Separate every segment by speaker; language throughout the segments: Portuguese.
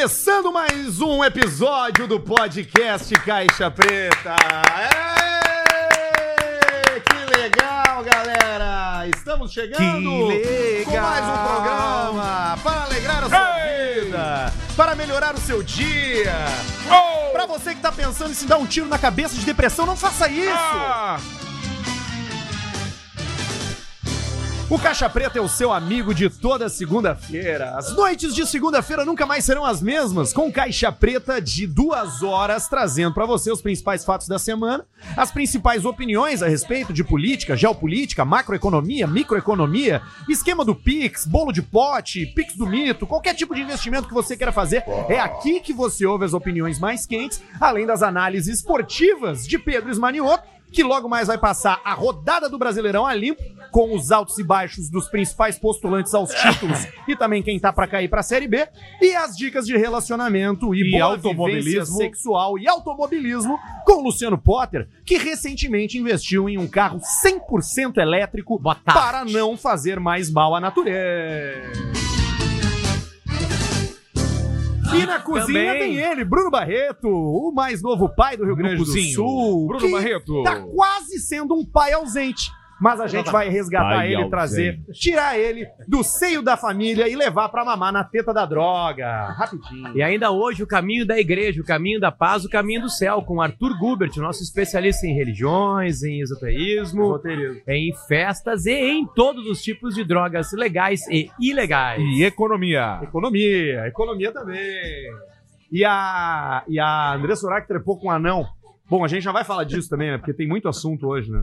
Speaker 1: Começando mais um episódio do podcast Caixa Preta. Ê, Que legal, galera! Estamos chegando
Speaker 2: Que
Speaker 1: com mais um
Speaker 2: legal.
Speaker 1: programa para alegrar a sua vida, para melhorar o seu dia. Para você que tá pensando em se dar um tiro na cabeça de depressão, não faça isso.
Speaker 2: Ah!
Speaker 1: O Caixa Preta é o seu amigo de toda segunda-feira. As noites de segunda-feira nunca mais serão as mesmas, com Caixa Preta de duas horas, trazendo pra você os principais fatos da semana, as principais opiniões a respeito de política, geopolítica, macroeconomia, microeconomia, esquema do Pix, bolo de pote, Pix do mito, qualquer tipo de investimento que você queira fazer. É aqui que você ouve as opiniões mais quentes, além das análises esportivas de Pedro Esmanioto que logo mais vai passar a rodada do Brasileirão a limpo, com os altos e baixos dos principais postulantes aos títulos e também quem tá pra cair pra Série B, e as dicas de relacionamento e,
Speaker 2: E
Speaker 1: boa
Speaker 2: automobilismo.
Speaker 1: vivência sexual e automobilismo com o Luciano Potter, que recentemente investiu em um carro 100% elétrico para não fazer mais mal à natureza. E na cozinha
Speaker 2: Ah, Também.
Speaker 1: tem ele, Bruno Barreto, o mais novo pai do Rio Grande do
Speaker 2: Brunozinho.
Speaker 1: Sul.
Speaker 2: Bruno
Speaker 1: que
Speaker 2: Barreto.
Speaker 1: Tá quase sendo um pai ausente. Mas a gente vai resgatar
Speaker 2: Pai
Speaker 1: ele, trazer, tirar ele do seio da família e levar pra mamar na teta da droga. Rapidinho.
Speaker 3: E ainda hoje o caminho da igreja, o caminho da paz, o caminho do céu, com Arthur Gubert, nosso especialista em religiões, em esoterismo, em festas e em todos os tipos de drogas legais e ilegais.
Speaker 2: E economia.
Speaker 1: Economia, economia também. E a, e a Andressa Sorak trepou com um anão. Bom, a gente já vai falar disso também, né? Porque tem muito assunto hoje, né?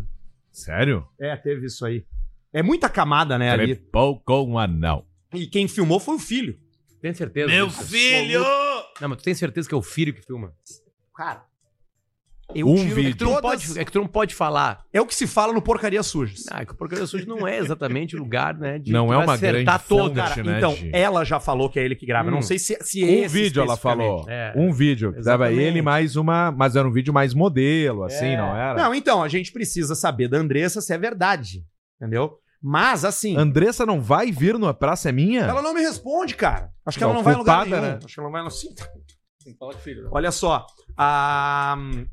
Speaker 2: Sério?
Speaker 1: É, teve isso aí. É muita camada, né, ali.
Speaker 2: Trepou com um anão.
Speaker 1: E quem filmou foi o filho.
Speaker 3: Tem certeza? disso? Não, mas tu tem certeza que é o filho que filma?
Speaker 1: Cara,
Speaker 3: tiro- É
Speaker 2: Um
Speaker 3: que, tu
Speaker 1: vídeo.
Speaker 3: não pode, é que tu não pode falar.
Speaker 1: é o que se fala no Porcaria Sujas.
Speaker 3: Ah, que o Porcaria Sujo não é exatamente o lugar, né? De
Speaker 2: Não
Speaker 3: tu
Speaker 2: é
Speaker 3: vai
Speaker 2: uma
Speaker 3: acertar
Speaker 2: grande
Speaker 3: toda.
Speaker 2: fonte.
Speaker 1: Cara,
Speaker 2: né,
Speaker 1: então,
Speaker 2: Gi?
Speaker 1: ela já falou que é ele que grava. Eu Não
Speaker 3: Hum.
Speaker 1: sei se, se
Speaker 2: Um
Speaker 1: esse
Speaker 2: vídeo ela
Speaker 1: especificamente.
Speaker 2: falou.
Speaker 3: É.
Speaker 2: Um vídeo. Que dava
Speaker 3: Exatamente. É.
Speaker 2: ele mais uma. Mas era um vídeo mais modelo, assim, não era?
Speaker 1: Não, então, a gente precisa saber da Andressa se é verdade. Entendeu? Mas, assim,
Speaker 2: Andressa não vai vir numa Praça é Minha?
Speaker 1: ela não me responde, cara. Acho que ela
Speaker 2: Não,
Speaker 1: não vai em lugar
Speaker 2: culpada,
Speaker 1: nenhum.
Speaker 2: né?
Speaker 1: Acho que ela não vai no cinto. Olha só. A hum,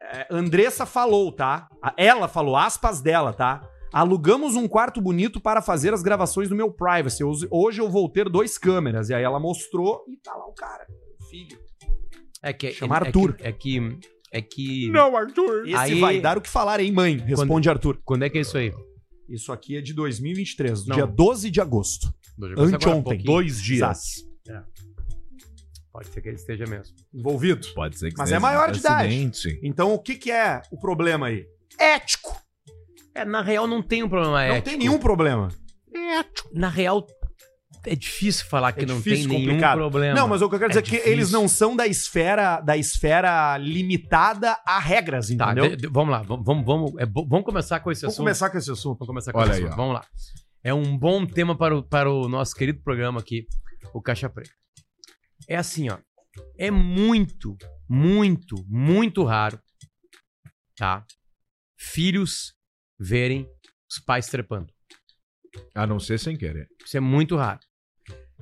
Speaker 1: é, Andressa falou, tá? A- Ela falou, aspas dela, tá? Alugamos um quarto bonito para fazer as gravações do meu privacy. Hoje- Hoje eu vou ter dois câmeras. E aí ela mostrou e tá lá o cara, o filho.
Speaker 3: É que,
Speaker 1: Chamar
Speaker 3: é,
Speaker 1: Arthur.
Speaker 3: É que. É que, é que-
Speaker 2: Arthur.
Speaker 1: Esse
Speaker 3: Aí-
Speaker 1: vai dar o que falar, hein, mãe? Responde Arthur.
Speaker 3: Quando é que é isso aí?
Speaker 1: Isso aqui é de 2023,
Speaker 3: Não.
Speaker 1: dia 12 de agosto.
Speaker 3: Agora,
Speaker 1: Anteontem,
Speaker 3: um pouquinho.
Speaker 2: Dois dias.
Speaker 1: Exato.
Speaker 3: Pode ser que ele esteja mesmo.
Speaker 1: Envolvido.
Speaker 2: Pode ser que
Speaker 1: Mas
Speaker 2: seja
Speaker 1: é maior de idade.
Speaker 2: acidente.
Speaker 1: Então, o que, que é o problema aí? Ético.
Speaker 3: É, na real não tem um problema
Speaker 1: Não
Speaker 3: ético.
Speaker 1: tem nenhum problema.
Speaker 3: Na real, é difícil falar que
Speaker 1: É
Speaker 3: não tem
Speaker 1: difícil,
Speaker 3: nenhum
Speaker 1: complicado.
Speaker 3: problema.
Speaker 1: Não, mas o que eu quero
Speaker 3: É
Speaker 1: dizer é que
Speaker 3: difícil.
Speaker 1: eles não são da esfera da esfera limitada a regras,
Speaker 3: Tá,
Speaker 1: entendeu?
Speaker 3: de- de- vamos lá, vamos, vamos, vamos, é bo- vamos começar com esse
Speaker 1: Vamos
Speaker 3: assunto.
Speaker 1: começar com esse assunto.
Speaker 3: Vamos começar com
Speaker 2: Olha
Speaker 3: esse
Speaker 2: aí,
Speaker 3: assunto.
Speaker 2: ó.
Speaker 3: Vamos lá. É um bom tema para o, para o nosso querido programa aqui, o Caixa Preta. É assim, ó. É muito, muito, muito raro, tá? Filhos verem os pais trepando.
Speaker 2: A não ser sem querer.
Speaker 3: Isso é muito raro.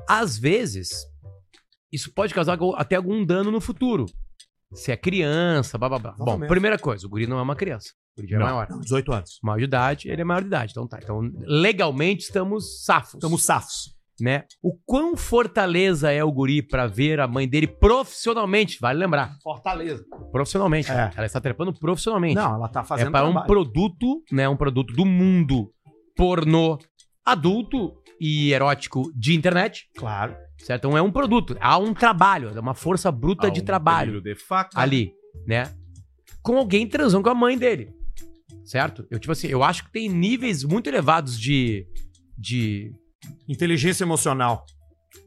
Speaker 3: Às vezes, isso pode causar go- até algum dano no futuro. Se é criança, blá blá blá. Bom,
Speaker 1: Exatamente.
Speaker 3: primeira coisa, o guri não é uma criança. O guri já é
Speaker 2: Não.
Speaker 3: maior.
Speaker 1: 18 anos.
Speaker 3: Maior de idade, ele é maior de idade. Então tá. Então, legalmente estamos safos.
Speaker 1: Estamos safos.
Speaker 3: né? O quão fortaleza é o guri pra ver a mãe dele profissionalmente, vale lembrar.
Speaker 1: Fortaleza.
Speaker 3: Profissionalmente.
Speaker 1: É.
Speaker 3: Ela está trepando profissionalmente.
Speaker 1: Não, ela tá fazendo
Speaker 3: é para um
Speaker 1: trabalho.
Speaker 3: produto, né? Um produto do mundo pornô adulto e erótico de internet.
Speaker 1: Claro.
Speaker 3: Certo? Então é um produto, há um trabalho, é uma força bruta
Speaker 2: Há
Speaker 3: de
Speaker 2: um
Speaker 3: trabalho
Speaker 2: brilho De
Speaker 1: Tá.
Speaker 2: faca.
Speaker 3: ali, né? Com alguém transando com a mãe dele. Certo? Eu tipo assim, eu acho que tem níveis muito elevados de de
Speaker 1: Inteligência emocional.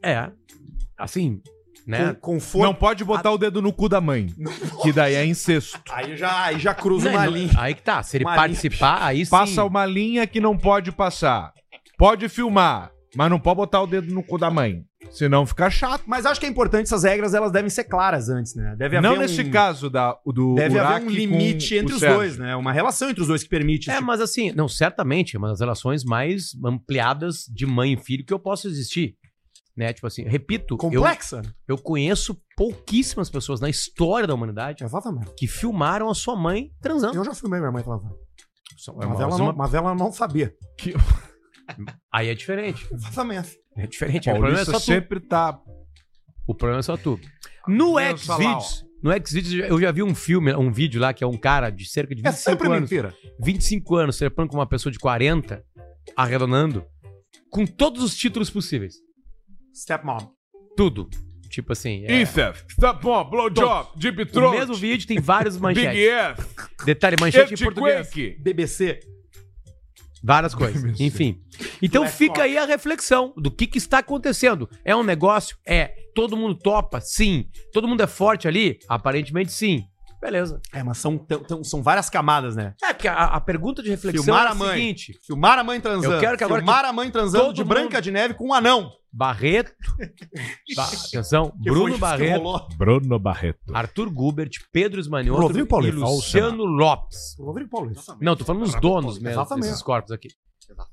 Speaker 3: é, assim, né?
Speaker 1: Com, conforto.
Speaker 2: Não pode botar o dedo no cu da mãe. Que daí é incesto.
Speaker 1: Aí já, aí já cruza
Speaker 3: Não,
Speaker 1: uma
Speaker 3: não,
Speaker 1: linha.
Speaker 3: Aí que tá, se ele
Speaker 1: Uma linha.
Speaker 3: participar, aí sim. É,
Speaker 2: Passa uma linha que não pode passar. Pode filmar, mas não pode botar o dedo no cu da mãe. Senão fica chato.
Speaker 1: Mas acho que é importante essas regras, elas devem ser claras antes, né? Deve haver
Speaker 2: não
Speaker 1: um-
Speaker 2: nesse caso da, o do
Speaker 1: Deve haver
Speaker 2: Uraki
Speaker 1: um
Speaker 2: com
Speaker 1: limite
Speaker 2: o
Speaker 1: entre os
Speaker 2: Sérgio.
Speaker 1: dois, né? Uma relação entre os dois que permite.
Speaker 3: É,
Speaker 1: esse tipo
Speaker 3: mas assim, não, certamente, é uma das relações mais ampliadas de mãe e filho que eu posso existir. Né? Tipo assim, repito, eu,
Speaker 1: Complexa?
Speaker 3: eu conheço pouquíssimas pessoas na história da humanidade
Speaker 1: Exatamente.
Speaker 3: que filmaram a sua mãe transando.
Speaker 1: Eu já filmei minha mãe transando.
Speaker 3: Só-
Speaker 1: É Mas,
Speaker 3: mas
Speaker 1: ela
Speaker 3: uma-
Speaker 1: não, mas ela não sabia.
Speaker 3: Aí é diferente.
Speaker 1: Exatamente.
Speaker 3: É diferente. o problema é
Speaker 2: Paulista
Speaker 3: só tu.
Speaker 2: sempre tá.
Speaker 3: O problema é só tu. No
Speaker 2: Meu
Speaker 3: Xvideos, no Xvideos eu já- eu já vi um filme, um vídeo lá que é um cara de cerca de
Speaker 1: É
Speaker 3: 25
Speaker 1: sempre
Speaker 3: anos,
Speaker 1: mentira.
Speaker 3: 25 anos, trepando com uma pessoa de 40, arredondando, com todos os títulos possíveis.
Speaker 1: Stepmom.
Speaker 3: Tudo. Tipo assim, é-
Speaker 2: Incef, stop on, tá blowjob, deep
Speaker 3: o
Speaker 2: throat,
Speaker 3: mesmo vídeo tem várias
Speaker 2: big
Speaker 3: manchetes.
Speaker 2: F,
Speaker 3: Detalhe, manchete em português.
Speaker 2: earthquake.
Speaker 1: BBC.
Speaker 3: Várias coisas. Enfim. Então
Speaker 1: Black
Speaker 3: fica
Speaker 1: Fox.
Speaker 3: aí a reflexão do que, que está acontecendo. É um negócio? É. Todo mundo topa? Sim. Todo mundo é forte ali? Aparentemente sim. Beleza.
Speaker 1: É, mas são, tão- tão- são várias camadas, né?
Speaker 3: É que a, a pergunta de reflexão
Speaker 1: Filmar
Speaker 3: é
Speaker 1: a
Speaker 3: a
Speaker 1: mãe.
Speaker 3: seguinte:
Speaker 1: Filmar a mãe transando.
Speaker 3: Eu quero que agora
Speaker 1: Filmar a mãe transando
Speaker 3: todo
Speaker 1: de
Speaker 3: mundo-
Speaker 1: Branca de Neve com um anão.
Speaker 3: Barreto. Tá, atenção,
Speaker 1: Que foi
Speaker 3: Bruno
Speaker 1: isso que
Speaker 3: Barreto,
Speaker 1: rolou.
Speaker 2: Bruno Barreto.
Speaker 3: Arthur Gubert, Pedro Esmanioto
Speaker 1: Rodrigo
Speaker 3: e
Speaker 1: Paulista.
Speaker 3: Luciano Lopes.
Speaker 1: O Rodrigo Paulista.
Speaker 3: Não, tô falando os donos mesmo
Speaker 1: Exatamente.
Speaker 3: desses corpos aqui.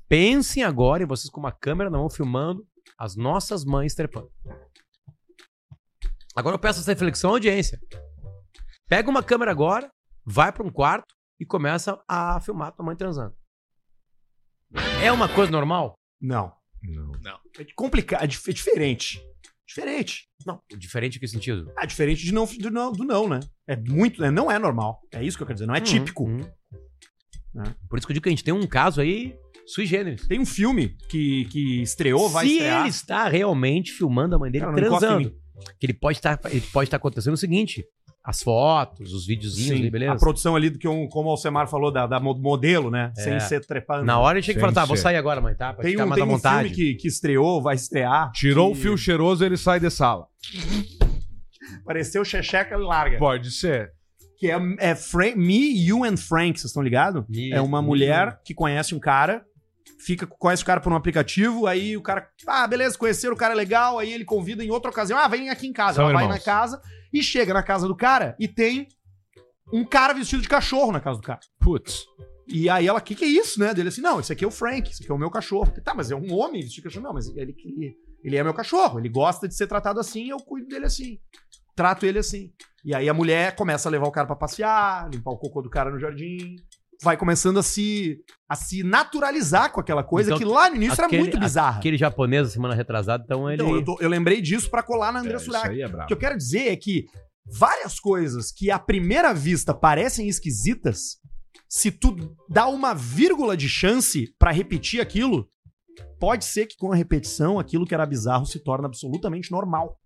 Speaker 3: Pensem agora em vocês com uma câmera na mão filmando as nossas mães trepando. Agora eu peço essa reflexão à audiência. Pega uma câmera agora, vai pra um quarto e começa a filmar tua mãe transando. É uma coisa normal?
Speaker 1: Não.
Speaker 2: Não.
Speaker 1: É complicado, é dif- é diferente. Diferente. Não.
Speaker 3: Diferente em que sentido?
Speaker 1: É diferente de não, do, não, do não, né? É muito, né? Não é normal. É isso que eu quero dizer, não é típico. É.
Speaker 3: Uhum, uhum. Por isso que eu digo que a gente tem um caso aí sui generis.
Speaker 1: Tem um filme que, que estreou, vai
Speaker 3: Se
Speaker 1: estrear.
Speaker 3: ele está realmente filmando a mãe dele
Speaker 1: Cara, não encosta em
Speaker 3: transando, que ele pode estar ele pode estar acontecendo o seguinte: as fotos, os videozinhos, ali, beleza?
Speaker 1: a produção ali, do que um, como o Alcemar falou, da, da mo- modelo, né?
Speaker 3: É.
Speaker 1: Sem ser trepando.
Speaker 3: Na hora ele chega e fala:
Speaker 2: Sim,
Speaker 3: tá,
Speaker 2: sim.
Speaker 3: vou sair agora, mãe, tá? Pra
Speaker 1: tem
Speaker 3: ficar
Speaker 1: um,
Speaker 3: mais
Speaker 1: tem
Speaker 3: à
Speaker 1: um
Speaker 3: vontade.
Speaker 1: filme que, que estreou, vai estrear.
Speaker 2: Tirou
Speaker 1: que
Speaker 2: o fio cheiroso, ele sai de sala.
Speaker 1: Apareceu Checheca e larga.
Speaker 2: Pode ser.
Speaker 1: Que é, é Fran- Me, You and Frank, vocês estão ligados?
Speaker 3: Me-
Speaker 1: É uma
Speaker 3: Me-
Speaker 1: mulher que conhece um cara, fica, conhece o cara por um aplicativo, aí o cara, ah, beleza, conheceram o cara é legal, aí ele convida em outra ocasião, ah, vem aqui em casa.
Speaker 2: São
Speaker 1: Ela vai
Speaker 2: irmãos.
Speaker 1: na casa e chega na casa do cara e tem um cara vestido de cachorro na casa do cara.
Speaker 2: Putz.
Speaker 1: E aí ela, o que, que é isso, né? Dele assim, não, esse aqui é o Frank, esse aqui é o meu cachorro. Tá, mas é um homem vestido de cachorro. Não, mas ele, que- ele é meu cachorro, ele gosta de ser tratado assim, eu cuido dele assim. Trato ele assim. E aí a mulher começa a levar o cara pra passear, limpar o cocô do cara no jardim. Vai começando a se, a se naturalizar com aquela coisa
Speaker 3: Então,
Speaker 1: que lá no início
Speaker 3: aquele-
Speaker 1: era muito bizarra.
Speaker 3: Aquele japonês, semana retrasada, então ele.
Speaker 1: Então, eu, tô- eu lembrei disso pra colar na André
Speaker 2: É,
Speaker 1: é,
Speaker 2: isso aí é
Speaker 1: o
Speaker 2: brabo.
Speaker 1: que eu quero dizer é que várias coisas que à primeira vista parecem esquisitas, se tu dá uma vírgula de chance pra repetir aquilo, pode ser que com a repetição aquilo que era bizarro se torna absolutamente normal.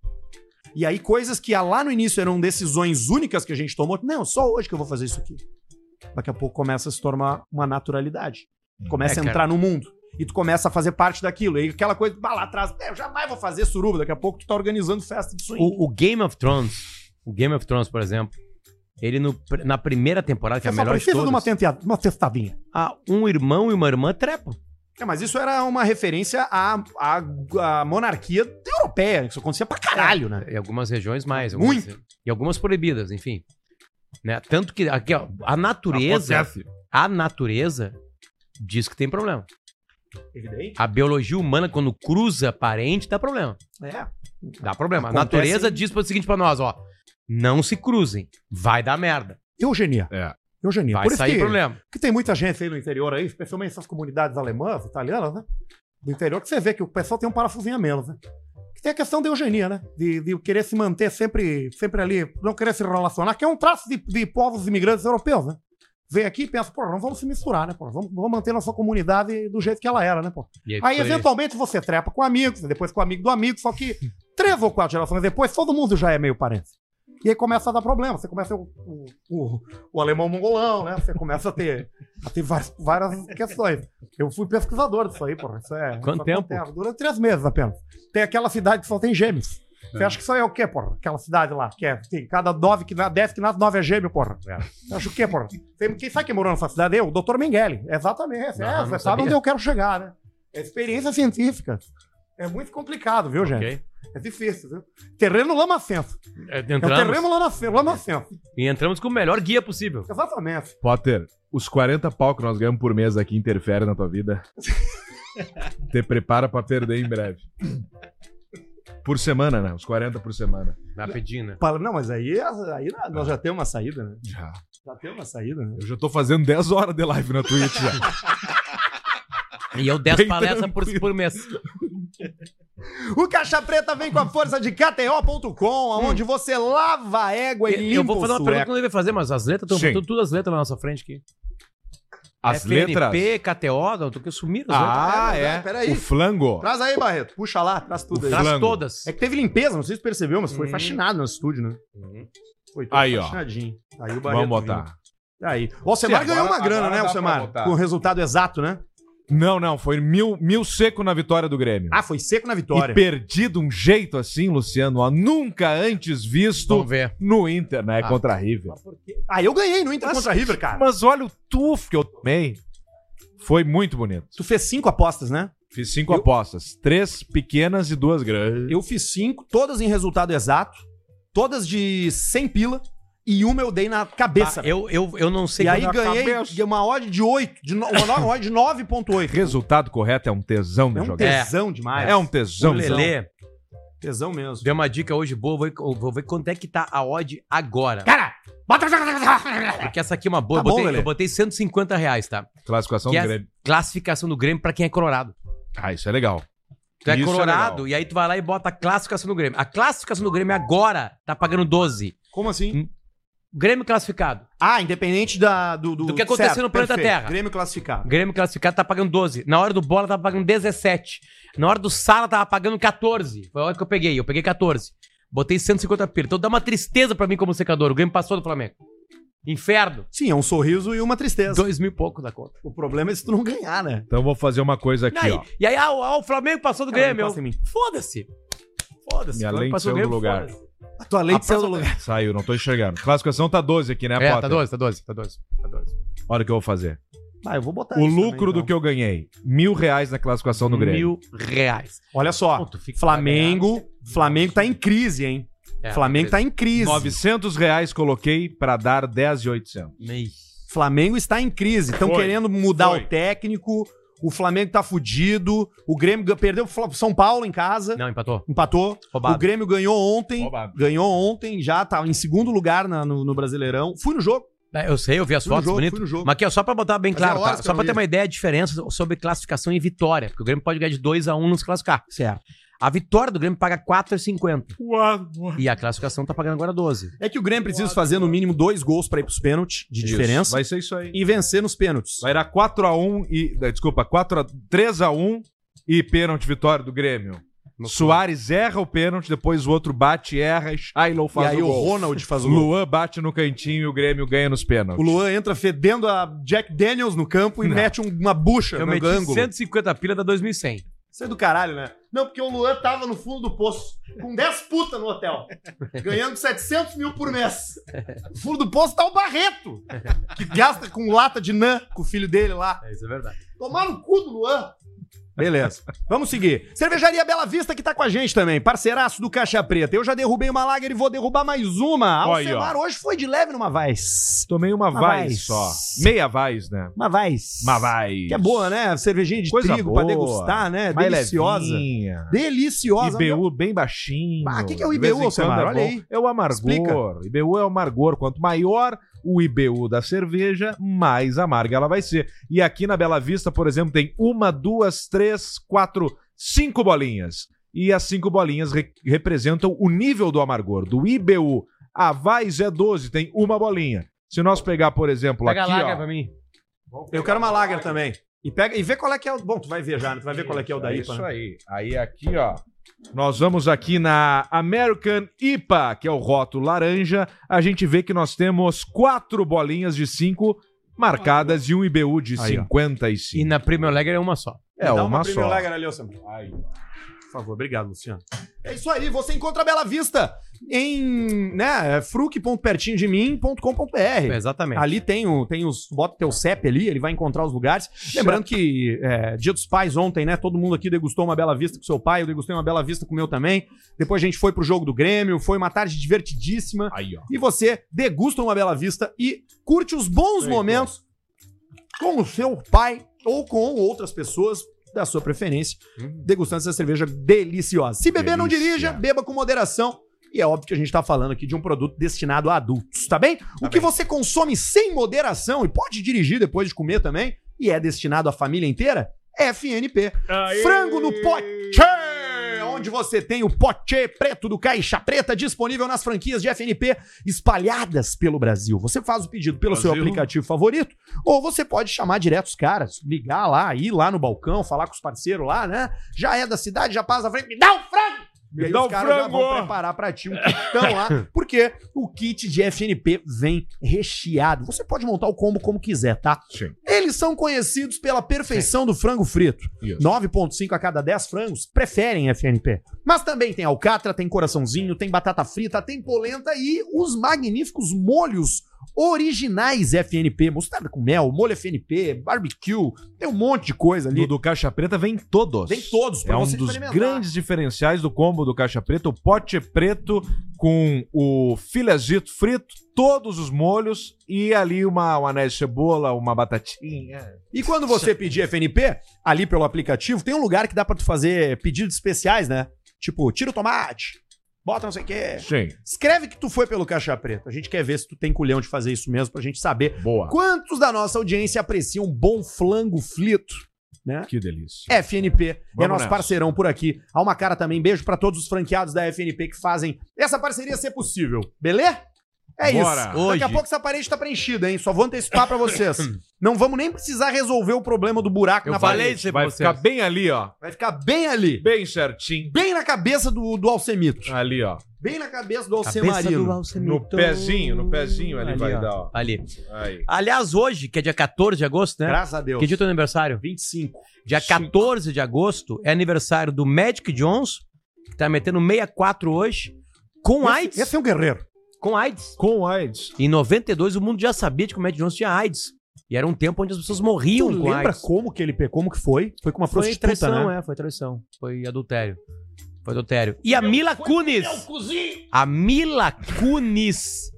Speaker 1: E aí coisas que lá no início eram decisões únicas que a gente tomou, não, só hoje que eu vou fazer isso aqui. Daqui a pouco começa a se tornar uma naturalidade.
Speaker 3: É,
Speaker 1: Começa a
Speaker 3: cara.
Speaker 1: entrar no mundo. E tu começa a fazer parte daquilo. E aquela coisa, bah, lá atrás, "É, eu jamais vou fazer suruba. Daqui a pouco tu tá organizando festa de swing.
Speaker 3: O, o Game of Thrones, o Game of Thrones, por exemplo, ele no- na primeira temporada, que é a
Speaker 1: Eu só
Speaker 3: melhor de
Speaker 1: preciso de,
Speaker 3: todas,
Speaker 1: uma, tentea- uma testadinha.
Speaker 3: ah, um irmão e uma irmã trepam.
Speaker 1: É, mas isso era uma referência à, à, à monarquia europeia. Isso acontecia pra caralho, né?
Speaker 3: Em algumas regiões mais. algumas- E algumas proibidas, enfim. Né? Tanto que aqui, ó, a natureza,
Speaker 2: Acontece.
Speaker 3: a natureza diz que tem problema.
Speaker 1: Evidente.
Speaker 3: A biologia humana, quando cruza parente, dá problema.
Speaker 1: É.
Speaker 3: Dá problema. A
Speaker 1: Acontece-
Speaker 3: natureza diz para o seguinte pra nós, ó. Não se cruzem. Vai dar merda.
Speaker 1: Eugenia.
Speaker 2: É.
Speaker 1: Eugenia.
Speaker 3: Vai sair
Speaker 1: que,
Speaker 3: problema.
Speaker 1: que tem muita gente aí no interior aí, especialmente essas comunidades alemãs, italianas, né? Do interior, que você vê que o pessoal tem um parafusinho a menos, né? Que tem a questão da eugenia, né? De, de querer se manter sempre, sempre ali, não querer se relacionar, que é um traço de, de povos imigrantes europeus, né? Vem aqui e pensa, pô, não vamos se misturar, né? Pô? Vamos, vamos manter nossa comunidade do jeito que ela era, né, pô?
Speaker 3: E
Speaker 1: Aí,
Speaker 3: foi-
Speaker 1: eventualmente, você trepa com amigos, depois com amigo do amigo, só que três ou quatro gerações depois, todo mundo já é meio parente. E aí começa a dar problema. Você começa o, o, o, o alemão mongolão, né? Você começa a ter, a ter várias, várias questões. Eu fui pesquisador disso aí, porra. Isso é,
Speaker 3: Quanto
Speaker 1: isso
Speaker 3: tempo?
Speaker 1: acontece. Dura três meses apenas. Tem aquela cidade que só tem gêmeos. Você acha que isso aí é o quê, porra? Aquela cidade lá, que é, tem cada nove que nasce, dez que nasce, nove é gêmeo, porra. Você acha o quê, porra? Tem- Quem sabe quem morou nessa cidade? Eu, o doutor Mengele. Exatamente.
Speaker 3: Não, não
Speaker 1: é, você sabe
Speaker 3: sabia.
Speaker 1: onde eu quero chegar, né? É experiência científica. É muito complicado, viu, gente?
Speaker 3: Ok.
Speaker 1: É difícil, viu? Terreno lamacento.
Speaker 3: É,
Speaker 1: É o
Speaker 3: Entramos,
Speaker 1: terreno lamacento. lamacento.
Speaker 3: e entramos com o melhor guia possível.
Speaker 1: Exatamente.
Speaker 2: Potter, os 40 pau que nós ganhamos por mês aqui interfere na tua vida. Te prepara pra perder em breve. Por semana, né? Uns 40 por semana.
Speaker 3: Dá pedina.
Speaker 1: Fala, Não, mas aí, aí nós já temos uma saída, né?
Speaker 2: Já.
Speaker 1: Já temos uma saída, né?
Speaker 2: Eu já tô fazendo 10 horas de live na Twitch já.
Speaker 3: E eu 10
Speaker 2: Bem
Speaker 3: palestras por, por mês.
Speaker 1: O Caixa Preta vem com a força de KTO.com, onde você lava a égua e limpa
Speaker 3: Hum. Eu vou fazer
Speaker 1: o
Speaker 3: uma pergunta que
Speaker 1: sueco.
Speaker 3: eu não devia fazer, mas as letras
Speaker 2: Sim.
Speaker 3: estão tudo, tudo as letras na nossa frente aqui.
Speaker 2: As
Speaker 3: FNP,
Speaker 2: letras.
Speaker 3: KTO, não, tô que sumir as letras.
Speaker 2: Ah,
Speaker 1: É
Speaker 2: é.
Speaker 1: verdade, peraí.
Speaker 2: O flango.
Speaker 1: Traz aí, Barreto. Puxa lá, traz tudo aí.
Speaker 3: Traz
Speaker 2: Flango.
Speaker 3: todas.
Speaker 1: É que teve limpeza, não sei se tu percebeu, mas foi
Speaker 3: Hum.
Speaker 1: faxinado no estúdio, né? Foi todo
Speaker 2: Aí, ó.
Speaker 1: faxinadinho. Aí o Barreto
Speaker 2: Vamos botar.
Speaker 1: vindo. Aí. Ó, O Semar
Speaker 2: Sim,
Speaker 1: ganhou
Speaker 2: agora-
Speaker 1: uma grana,
Speaker 2: agora dá
Speaker 1: né, o
Speaker 2: pra
Speaker 1: Semar?
Speaker 2: botar.
Speaker 1: Com o resultado exato, né?
Speaker 2: Não, não. Foi mil, mil seco na vitória do Grêmio.
Speaker 1: Ah, foi seco na
Speaker 2: E
Speaker 1: vitória.
Speaker 2: perdi de um jeito assim, Luciano, ó, nunca antes visto
Speaker 3: Vamos ver.
Speaker 2: no Inter, né?
Speaker 3: Ah.
Speaker 2: Contra a River.
Speaker 1: Ah, eu ganhei no Inter
Speaker 2: Mas-
Speaker 1: contra a River, cara.
Speaker 2: Mas olha o tufo que eu tomei. Foi muito bonito.
Speaker 1: Tu fez cinco apostas, né?
Speaker 2: Fiz cinco
Speaker 1: Eu-
Speaker 2: apostas. Três pequenas e duas grandes.
Speaker 1: Eu fiz cinco, todas em resultado exato, todas de 100 pila, e uma eu dei na cabeça.
Speaker 3: Ah, eu, eu, eu não sei
Speaker 1: e
Speaker 3: qual
Speaker 1: aí
Speaker 3: é a
Speaker 1: ganhei
Speaker 3: cabeça.
Speaker 1: uma odd de 8, de no- uma, no- uma odd de 9.8.
Speaker 2: Resultado correto é um tesão de
Speaker 1: É um
Speaker 2: jogar.
Speaker 1: tesão demais.
Speaker 2: É um
Speaker 3: O
Speaker 2: tesão.
Speaker 3: Lelê
Speaker 1: tesão mesmo.
Speaker 3: deu uma dica hoje boa, vou, eu vou ver quanto é que tá a odd agora.
Speaker 1: Cara, bota...
Speaker 3: Porque essa aqui é uma boa,
Speaker 1: Tá
Speaker 3: eu,
Speaker 1: bom,
Speaker 3: botei,
Speaker 1: Lelê.
Speaker 3: eu botei 150 reais, tá?
Speaker 2: Classificação
Speaker 3: Que
Speaker 2: do
Speaker 3: é-
Speaker 2: Grêmio.
Speaker 3: Classificação do Grêmio pra quem é colorado.
Speaker 2: Ah, isso é legal.
Speaker 3: Tu é
Speaker 2: Isso é
Speaker 3: colorado
Speaker 2: legal.
Speaker 3: e aí tu vai lá e bota a classificação do Grêmio. A classificação do Grêmio agora tá pagando 12.
Speaker 1: Como assim?
Speaker 3: Grêmio classificado.
Speaker 1: Ah, independente da, do,
Speaker 3: Do que aconteceu
Speaker 1: Certo,
Speaker 3: no planeta
Speaker 1: perfeito.
Speaker 3: Terra.
Speaker 1: Grêmio classificado.
Speaker 3: Grêmio classificado tá pagando 12. Na hora do bola tava pagando 17. Na hora do sala tava pagando 14. Foi a hora que eu peguei. Eu peguei 14. Botei 150 pila. Então dá uma tristeza pra mim como secador. O Grêmio passou do Flamengo. Inferno.
Speaker 1: Sim, é um sorriso e uma tristeza.
Speaker 3: Dois mil e pouco da conta.
Speaker 1: O problema é se tu não ganhar, né?
Speaker 2: Então eu vou fazer uma coisa aqui,
Speaker 3: e aí,
Speaker 2: ó.
Speaker 3: e aí, ah, o- ah, o Flamengo passou do
Speaker 1: Cara, assim,
Speaker 3: Grêmio.
Speaker 1: encosta em mim.
Speaker 3: eu- Foda-se. Foda-se.
Speaker 2: Minha
Speaker 3: O Flamengo
Speaker 2: lente
Speaker 3: passou do
Speaker 2: saiu do
Speaker 3: Grêmio,
Speaker 2: lugar.
Speaker 3: foda-se.
Speaker 1: A tua lente saiu do lugar.
Speaker 2: Saiu, não tô enxergando. Classificação tá 12 aqui, né,
Speaker 3: É, tá
Speaker 2: Potter?
Speaker 3: 12, tá 12, tá 12. Tá 12.
Speaker 2: Olha o que eu vou fazer.
Speaker 1: Ah, eu vou botar
Speaker 2: o lucro
Speaker 1: então.
Speaker 2: do que eu ganhei. Mil reais na classificação do Grêmio.
Speaker 3: Mil reais.
Speaker 1: que... Olha só,
Speaker 3: Pô, tu fica
Speaker 1: Flamengo... Flamengo tá em crise, hein?
Speaker 3: É,
Speaker 1: Flamengo tá em crise.
Speaker 2: 900 reais coloquei pra dar 10,800.
Speaker 1: Flamengo está em crise. Estão
Speaker 2: Foi.
Speaker 1: querendo mudar
Speaker 2: Foi.
Speaker 1: o técnico. O Flamengo tá fudido. O Grêmio gan- perdeu o São Paulo em casa.
Speaker 3: Não, empatou.
Speaker 1: Empatou.
Speaker 3: Roubado.
Speaker 1: O Grêmio ganhou ontem.
Speaker 2: Roubado.
Speaker 1: Ganhou ontem, já tá em segundo lugar na- no, no Brasileirão. Fui no jogo.
Speaker 3: É, Eu sei, eu vi as
Speaker 1: Fui no
Speaker 3: fotos,
Speaker 1: jogo,
Speaker 3: bonito.
Speaker 1: fui no jogo.
Speaker 3: Mas aqui, ó, só pra botar bem
Speaker 1: Fazia
Speaker 3: claro, tá?
Speaker 1: horas que eu
Speaker 3: só
Speaker 1: não
Speaker 3: pra ter
Speaker 1: via.
Speaker 3: uma ideia de diferença sobre classificação e vitória. Porque o Grêmio pode ganhar de 2x1 um nos classificar.
Speaker 1: Certo.
Speaker 3: A vitória do Grêmio paga 4,50. E a classificação tá pagando agora 12.
Speaker 1: É que o Grêmio precisa fazer no mínimo dois gols pra ir pros pênaltis de
Speaker 2: Isso.
Speaker 1: diferença
Speaker 2: Vai ser isso aí.
Speaker 1: e vencer nos pênaltis.
Speaker 2: Vai dar 4x1 e. eh, Desculpa, 4 a, 3x1 e pênalti vitória do Grêmio. Soares erra o pênalti, depois o outro bate, erra e Shiloh
Speaker 1: E
Speaker 2: faz
Speaker 1: aí
Speaker 2: o
Speaker 1: o
Speaker 2: gol.
Speaker 1: Ronald faz o gol.
Speaker 2: Luan bate no cantinho e o Grêmio ganha nos pênaltis.
Speaker 1: O Luan entra fedendo a Jack Daniels no campo e
Speaker 2: Não.
Speaker 1: mete um- uma bucha
Speaker 3: Eu
Speaker 1: no
Speaker 3: meti
Speaker 1: ângulo.
Speaker 3: 150 pila da 2100.
Speaker 1: Isso é do caralho, né? Não, porque o Luan tava no fundo do poço, com 10 putas no hotel, ganhando 700 mil por mês. No fundo do poço tá o Barreto, que gasta com lata de nã com o filho dele lá.
Speaker 3: É, isso é verdade.
Speaker 1: Tomar no cu do Luan. Beleza. Vamos seguir. Cervejaria Bela Vista que tá com a gente também. Parceiraço do Caixa Preta. Eu já derrubei uma lager e vou derrubar mais uma.
Speaker 2: Olha aí, ó.
Speaker 1: Alcemar hoje foi de leve numa Vaz.
Speaker 2: Tomei uma,
Speaker 1: Uma
Speaker 2: vaz,
Speaker 1: vaz.
Speaker 2: só. Meia vaz, né?
Speaker 1: Uma Vaz.
Speaker 2: Uma vaz.
Speaker 1: Que é boa, né? Cervejinha de
Speaker 2: Coisa
Speaker 1: trigo pra
Speaker 2: boa.
Speaker 1: degustar, né?
Speaker 2: Mais
Speaker 1: Deliciosa.
Speaker 2: levinha.
Speaker 1: Deliciosa.
Speaker 2: IBU bem baixinho.
Speaker 1: Ah, que que é o
Speaker 2: De vez
Speaker 1: IBU,
Speaker 2: em quando
Speaker 1: Alcemar?
Speaker 2: é
Speaker 1: Olha
Speaker 2: bom.
Speaker 1: aí.
Speaker 2: É o amargor.
Speaker 1: Explica.
Speaker 2: IBU é o amargor. Quanto maior o IBU da cerveja, mais amarga ela vai ser. E aqui na Bela Vista, por exemplo, tem uma, duas, três, quatro, cinco bolinhas. E as cinco bolinhas re- representam o nível do amargor, do IBU. A Vais é 12, tem uma bolinha. Se nós pegar, por exemplo,
Speaker 3: Pega a
Speaker 2: aqui,
Speaker 3: laga
Speaker 2: ó,
Speaker 3: pra mim.
Speaker 1: Eu quero uma lager também. E, pega, e vê qual é que é o. Bom, tu vai ver já, né? Tu vai ver qual é que é o da IPA.
Speaker 2: Isso
Speaker 1: né?
Speaker 2: aí. Aí aqui, ó. Nós vamos aqui na American IPA, que é o rótulo laranja. A gente vê que nós temos quatro bolinhas de cinco marcadas e um IBU de
Speaker 1: Aí, ó.
Speaker 2: 55.
Speaker 3: E na Premier League é uma só.
Speaker 1: Me
Speaker 2: É
Speaker 1: Então dá
Speaker 2: uma,
Speaker 1: Premium
Speaker 2: só.
Speaker 1: Lager ali, Alcemar.
Speaker 2: Aí,
Speaker 1: Por favor, obrigado, Luciano. É isso aí, você encontra a Bela Vista em né, fruc.pertinhodemim.com.br.
Speaker 3: Exatamente.
Speaker 1: Ali tem, o, tem os. Bota teu CEP ali, ele vai encontrar os lugares. Lembrando que é, Dia dos Pais ontem, né? Todo mundo aqui degustou uma Bela Vista com seu pai, eu degustei uma Bela Vista com o meu também. Depois a gente foi pro jogo do Grêmio, foi uma tarde divertidíssima.
Speaker 2: Aí, ó.
Speaker 1: e você degusta uma bela vista e curte os bons
Speaker 2: Sei,
Speaker 1: momentos com o seu pai ou com outras pessoas da sua preferência,
Speaker 3: Hum.
Speaker 1: degustando essa cerveja deliciosa. Se beber, não
Speaker 2: Delícia.
Speaker 1: dirija, beba com moderação. E é óbvio que a gente tá falando aqui de um produto destinado a adultos, tá bem? o que você consome sem moderação e pode dirigir depois de comer também, e é destinado à família inteira, é FNP. Frango no pote! Onde você tem o pote preto do Caixa Preta disponível nas franquias de FNP espalhadas pelo Brasil. Você faz o pedido pelo seu
Speaker 2: Brasil.
Speaker 1: aplicativo favorito ou você pode chamar direto os caras, ligar lá, ir lá no balcão, falar com os parceiros lá, né? Já é da cidade, já passa na frente, me dá um frango! E
Speaker 2: Me
Speaker 1: aí
Speaker 2: dá
Speaker 1: os
Speaker 2: um
Speaker 1: caras já vão
Speaker 2: frango!
Speaker 1: preparar pra ti um kitão lá, porque o kit de FNP vem recheado. Você pode montar o combo como quiser, tá?
Speaker 2: Sim.
Speaker 1: Eles são conhecidos pela perfeição do frango frito.
Speaker 2: Isso.
Speaker 1: 9,5 a cada 10 frangos preferem FNP. Mas também tem alcatra, tem coraçãozinho, tem batata frita, tem polenta e os magníficos molhos originais FNP. Mostarda com mel, molho FNP, barbecue, tem um monte de coisa ali.
Speaker 2: No do Caixa Preta vem todos.
Speaker 1: Vem todos pra
Speaker 2: É um
Speaker 1: você
Speaker 2: dos
Speaker 1: experimentar.
Speaker 2: grandes diferenciais do combo do Caixa Preta, o pote preto com o filezito frito, todos os molhos e ali uma, uma anéis de cebola, uma batatinha.
Speaker 1: E quando você pedir FNP, ali pelo aplicativo, tem um lugar que dá pra tu fazer pedidos especiais, né? Tipo, tira o tomate, bota não sei o quê.
Speaker 2: Sim,
Speaker 1: Escreve que tu foi pelo Caixa Preta. A gente quer ver se tu tem culhão de fazer isso mesmo pra gente saber
Speaker 2: boa.
Speaker 1: quantos da nossa audiência apreciam um bom flango flito, né?
Speaker 2: Que delícia.
Speaker 1: FNP é
Speaker 2: Vamos
Speaker 1: nosso
Speaker 2: nessa.
Speaker 1: parceirão por aqui. Há uma cara também. Beijo pra todos os franqueados da FNP que fazem essa parceria ser possível. Beleza? É
Speaker 2: Bora.
Speaker 1: isso. Daqui a
Speaker 3: Hoje-
Speaker 1: pouco essa parede tá preenchida, hein? Só vou antecipar pra vocês. Não vamos nem precisar resolver o problema do buraco
Speaker 3: Eu
Speaker 1: na
Speaker 3: falei
Speaker 1: parede.
Speaker 3: isso aí pra
Speaker 2: Vai
Speaker 3: vocês.
Speaker 2: ficar bem ali, ó.
Speaker 1: Vai ficar bem ali.
Speaker 2: Bem certinho.
Speaker 1: Bem na cabeça do, do Alcemito.
Speaker 2: Ali, ó.
Speaker 1: Bem na cabeça do
Speaker 3: Cabeça
Speaker 1: Alcemarino.
Speaker 3: do
Speaker 2: No
Speaker 3: Alcemito.
Speaker 2: pezinho, no pezinho ali, vai
Speaker 1: ó.
Speaker 2: dar, ó.
Speaker 3: Ali.
Speaker 2: Aí.
Speaker 3: Aliás, hoje, que é dia 14 de agosto, né?
Speaker 1: Graças a Deus.
Speaker 3: Que dia é teu aniversário?
Speaker 1: 25.
Speaker 3: Dia 14 de agosto é aniversário do Magic Johnson, que tá metendo 64 hoje, com AIDS.
Speaker 1: Esse, esse é um guerreiro.
Speaker 3: Com AIDS.
Speaker 2: Com AIDS.
Speaker 3: Em 92, o mundo já sabia de que o Magic Johnson tinha AIDS. E era um tempo onde as pessoas morriam
Speaker 1: tu
Speaker 3: com
Speaker 1: lembra
Speaker 3: AIDS.
Speaker 1: como que ele pegou? Como que foi? Foi com uma
Speaker 3: um Foi
Speaker 1: prostituta,
Speaker 3: traição,
Speaker 1: né?
Speaker 3: é, foi traição. Foi adultério. Foi adultério. E a Mila Kunis. A Mila Kunis.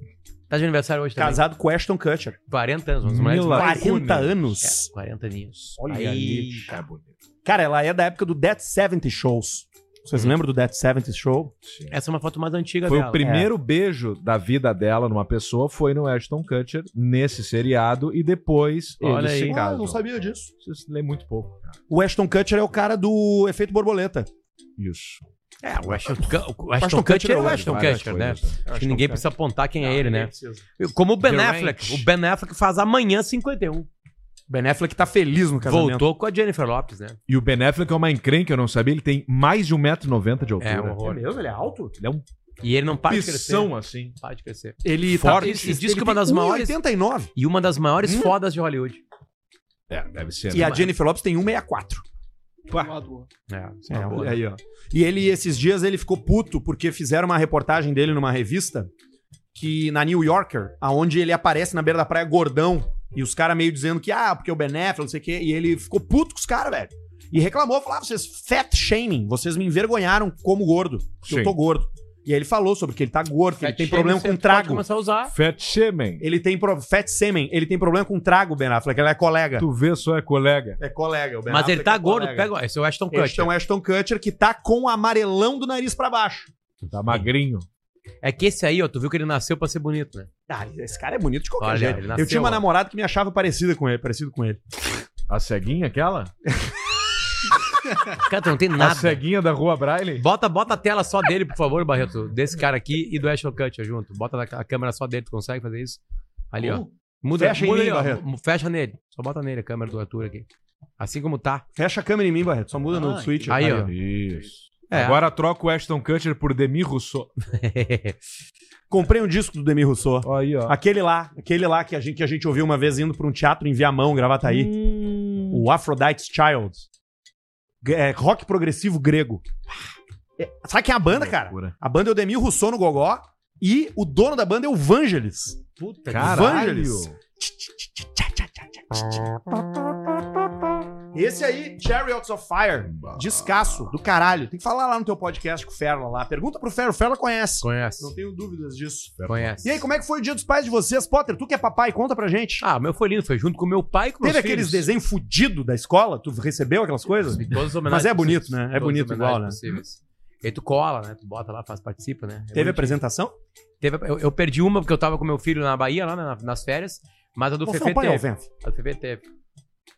Speaker 3: Tá de aniversário hoje também.
Speaker 1: Casado com Ashton Kutcher.
Speaker 3: 40
Speaker 1: Um
Speaker 3: anos, uma mulher de
Speaker 2: Mila
Speaker 1: 40
Speaker 2: Kunis.
Speaker 1: anos.
Speaker 3: É, 40 aninhos.
Speaker 1: Olha
Speaker 3: Aí,
Speaker 1: ali,
Speaker 2: Tá bonito.
Speaker 1: Cara, ela é da época do Dead 70 Shows. Vocês lembram do Dead 70 Show?
Speaker 2: Sim.
Speaker 3: Essa é uma foto mais antiga
Speaker 2: Foi
Speaker 3: dela. né? é.
Speaker 2: o primeiro beijo da vida dela numa pessoa, foi no Ashton Kutcher, nesse seriado, e depois
Speaker 3: Olha
Speaker 2: eles
Speaker 3: aí. Ah,
Speaker 2: se casam.
Speaker 1: Ah, sabia disso.
Speaker 2: Vocês lêem muito pouco. cara.
Speaker 1: O Ashton Kutcher é o cara do efeito borboleta.
Speaker 2: Isso.
Speaker 3: É, o Ashton, Cu- o
Speaker 1: Ashton
Speaker 3: Ashton
Speaker 1: Kutcher
Speaker 3: Kutcher é o
Speaker 1: é
Speaker 3: Ashton
Speaker 2: Várias
Speaker 3: Kutcher, né?
Speaker 2: coisas,
Speaker 3: Acho que ninguém precisa apontar quem é ele, né? Como o
Speaker 2: The
Speaker 3: Ben Affleck.
Speaker 2: Ranch.
Speaker 3: O Ben Affleck faz amanhã 51.
Speaker 1: Ben Affleck tá feliz no casamento.
Speaker 3: Voltou com a Jennifer Lopes, né?
Speaker 2: E o Ben Affleck é uma encrenca, eu não sabia, ele tem mais de 1,90m de altura.
Speaker 3: É, um horror.
Speaker 1: mesmo? Ele é alto?
Speaker 2: Ele é um
Speaker 3: E ele não para de crescer.
Speaker 2: pissão, assim.
Speaker 3: Para de crescer.
Speaker 1: Ele um
Speaker 2: Forte.
Speaker 1: tá...
Speaker 3: E diz que é uma das maiores-
Speaker 1: 89.
Speaker 3: E uma das maiores
Speaker 1: Hum.
Speaker 3: fodas de Hollywood.
Speaker 2: É, deve ser.
Speaker 1: E
Speaker 2: né?
Speaker 1: a Jennifer Lopes tem 164.
Speaker 3: É,
Speaker 1: É,
Speaker 3: uma boa.
Speaker 1: olha aí, ó. E ele, esses dias, ele ficou puto porque fizeram uma reportagem dele numa revista que na New Yorker, aonde ele aparece na beira da praia gordão e os caras meio dizendo que, ah, porque o Ben Affleck, não sei o quê, e ele ficou puto com os caras, velho. E reclamou, falou, ah, vocês fat shaming, vocês me envergonharam como gordo, porque eu
Speaker 2: Sim.
Speaker 1: tô gordo. E aí ele falou sobre que ele tá gordo, que ele tem
Speaker 3: Fat
Speaker 1: problema
Speaker 3: shaming
Speaker 1: com
Speaker 3: você Pode
Speaker 1: trago.
Speaker 3: começar a usar.
Speaker 2: Fat Shemen.
Speaker 1: Ele tem pro... fat semen, ele tem problema com trago, Ben Affleck, ele é colega.
Speaker 2: Tu vê só é colega.
Speaker 1: É colega, o Ben
Speaker 3: Mas ele
Speaker 1: Affleck
Speaker 3: tá
Speaker 1: é
Speaker 3: gordo.
Speaker 1: colega.
Speaker 3: Pega... Esse é o Ashton Kutcher.
Speaker 1: Ashton, Ashton Kutcher que tá com o amarelão do nariz pra baixo.
Speaker 2: Tá magrinho.
Speaker 3: É que esse aí, ó, tu viu que ele nasceu pra ser bonito, né?
Speaker 1: Ah, esse cara é bonito de qualquer
Speaker 3: Olha,
Speaker 1: jeito.
Speaker 3: ele
Speaker 1: eu
Speaker 3: nasceu,
Speaker 1: tinha uma
Speaker 3: ó.
Speaker 1: namorada que me achava parecida com ele, parecido com ele.
Speaker 2: A ceguinha aquela?
Speaker 3: Cara, tu não tem
Speaker 2: A
Speaker 3: nada.
Speaker 2: ceguinha da Rua Braille?
Speaker 3: Bota, bota a tela só dele, por favor, Barreto. Desse cara aqui e do Ashton Kutcher junto. Bota a a câmera só dele. Tu consegue fazer isso? Ali, ó. Muda,
Speaker 1: Fecha em
Speaker 3: muda
Speaker 1: mim,
Speaker 3: ele, ó.
Speaker 1: Barreto.
Speaker 3: Mu- Fecha nele. Só bota nele a câmera do Arthur aqui. Assim como tá.
Speaker 1: Fecha a câmera em mim, Barreto. Só muda no
Speaker 2: Ai.
Speaker 1: switch.
Speaker 3: Aí, ó.
Speaker 2: Isso.
Speaker 3: É.
Speaker 2: Agora troca o Ashton Kutcher por Demi Rousseau.
Speaker 1: Comprei um disco do Demi Rousseau.
Speaker 2: Ó Aí, ó.
Speaker 1: Aquele lá, aquele lá que a gente, que a gente ouviu uma vez indo pra um teatro em Viamão, Gravataí.
Speaker 2: Hum.
Speaker 1: O Aphrodite's Child. G- é, rock progressivo grego. É, sabe quem é a banda, cara?
Speaker 2: Loucura.
Speaker 1: A banda é o Demi Rousseau no Gogó e o dono da banda é o Vangelis.
Speaker 3: Puta
Speaker 1: Caralho.
Speaker 2: Caralho.
Speaker 1: Esse aí, Chariots of Fire. Descasso, do caralho. Tem que falar lá no teu podcast com o Ferla lá. Pergunta pro Ferla, o Ferla conhece.
Speaker 3: Conhece.
Speaker 1: Não tenho dúvidas disso.
Speaker 3: Conhece.
Speaker 1: E aí, como é que foi o dia dos pais de vocês? Potter, tu que é papai, conta pra gente.
Speaker 3: Ah, o meu foi lindo, foi junto com o meu pai e com
Speaker 1: Teve
Speaker 3: meus
Speaker 1: aqueles
Speaker 3: filhos.
Speaker 1: desenhos fudidos da escola? Tu recebeu aquelas coisas?
Speaker 3: Recebi todas as
Speaker 1: Mas
Speaker 3: homenagens
Speaker 1: é bonito, né?
Speaker 3: possíveis.
Speaker 1: É
Speaker 3: Todas as
Speaker 1: bonito
Speaker 3: homenagens
Speaker 1: igual, né?
Speaker 3: possíveis. E aí tu cola, né? Tu bota lá, faz, participa, né? É
Speaker 1: Teve
Speaker 3: bonito.
Speaker 1: apresentação?
Speaker 3: Teve, eu, eu perdi uma porque eu tava com meu filho na Bahia, lá né, na- nas férias. Mas a do
Speaker 1: Você é
Speaker 3: Fefe
Speaker 1: um pai ao
Speaker 3: teve.
Speaker 1: vento.
Speaker 3: A do Fefe teve.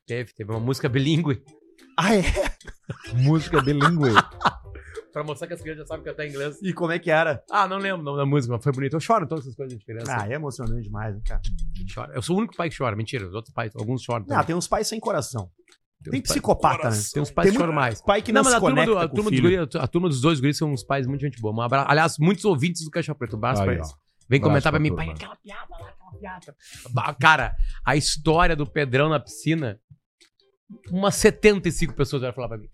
Speaker 3: Teve, teve uma música bilíngue.
Speaker 1: Ah, é?
Speaker 2: Música bilíngue.
Speaker 3: Pra mostrar que as crianças já sabem cantar inglês.
Speaker 1: E como é que era?
Speaker 3: Ah, não lembro o nome da música, mas foi bonito. Eu choro em todas essas coisas de criança.
Speaker 1: Ah, é emocionante demais, né, cara?
Speaker 3: Chora. Eu sou o único pai que chora. Mentira, os outros pais, alguns choram.
Speaker 1: Ah,
Speaker 3: também.
Speaker 1: tem uns pais sem coração.
Speaker 3: uns
Speaker 1: Tem
Speaker 3: pais-
Speaker 1: psicopata, né?
Speaker 3: Tem uns pais que
Speaker 1: muito
Speaker 3: choram mais.
Speaker 1: Pai que
Speaker 3: não,
Speaker 1: não,
Speaker 3: mas
Speaker 1: se
Speaker 3: a turma,
Speaker 1: conecta
Speaker 3: do- a,
Speaker 1: com
Speaker 3: turma
Speaker 1: o
Speaker 3: dos
Speaker 1: filho.
Speaker 3: guri- a turma dos dois guris são uns pais muito gente boa. Um abraço. Aliás, muitos ouvintes do Caixa Preto. Um abraço
Speaker 2: Aí,
Speaker 3: pra
Speaker 2: ó.
Speaker 3: eles. Vem
Speaker 2: Abraço
Speaker 3: comentar
Speaker 2: pra
Speaker 3: pra mim,
Speaker 2: turma.
Speaker 3: pai, aquela piada lá, aquela piada. Bah, Cara, a história do Pedrão na piscina, umas 75 pessoas vieram falar pra mim.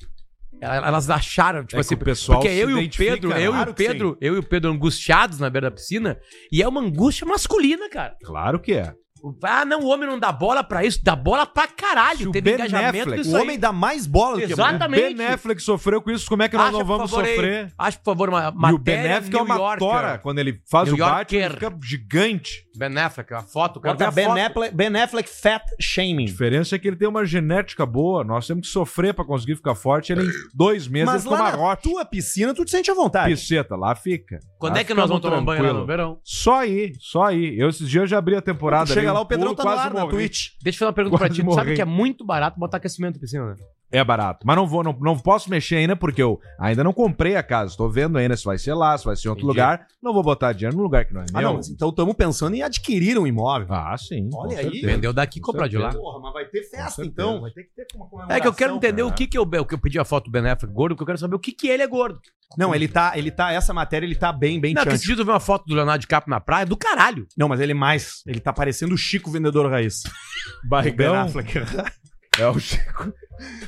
Speaker 3: Ela- Elas acharam, tipo
Speaker 2: É que
Speaker 3: assim,
Speaker 2: o pessoal
Speaker 3: porque
Speaker 2: se
Speaker 3: eu e o
Speaker 2: identifica,
Speaker 3: Pedro,
Speaker 2: né?
Speaker 3: eu e
Speaker 1: claro
Speaker 3: o
Speaker 1: que
Speaker 3: Pedro, eu e o Pedro angustiados na beira da piscina, e é uma angústia masculina, cara.
Speaker 2: Claro que é.
Speaker 3: O- Ah, não, o homem não dá bola pra isso, dá bola pra caralho.
Speaker 2: Se o
Speaker 3: Teve
Speaker 2: Ben
Speaker 3: engajamento
Speaker 2: Affleck,
Speaker 3: nisso
Speaker 1: O
Speaker 3: aí.
Speaker 1: homem dá mais bola do que a mulher.
Speaker 3: Exatamente.
Speaker 2: Ben Affleck sofreu com isso, como é que nós
Speaker 3: Acha,
Speaker 2: não
Speaker 3: por
Speaker 2: vamos
Speaker 3: favor, aí.
Speaker 2: sofrer?
Speaker 3: Acho, por favor, uma
Speaker 2: e o Ben
Speaker 3: matéria
Speaker 2: Affleck é uma
Speaker 3: Yorker.
Speaker 2: tora. Quando ele faz
Speaker 3: New
Speaker 2: o bate, ele
Speaker 3: Yorker.
Speaker 2: fica gigante.
Speaker 3: Ben Affleck, a foto. o cara
Speaker 1: Bota
Speaker 3: tem a
Speaker 1: ben,
Speaker 3: foto.
Speaker 1: Affleck, ben Affleck Fat
Speaker 2: A
Speaker 1: Shaming.
Speaker 2: diferença é que ele tem uma genética boa. Nós temos que sofrer pra conseguir ficar forte. Ele em dois meses
Speaker 1: Mas
Speaker 2: ele toma
Speaker 1: lá na
Speaker 2: rocha.
Speaker 1: tua piscina, tu te sente à vontade.
Speaker 2: Piceta, lá fica.
Speaker 3: Quando
Speaker 2: Lá
Speaker 3: é que nós vamos tomar
Speaker 2: ficamos
Speaker 3: um banho lá no
Speaker 2: tranquilo.
Speaker 3: verão?
Speaker 2: Só aí, só aí. Eu esses dias eu já abri a temporada.
Speaker 1: Tu chega
Speaker 2: dei
Speaker 1: lá,
Speaker 2: um
Speaker 1: o Pedrão
Speaker 2: pulo,
Speaker 1: tá no
Speaker 2: quase
Speaker 3: né?
Speaker 1: ar na
Speaker 2: morri.
Speaker 1: Twitch.
Speaker 3: Deixa eu fazer uma pergunta pra
Speaker 2: Quase
Speaker 3: ti. Tu sabe
Speaker 2: morri.
Speaker 3: que é muito barato botar aquecimento na piscina, né?
Speaker 2: É barato. Mas não vou, não, não posso mexer ainda, porque eu ainda não comprei a casa. Tô vendo ainda se vai ser lá, se vai ser em outro
Speaker 3: Entendi.
Speaker 2: lugar. Não vou botar dinheiro num lugar que não é meu.
Speaker 1: Ah, não, mas então estamos pensando em adquirir um imóvel.
Speaker 2: Ah, sim.
Speaker 1: Olha
Speaker 2: com
Speaker 1: aí.
Speaker 2: certeza.
Speaker 3: Vendeu daqui e
Speaker 2: Com
Speaker 3: comprar de lá.
Speaker 1: Porra, mas vai ter
Speaker 2: Ah. Com
Speaker 1: festa
Speaker 2: certeza.
Speaker 1: então. Vai ter que ter uma comemoração.
Speaker 3: É que eu quero entender o
Speaker 1: cara.
Speaker 3: que que eu, o que eu pedi a foto do Ben Affleck gordo, porque eu quero saber o que que ele é gordo.
Speaker 1: Não, ele tá, ele tá, essa matéria ele tá bem, bem
Speaker 2: é
Speaker 3: Não, que
Speaker 1: tchan.
Speaker 3: esse dia tu viu uma foto do Leonardo DiCaprio na praia, do caralho.
Speaker 1: Não, mas ele é mais. Ele tá parecendo o Chico Vendedor Raiz.
Speaker 2: Barrigão.
Speaker 1: Ben Affleck.
Speaker 2: É o Chico.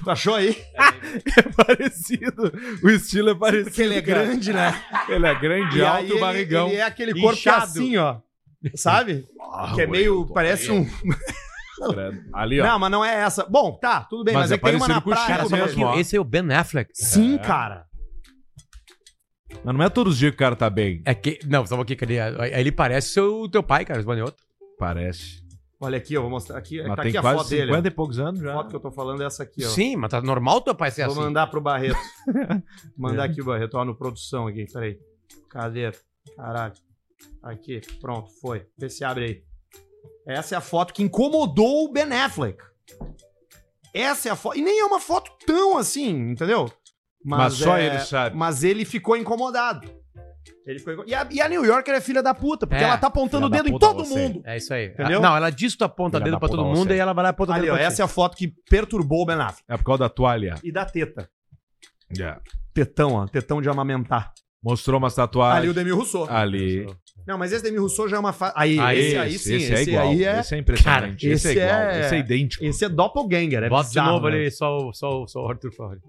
Speaker 1: tu achou aí?
Speaker 2: É parecido. O estilo é parecido.
Speaker 1: Porque ele é
Speaker 2: cara.
Speaker 1: grande, né?
Speaker 2: Ele é grande,
Speaker 1: E aí
Speaker 2: alto,
Speaker 1: ele-
Speaker 2: barrigão.
Speaker 1: Ele é aquele corpo que é
Speaker 3: Inchado.
Speaker 1: assim, ó. Sabe?
Speaker 2: Ah,
Speaker 1: que é meio. Parece um.
Speaker 2: um. Ali, ó.
Speaker 1: Não, mas não é essa. Bom, tá, tudo bem,
Speaker 2: Mas
Speaker 1: mas,
Speaker 2: é
Speaker 1: é que tem uma
Speaker 2: parecido
Speaker 1: na
Speaker 2: com o
Speaker 1: praia.
Speaker 2: Chico
Speaker 3: Cara, só um
Speaker 2: mesmo,
Speaker 1: mesmo.
Speaker 3: pouquinho,
Speaker 2: ó. É.
Speaker 3: esse é o Ben Affleck.
Speaker 1: Sim, cara.
Speaker 2: Mas não é todos os dias que o cara tá bem.
Speaker 3: É que, não, só um pouquinho, que ele, aí ele parece seu, teu pai, cara, esbanhoto.
Speaker 2: Parece.
Speaker 1: Olha aqui, eu vou mostrar aqui.
Speaker 2: Mas
Speaker 1: tá
Speaker 2: tem
Speaker 1: aqui a
Speaker 2: quase
Speaker 1: foto
Speaker 2: 50
Speaker 1: dele.
Speaker 2: e poucos anos
Speaker 1: ó. A
Speaker 2: já.
Speaker 1: foto que eu tô falando é essa aqui, ó.
Speaker 3: Sim, mas tá normal teu pai ser
Speaker 1: vou
Speaker 3: assim.
Speaker 1: mandar pro Barreto.
Speaker 2: É.
Speaker 1: mandar aqui o Barreto, ó, no produção aqui, peraí. Cadê? Caralho. Aqui, pronto, foi. Vê se abre aí. Essa é a foto que incomodou o Ben Affleck. Essa é a foto. E nem é uma foto tão assim, entendeu?
Speaker 2: Mas só
Speaker 1: é-
Speaker 2: ele sabe.
Speaker 1: Mas ele ficou incomodado. Ele ficou incomodado. E, a, e a New Yorker é filha da puta, porque
Speaker 3: É,
Speaker 1: ela tá apontando o
Speaker 2: filha da
Speaker 1: dedo em
Speaker 2: puta
Speaker 1: todo
Speaker 2: você.
Speaker 1: mundo.
Speaker 3: É isso aí.
Speaker 1: Entendeu?
Speaker 3: Ah, Não, ela diz tu aponta
Speaker 2: Filha
Speaker 3: dedo
Speaker 2: da
Speaker 3: pra
Speaker 2: puta,
Speaker 3: todo mundo
Speaker 2: você.
Speaker 3: e ela vai lá e aponta
Speaker 1: Ali,
Speaker 3: dedo
Speaker 1: ó,
Speaker 3: pra ti.
Speaker 1: essa é a foto que perturbou o Ben Affleck.
Speaker 2: É por causa da toalha.
Speaker 1: E da teta. É. Tetão, ó. Tetão de amamentar.
Speaker 2: Mostrou umas tatuagens.
Speaker 1: Ali o Demi Rousseau.
Speaker 2: Ah. Ali.
Speaker 1: Não, mas esse Demi Rousseau já é uma fa... Aí,
Speaker 3: Ah,
Speaker 1: esse aí sim, esse, aí é. Esse...
Speaker 2: Esse é impressionante.
Speaker 1: Cara,
Speaker 2: esse,
Speaker 1: esse
Speaker 2: é igual.
Speaker 1: é-
Speaker 2: Esse é idêntico.
Speaker 1: é doppelganger, é
Speaker 3: Bota
Speaker 1: bizarro,
Speaker 3: de novo
Speaker 1: né?
Speaker 3: ali só o, só o, só o Arthur Favre.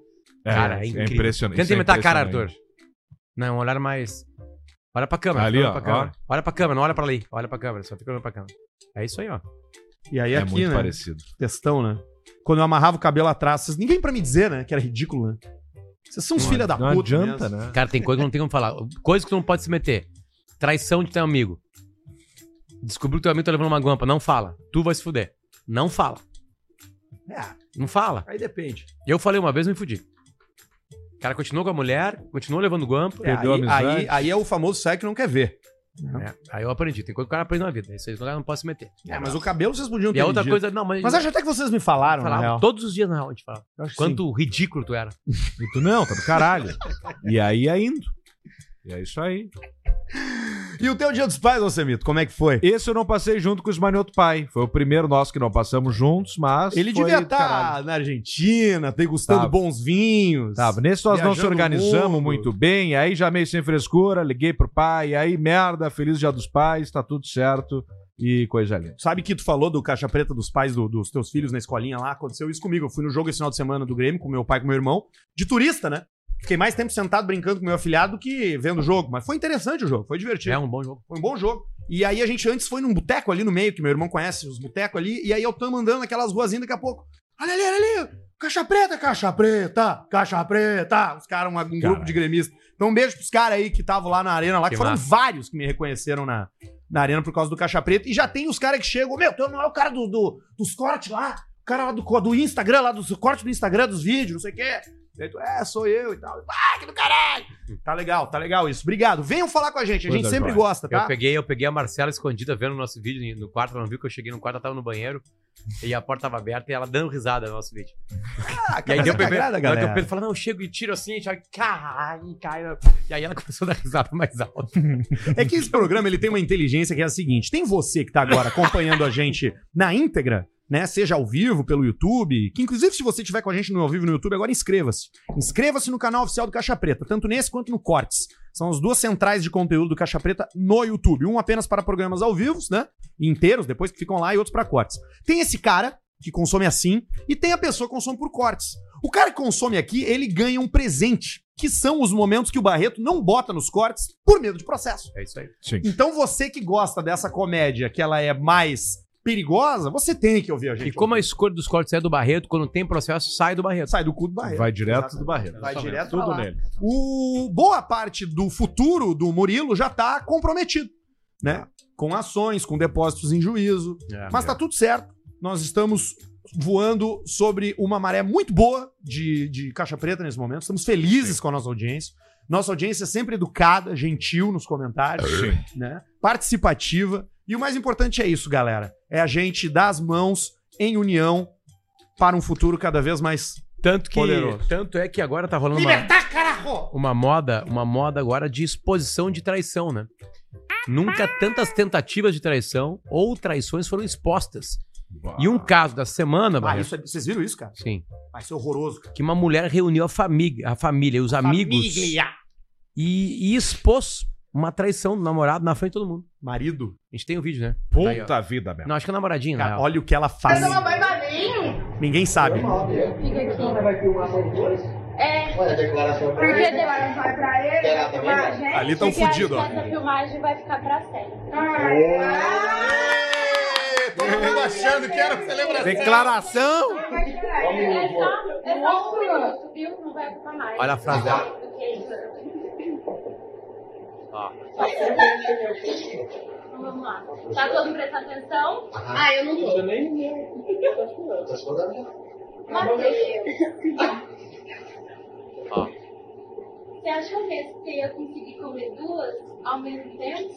Speaker 2: É,
Speaker 3: cara, é
Speaker 2: é
Speaker 3: incrível.
Speaker 2: impressionante.
Speaker 3: Tenta
Speaker 2: Isso é
Speaker 3: imitar a cara, Arthur.
Speaker 2: impressionante.
Speaker 3: Não, um olhar mais. Olha pra câmera.
Speaker 2: Ali,
Speaker 3: olha
Speaker 2: ó,
Speaker 3: pra câmera. Olha pra câmera, não olha pra ali. Olha pra câmera, só fica olhando pra câmera. É isso aí, ó.
Speaker 1: E aí
Speaker 2: É
Speaker 1: aqui,
Speaker 2: muito
Speaker 1: né?
Speaker 2: parecido.
Speaker 1: Textão, né? Quando eu amarrava o cabelo atrás, vocês- ninguém pra me dizer, né? Que era ridículo, né? Vocês são uns filha da
Speaker 2: não
Speaker 1: puta.
Speaker 2: adianta,
Speaker 1: mesmo.
Speaker 2: né?
Speaker 3: Cara, tem coisa que não tem como falar. Coisa que tu não pode se meter. Traição de teu amigo. Descobriu que teu amigo tá levando uma guampa. Não fala. Tu vai se fuder. Não fala.
Speaker 1: É,
Speaker 3: Não fala.
Speaker 1: aí depende.
Speaker 3: Eu falei uma vez, me fudi. O cara continuou com a mulher, continuou levando guampa.
Speaker 1: É,
Speaker 2: Perdeu a
Speaker 1: aí,
Speaker 2: amizade.
Speaker 1: aí, aí é o famoso sai que não quer ver.
Speaker 3: né? Aí eu aprendi. Tem coisa que o cara aprende na vida. Isso aí o cara não pode se meter.
Speaker 1: É, mas o cabelo vocês podiam ter.
Speaker 3: E a outra
Speaker 1: medido.
Speaker 3: coisa, é não, mas.
Speaker 1: Mas acho até que vocês me falaram, na
Speaker 3: Falava
Speaker 1: real.
Speaker 3: todos os dias na real, a gente falava.
Speaker 1: Eu acho que
Speaker 3: Quanto ridículo tu era.
Speaker 2: E tu não, tá do caralho. e aí é indo. E é isso aí.
Speaker 1: sim. E o teu dia dos pais, Alcemito, como é que foi?
Speaker 2: Esse eu não passei junto com o Ismanioto Pai. Foi o primeiro nosso que não passamos juntos, mas.
Speaker 1: Ele
Speaker 2: foi
Speaker 1: devia
Speaker 2: do caralho.
Speaker 1: estar na Argentina, degustando
Speaker 2: Tava.
Speaker 1: bons vinhos.
Speaker 2: Tá, nesse nós não se
Speaker 1: Viajando o
Speaker 2: organizamos
Speaker 1: mundo.
Speaker 2: muito bem, aí já meio sem frescura, liguei pro pai, aí merda, feliz dia dos pais, tá tudo certo e coisa linda.
Speaker 1: Sabe que tu falou do caixa preta dos pais do- dos teus filhos na escolinha lá? Aconteceu isso comigo. Eu fui no jogo esse final de semana do Grêmio com meu pai e com meu irmão, de turista, né? Fiquei mais tempo sentado brincando com meu afilhado do que vendo o jogo. Mas foi interessante o jogo, foi divertido.
Speaker 3: É um bom jogo.
Speaker 1: Foi um bom jogo. E aí a gente antes foi num boteco ali no meio, que meu irmão conhece os botecos ali, e aí eu tamo andando naquelas ruazinhas daqui a pouco. Olha ali, olha ali!
Speaker 4: Caixa preta, caixa preta, caixa preta. Os caras, um, um grupo de gremistas. Então, um beijo pros caras aí que estavam lá na arena, lá, que,
Speaker 3: Que
Speaker 4: foram
Speaker 3: massa.
Speaker 4: vários que me reconheceram na, na arena por causa do caixa preta. E já tem os caras que chegam, meu, tu não é o cara do, do, dos cortes lá? O cara lá do, co- do Instagram, lá dos cortes do Instagram, dos vídeos, não sei o quê. Daí tu, é, sou eu e tal. Ah, que do caralho! Tá legal, tá legal isso. Obrigado. Venham falar com a gente, a
Speaker 2: Coisa
Speaker 4: gente sempre
Speaker 2: joia.
Speaker 4: gosta,
Speaker 3: Eu
Speaker 4: tá?
Speaker 3: peguei, eu peguei a Marcela escondida vendo o nosso vídeo no quarto. Ela não viu que eu cheguei no quarto, ela tava no banheiro. E a porta tava aberta e ela dando risada no nosso vídeo.
Speaker 4: Ah,
Speaker 3: E aí
Speaker 1: é
Speaker 3: deu o Pedro,
Speaker 4: cagada,
Speaker 3: na hora que
Speaker 4: galera.
Speaker 3: o Pedro falou, não, eu chego e tiro assim, já caralho, caiu. né? E aí ela começou a dar risada mais alta.
Speaker 1: É que esse programa ele tem uma inteligência que é a seguinte: tem você que tá agora acompanhando a gente na íntegra, né? Seja ao vivo, pelo YouTube, que inclusive se você estiver com a gente no ao vivo no YouTube, agora inscreva-se. Inscreva-se no canal oficial do Caixa Preta, tanto nesse quanto no Cortes. São as duas centrais de conteúdo do Caixa Preta no YouTube. Um apenas para programas ao vivo, né? Inteiros, depois que ficam lá, e outros para cortes. Tem esse cara que consome assim e tem a pessoa que consome por cortes. O cara que consome aqui, ele ganha um presente, que são os momentos que o Barreto não bota nos cortes por medo de processo.
Speaker 3: É isso aí.
Speaker 2: Sim.
Speaker 1: Então você que gosta dessa comédia, que ela é mais perigosa, você tem que ouvir a gente.
Speaker 3: E como a escolha dos cortes é do Barreto, quando tem processo, sai do Barreto.
Speaker 1: Sai do cu do Barreto.
Speaker 2: Vai direto do Barreto.
Speaker 1: Vai direto pra
Speaker 2: Tudo
Speaker 1: lá.
Speaker 2: nele.
Speaker 1: O boa parte do futuro do Murilo já tá comprometido, né? Com ações, com depósitos em juízo. Mas tá tudo certo. Nós estamos voando sobre uma maré muito boa de, de caixa preta nesse momento. Estamos felizes com a nossa audiência. Nossa audiência é sempre educada, gentil nos comentários, né? participativa. E o mais importante é isso, galera. É a gente dar as mãos em união para um futuro cada vez mais.
Speaker 3: Tanto que
Speaker 1: Poderoso.
Speaker 3: tanto é que agora tá rolando uma,
Speaker 4: Libertar, caralho!
Speaker 3: uma moda, uma moda agora de exposição de traição, né? Nunca tantas tentativas de traição ou traições foram expostas.
Speaker 2: É,
Speaker 3: E um caso da semana,
Speaker 1: Ah,
Speaker 3: Barreto,
Speaker 1: isso é- vocês viram isso, cara?
Speaker 3: sim,
Speaker 1: Vai ser horroroso. cara.
Speaker 3: que uma mulher reuniu a família, a família, os amigos E, e expôs uma traição do namorado na frente de todo mundo.
Speaker 1: Marido,
Speaker 3: A gente tem o vídeo, né? Aí, ó.
Speaker 2: Puta vida, meu.
Speaker 3: Não, acho que é namoradinha,
Speaker 1: cara,
Speaker 3: né?
Speaker 1: olha o que ela faz. Ninguém sabe.
Speaker 5: Fica
Speaker 6: Então,
Speaker 5: aqui. É,
Speaker 6: A declaração pra
Speaker 5: porque
Speaker 6: ele.
Speaker 5: depois vai pra
Speaker 6: Ela também não.
Speaker 5: ele.
Speaker 1: Ali tão fudido, ó.
Speaker 5: Essa filmagem vai ficar pra sempre.
Speaker 4: Todo mundo achando que era celebração.
Speaker 2: Declaração!
Speaker 5: É só, é só um minuto, viu? Não vai ficar mais.
Speaker 3: Olha a frase dela.
Speaker 5: Então, Vamos lá. Tá todo mundo prestando atenção?
Speaker 6: Ah,
Speaker 5: eu não tô.
Speaker 6: Tá escondendo?
Speaker 5: Mateus. Você achou mesmo que você ia conseguir comer duas ao mesmo tempo?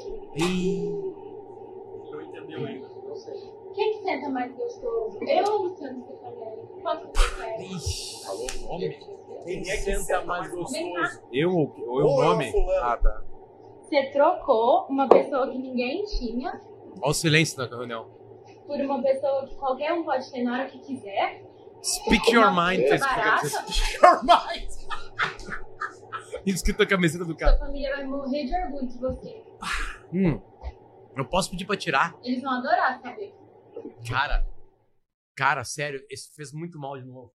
Speaker 6: Não sei.
Speaker 5: Quem que senta mais gostoso? Eu ou o Luciano Stefanelli? Qual que você prefere? Vem cá.
Speaker 2: Eu ou eu, o nome? Ah, tá.
Speaker 5: Você trocou uma pessoa que ninguém tinha
Speaker 3: Olha o silêncio na reunião.
Speaker 5: por uma pessoa que qualquer um pode ter na hora que quiser.
Speaker 3: Speak your
Speaker 5: Uma
Speaker 3: mind.
Speaker 5: coisa
Speaker 3: tá escrito-
Speaker 5: barata.
Speaker 3: Escrito a camiseta do cara.
Speaker 5: Sua família vai morrer de orgulho de você.
Speaker 3: Hum, eu posso pedir pra tirar?
Speaker 5: Eles vão adorar saber.
Speaker 3: Cara, cara, sério, isso fez muito mal de novo.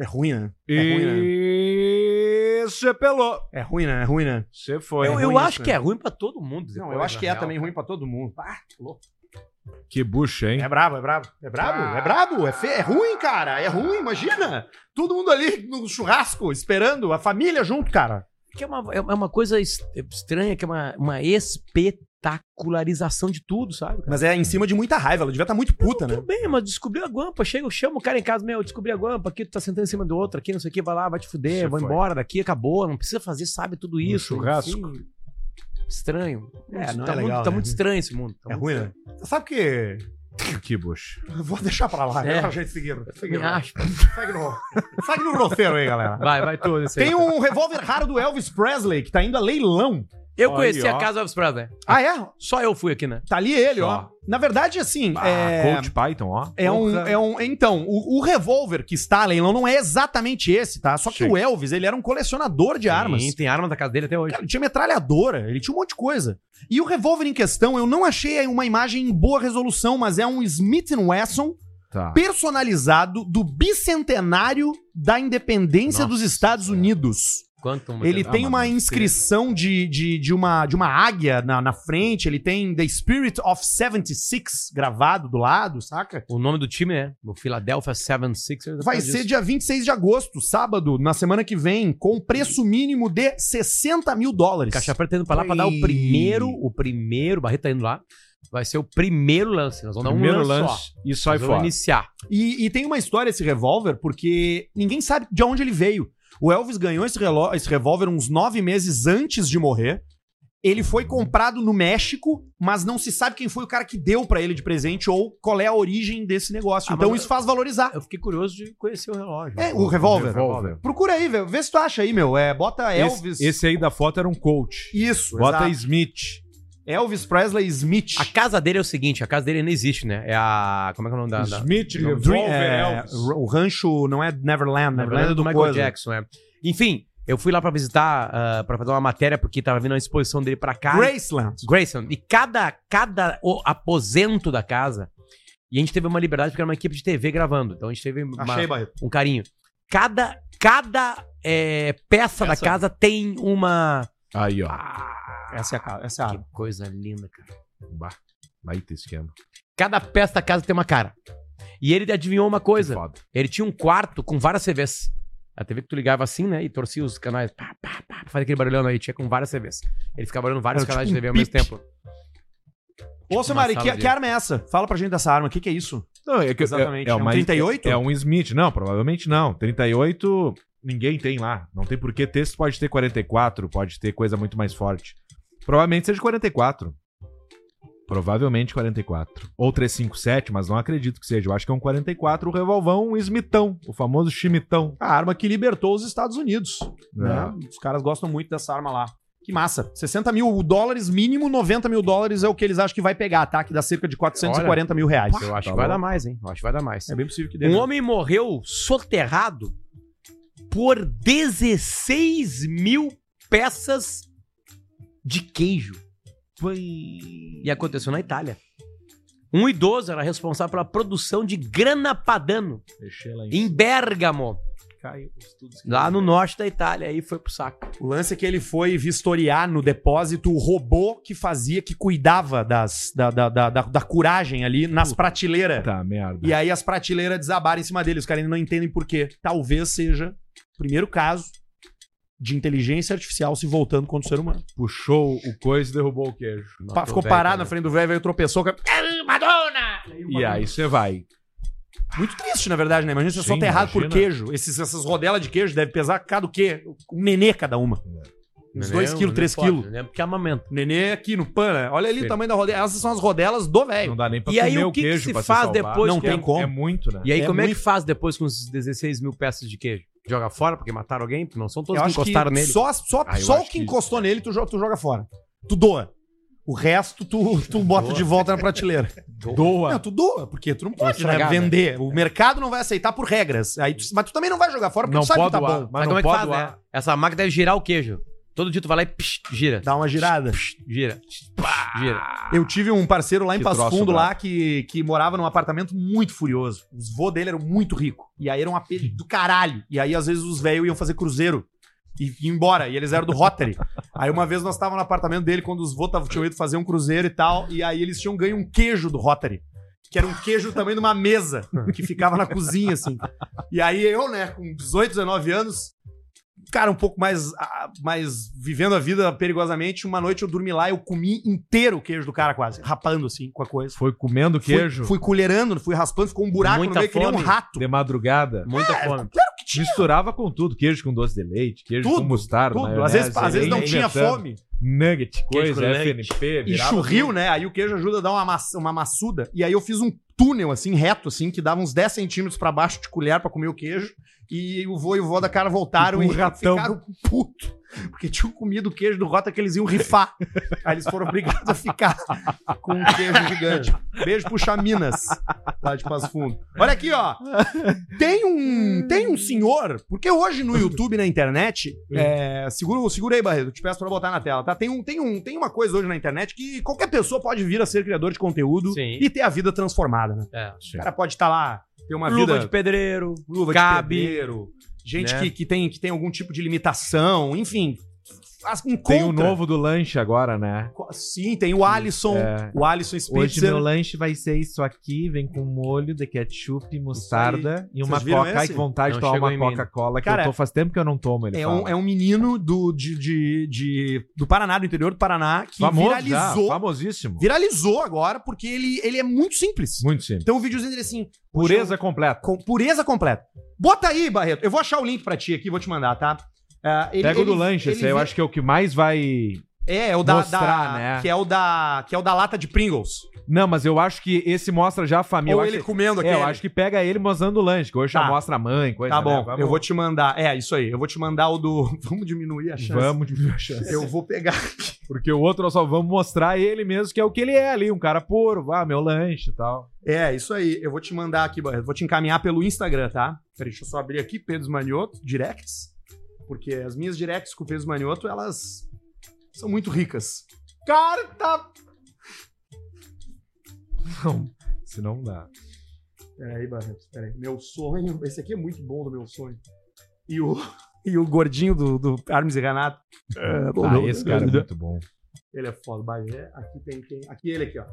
Speaker 1: É ruim, né? É ruim, né?
Speaker 2: E você pelou.
Speaker 1: É ruim, né? É ruim, né?
Speaker 2: Você foi.
Speaker 1: Eu-
Speaker 3: eu
Speaker 1: eu
Speaker 3: acho
Speaker 1: acho
Speaker 3: que é ruim pra todo mundo.
Speaker 1: né? Não, eu acho que é também ruim pra todo mundo. Ah, que louco.
Speaker 2: Que bucha, hein?
Speaker 1: É brabo, é brabo. É brabo, é brabo, é feio, é ruim, cara. É ruim, imagina. Todo mundo ali no churrasco, esperando, a família junto, cara.
Speaker 3: Que é, uma, é uma coisa es- estranha, que é uma, uma espetacularização de tudo, sabe? cara?
Speaker 1: Mas é em cima de muita raiva, ela devia estar muito puta, né?
Speaker 3: Tudo bem, mas descobriu a guampa. Chega, eu chamo o cara em casa, meu, descobri a guampa, aqui tu tá sentando em cima do outro, aqui, não sei o que, vai lá, vai te fuder,
Speaker 2: Você
Speaker 3: vai
Speaker 2: foi.
Speaker 3: embora daqui, acabou, não precisa fazer, sabe tudo isso.
Speaker 2: churrasco.
Speaker 3: enfim. Estranho.
Speaker 1: Um É, não é
Speaker 3: tá
Speaker 1: legal,
Speaker 3: muito, tá
Speaker 1: né?
Speaker 3: muito estranho esse mundo. Tá
Speaker 1: É
Speaker 3: muito
Speaker 1: ruim,
Speaker 3: estranho.
Speaker 1: né? Sabe que.
Speaker 2: Que bucha.
Speaker 1: Vou deixar pra lá,
Speaker 3: É.
Speaker 1: é. Ah. a gente seguir. Segue
Speaker 3: Me
Speaker 1: no-
Speaker 3: acho.
Speaker 1: segue no, segue no roteiro aí, galera.
Speaker 3: Vai, vai tudo. isso aí.
Speaker 1: Tem um revólver raro do Elvis Presley que tá indo a leilão.
Speaker 3: Eu
Speaker 2: Aí,
Speaker 3: conheci
Speaker 2: ó.
Speaker 3: a casa Elvis Presley.
Speaker 1: Ah, é?
Speaker 3: Só eu fui aqui, né?
Speaker 1: Tá ali ele, ó.
Speaker 2: Ó.
Speaker 1: Na verdade, assim.
Speaker 2: Ah,
Speaker 1: é...
Speaker 2: Coach Python, ó.
Speaker 1: É um,
Speaker 2: Porra.
Speaker 1: é um. Então, o, o revólver que está a leilão não é exatamente esse, tá? Só que
Speaker 2: Sim.
Speaker 1: o Elvis, ele era um colecionador de armas.
Speaker 3: Sim, tem arma da casa dele até hoje.
Speaker 1: Cara, ele tinha metralhadora, ele tinha um monte de coisa. E o revólver em questão, eu não achei uma imagem em boa resolução, mas é um Smith Wesson
Speaker 3: Ah.
Speaker 2: Tá.
Speaker 1: personalizado do bicentenário da independência
Speaker 3: Nossa
Speaker 1: dos Estados
Speaker 3: Senhora.
Speaker 1: Unidos.
Speaker 3: Quanto Ah,
Speaker 1: Ele tem uma inscrição de, de, de uma, de uma águia na, na frente, ele tem The Spirit of 76 gravado do lado, saca?
Speaker 3: O nome do time é o Philadelphia 76ers.
Speaker 1: Vai ser dia 26 de agosto, sábado, na semana que vem, com preço mínimo de 60 mil dólares.
Speaker 3: Caixa Preta tá indo pra lá pra dar o primeiro, o primeiro, o Barreto tá indo lá. Vai ser o primeiro lance. Nós vamos
Speaker 2: Primeiro
Speaker 3: dar um lance,
Speaker 2: lance e
Speaker 3: só.
Speaker 2: sai
Speaker 3: Nós vamos
Speaker 2: fora.
Speaker 3: iniciar.
Speaker 1: E, e tem uma história esse revólver, porque ninguém sabe de onde ele veio. O Elvis ganhou esse, reló- esse revólver uns nove meses antes de morrer. Ele foi comprado no México, mas não se sabe quem foi o cara que deu pra ele de presente ou qual é a origem desse negócio.
Speaker 3: Ah,
Speaker 1: então
Speaker 3: mas-
Speaker 1: isso faz valorizar.
Speaker 3: Eu fiquei curioso de conhecer o relógio.
Speaker 1: É, o revólver.
Speaker 2: Revólver.
Speaker 1: Procura aí, velho. Vê se tu acha aí, meu. É, bota Elvis.
Speaker 2: Esse, esse aí da foto era um coach.
Speaker 1: Isso,
Speaker 2: Bota
Speaker 1: exato.
Speaker 2: Smith.
Speaker 1: Elvis Presley Smith.
Speaker 3: A casa dele é o seguinte, a casa dele não existe, né? É a... Como é que é o nome da... da-
Speaker 2: Smith,
Speaker 1: Dream-
Speaker 2: Revolver
Speaker 1: é,
Speaker 2: Elvis.
Speaker 1: o rancho não é Neverland,
Speaker 3: Na
Speaker 1: Neverland
Speaker 3: verdade,
Speaker 1: é
Speaker 3: é do
Speaker 1: do
Speaker 3: Michael
Speaker 1: coisa.
Speaker 3: Jackson, é. Enfim, eu fui lá pra visitar, ah, pra fazer uma matéria, porque tava vindo uma exposição dele pra cá. né?
Speaker 1: Graceland.
Speaker 3: Grayson. E cada, cada o- aposento da casa... E a gente teve uma liberdade, porque era uma equipe de TV gravando. Então a gente teve uma-
Speaker 1: Achei, Barreto.
Speaker 3: um carinho. Cada, cada é, peça da
Speaker 1: Peça.
Speaker 3: casa tem uma...
Speaker 2: Aí, ó.
Speaker 1: Essa é a cara. Essa é a
Speaker 3: Que coisa linda, cara.
Speaker 2: Bah. Aí tem esquema.
Speaker 3: Cada peça da casa tem uma cara. E ele adivinhou uma coisa.
Speaker 2: Foda.
Speaker 3: Ele tinha um quarto com várias TVs. A TV que tu ligava assim, né? E torcia os canais. Pá, pá, pá, fazia aquele barulhão aí. Tinha com várias TVs. Ele ficava olhando vários
Speaker 1: Era
Speaker 3: canais
Speaker 1: tipo
Speaker 3: de TV ao
Speaker 1: um
Speaker 3: mesmo
Speaker 1: pipe.
Speaker 3: tempo.
Speaker 1: Ô, seu
Speaker 3: Uma
Speaker 1: Mari,
Speaker 3: sala
Speaker 1: que,
Speaker 3: de-
Speaker 1: que arma é essa? Fala pra gente dessa arma, o que, que é isso?
Speaker 2: Não, é que,
Speaker 1: Exatamente.
Speaker 2: É, é,
Speaker 1: É um
Speaker 2: uma-
Speaker 1: 38?
Speaker 2: É um Smith. Não, provavelmente não. 38, ninguém tem lá. Não tem por que ter. se Pode ter 44, pode ter coisa muito mais forte. Provavelmente seja 44. Provavelmente 44. Ou 357, mas não acredito que seja. Eu acho que é um 44, o revolvão, um Smithão. O famoso chimitão.
Speaker 1: A arma que libertou os Estados Unidos.
Speaker 2: né?
Speaker 1: Né? Os caras gostam muito dessa arma lá. Que massa. 60 mil dólares, mínimo 90 mil dólares é o que eles acham que vai pegar, tá? Que dá cerca de 440 mil reais.
Speaker 3: Eu acho
Speaker 2: Tá
Speaker 3: que vai
Speaker 2: bom.
Speaker 3: dar mais, hein? Eu acho que vai dar mais.
Speaker 1: É bem possível que dê.
Speaker 3: Um homem morreu soterrado por 16 mil peças de queijo. E aconteceu na Itália. Um idoso era responsável pela produção de grana padano
Speaker 2: Deixei lá
Speaker 3: em Bergamo, lá no norte da Itália. Aí foi pro saco.
Speaker 1: O lance é que ele foi vistoriar no depósito o robô que fazia, que cuidava das, da, da, da, da, da curagem ali nas prateleiras.
Speaker 2: Tá, merda.
Speaker 1: E aí as prateleiras desabaram em cima dele. Os caras ainda não entendem por quê. Talvez seja o primeiro caso de inteligência artificial se voltando contra o ser humano.
Speaker 2: Puxou o coiso e derrubou o queijo.
Speaker 1: Pa- ficou parado na frente do velho, veio tropeçou. cara-
Speaker 2: E aí você vai.
Speaker 1: Muito triste, na verdade, né? Imagina você só
Speaker 2: Sim,
Speaker 1: tá errado por
Speaker 2: imagina.
Speaker 1: queijo. Esses, essas rodelas de queijo devem pesar cada o quê? Um nenê cada uma. Uns 2 quilos, 3 quilos.
Speaker 3: Né? Porque amamenta.
Speaker 1: Nenê aqui no pan, né? Olha ali
Speaker 3: Sim.
Speaker 1: o tamanho da rodela. Essas são as rodelas do velho.
Speaker 2: Não dá nem pra
Speaker 3: E aí,
Speaker 2: comer
Speaker 3: o
Speaker 2: o
Speaker 3: que que
Speaker 2: queijo
Speaker 3: se
Speaker 2: pra
Speaker 3: faz
Speaker 2: salvar.
Speaker 3: depois
Speaker 2: Não
Speaker 1: que-
Speaker 2: tem como. É muito, né?
Speaker 3: E aí,
Speaker 1: É
Speaker 3: como é
Speaker 1: muito-
Speaker 3: que faz depois com os 16 mil peças de queijo? Joga fora porque mataram alguém? Não são todos
Speaker 1: Eu
Speaker 3: que
Speaker 1: acho
Speaker 3: encostaram
Speaker 1: que
Speaker 3: nele.
Speaker 1: Só, só,
Speaker 2: Ah, eu
Speaker 1: só o
Speaker 2: acho
Speaker 1: que é.
Speaker 2: que-
Speaker 1: encostou nele, tu, jo- tu joga fora. Tu doa. O resto, tu, tu bota
Speaker 3: Doa.
Speaker 1: de volta na prateleira.
Speaker 2: Doa.
Speaker 1: Não, tu doa, porque tu não pode né,
Speaker 3: estragar, né?
Speaker 1: vender. O mercado não vai aceitar por regras. Aí tu- mas tu também não vai jogar fora porque
Speaker 2: Não
Speaker 1: tu sabe que
Speaker 2: pode
Speaker 1: tá
Speaker 2: doar,
Speaker 1: bom.
Speaker 2: mas
Speaker 3: Sabe
Speaker 2: não
Speaker 3: como é que
Speaker 2: pode
Speaker 3: faz,
Speaker 2: doar.
Speaker 3: né? Essa máquina deve girar o queijo. Todo dia tu vai lá e psh, gira.
Speaker 1: Dá uma girada.
Speaker 3: Psh, gira. psh, gira.
Speaker 1: Eu tive um parceiro lá em
Speaker 2: Ah, Que
Speaker 1: Passo
Speaker 2: troço
Speaker 1: Fundo
Speaker 2: brabo.
Speaker 1: lá que, que morava num apartamento muito furioso. Os vô dele eram muito ricos. E aí era um apê do caralho. E aí, às vezes, os velhos iam fazer cruzeiro e e iam embora. E eles eram do Rotary. aí uma vez nós estávamos no apartamento dele quando os vô tavam- tinham ido fazer um cruzeiro e tal. E aí eles tinham ganho um queijo do Rotary. Que era um queijo também de uma mesa, que ficava na cozinha, assim. E aí eu, né, com 18, 19 anos, cara, um pouco mais, ah, mais vivendo a vida perigosamente, uma noite eu dormi lá, eu comi inteiro o queijo do cara quase, rapando assim com a coisa.
Speaker 2: Foi comendo queijo
Speaker 1: Fui, fui colherando, fui raspando, ficou um buraco
Speaker 3: Muita
Speaker 1: no meio, que nem um
Speaker 3: fome.
Speaker 1: rato.
Speaker 2: de madrugada.
Speaker 3: Muita fome.
Speaker 2: Misturava com tudo. Queijo com doce de leite, queijo
Speaker 1: Tudo,
Speaker 2: com mostarda.
Speaker 1: Tudo. Às
Speaker 2: maionese,
Speaker 1: vezes, às vezes não
Speaker 2: leite,
Speaker 1: tinha
Speaker 2: inventando.
Speaker 1: fome.
Speaker 2: Nugget,
Speaker 3: Queijo com
Speaker 2: coisa, é
Speaker 3: leite.
Speaker 2: FNP.
Speaker 1: E
Speaker 2: virava um
Speaker 1: churril,
Speaker 2: tudo.
Speaker 1: né? Aí o queijo ajuda a dar uma, maçã, uma maçuda. E aí eu fiz um túnel, assim, reto, assim, que dava uns 10 centímetros pra baixo de colher pra comer o queijo. E o vô e o vó da cara voltaram
Speaker 2: E
Speaker 1: e,
Speaker 2: com um ratão.
Speaker 1: ficaram puto. Porque tinham comido o queijo do Rota que eles iam rifar. aí eles foram obrigados a ficar com um queijo gigante. Beijo pro Chaminas, lá de Passo Fundo. Olha aqui, ó. Tem um, tem um senhor, porque hoje no YouTube e na internet, é, segura, segura aí, Barreto, te peço pra botar na tela, tá? Tem, um, tem, um, tem uma coisa hoje na internet que qualquer pessoa pode vir a ser criador de conteúdo
Speaker 3: Sim.
Speaker 1: e ter a vida transformada, né?
Speaker 3: É.
Speaker 1: O cara pode estar lá, ter uma
Speaker 3: Luva
Speaker 1: vida
Speaker 3: de pedreiro.
Speaker 1: luva
Speaker 3: cabe.
Speaker 1: pedreiro, gente
Speaker 3: Né?
Speaker 1: que, que, tem, que tem algum tipo de limitação, enfim. As, encontra.
Speaker 2: Tem o novo do lanche agora, né?
Speaker 1: Co- Sim, tem o Alisson,
Speaker 2: É.
Speaker 1: o Alisson
Speaker 7: Hoje
Speaker 1: Spitzer.
Speaker 7: meu lanche vai ser isso aqui, vem com molho de ketchup, mostarda e uma
Speaker 1: Vocês viram
Speaker 7: coca. Ai,
Speaker 1: esse?
Speaker 7: que vontade
Speaker 3: Não
Speaker 7: de tomar
Speaker 3: chegou em
Speaker 7: uma
Speaker 3: mim.
Speaker 7: Coca-Cola, que
Speaker 1: Cara,
Speaker 7: eu tô faz tempo que eu não tomo ele.
Speaker 1: É
Speaker 7: fala.
Speaker 1: um, é um menino do, de, de, de- do Paraná, do interior do Paraná, que
Speaker 2: Famoso,
Speaker 1: viralizou.
Speaker 2: já, famosíssimo.
Speaker 1: Viralizou agora, porque ele, ele é muito simples.
Speaker 2: Muito simples.
Speaker 1: Então o videozinho dele é assim. poxa,
Speaker 2: Pureza completa.
Speaker 1: com pureza completa. Bota aí, Barreto. Eu vou achar o link pra ti aqui, vou te mandar, tá? Ah, ele-
Speaker 2: Pega o do
Speaker 1: ele-
Speaker 2: lanche,
Speaker 1: ele
Speaker 2: esse aí eu
Speaker 1: vi-
Speaker 2: acho que é o que mais vai.
Speaker 1: É, é o da,
Speaker 2: mostrar,
Speaker 1: da-
Speaker 2: né?
Speaker 1: que é o da que é o da lata de Pringles.
Speaker 2: Não, mas eu acho que esse mostra já a família.
Speaker 1: Ou
Speaker 2: eu
Speaker 1: ele
Speaker 2: acho...
Speaker 1: comendo
Speaker 2: que-
Speaker 1: aqui.
Speaker 2: É, eu acho que pega ele mostrando o lanche, que hoje já
Speaker 1: Tá.
Speaker 2: mostra a mãe, coisa
Speaker 1: Tá
Speaker 2: né?
Speaker 1: bom,
Speaker 2: Vamos-
Speaker 1: eu vou te mandar. É, isso aí. Eu vou te mandar o do vamos diminuir a chance.
Speaker 2: Vamos diminuir a chance.
Speaker 1: Eu vou pegar.
Speaker 2: Porque o outro nós só vamos mostrar ele mesmo, que é o que ele é ali, um cara puro, ah, meu lanche e tal.
Speaker 1: É, isso aí. Eu vou te mandar aqui, Barreto. Vou te encaminhar pelo Instagram, tá? Peraí, deixa eu só abrir aqui, Pedro Manioto, directs. Porque as minhas directs com o Pedro Manioto, elas são muito ricas. Cara, tá.
Speaker 2: Se não dá.
Speaker 1: Peraí, Barreto, É, peraí. Meu sonho. Esse aqui é muito bom do meu sonho. E o, e o gordinho do, do Armes e Renato. É, bom,
Speaker 2: Ah,
Speaker 1: não.
Speaker 2: esse cara é muito bom.
Speaker 1: Ele é foda, Barreto. Aqui tem, tem. Aqui ele aqui, ó.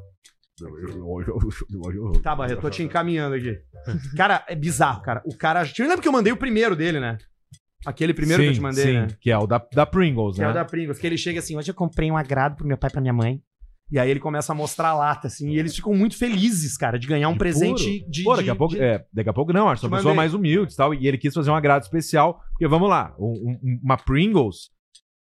Speaker 1: Tá, Barreto, tô te encaminhando aqui. Cara, é bizarro, cara. O cara. Eu lembro que eu mandei o primeiro dele, né? Aquele primeiro que eu te mandei, né?
Speaker 2: Que é o da, da Pringles,
Speaker 1: Que é
Speaker 2: né?
Speaker 1: o da Pringles, que ele chega assim, hoje eu comprei um agrado pro meu pai e pra minha mãe. E aí ele começa a mostrar a lata, assim, e eles ficam muito felizes, cara, de ganhar um
Speaker 2: De
Speaker 1: presente de,
Speaker 2: Pô,
Speaker 1: de-
Speaker 2: daqui a pouco,
Speaker 1: de-
Speaker 2: é, daqui a pouco não, acho que é uma
Speaker 1: Te
Speaker 2: pessoa
Speaker 1: mandei.
Speaker 2: mais humilde e tal, e ele quis fazer um agrado especial, porque vamos lá, um- um- uma Pringles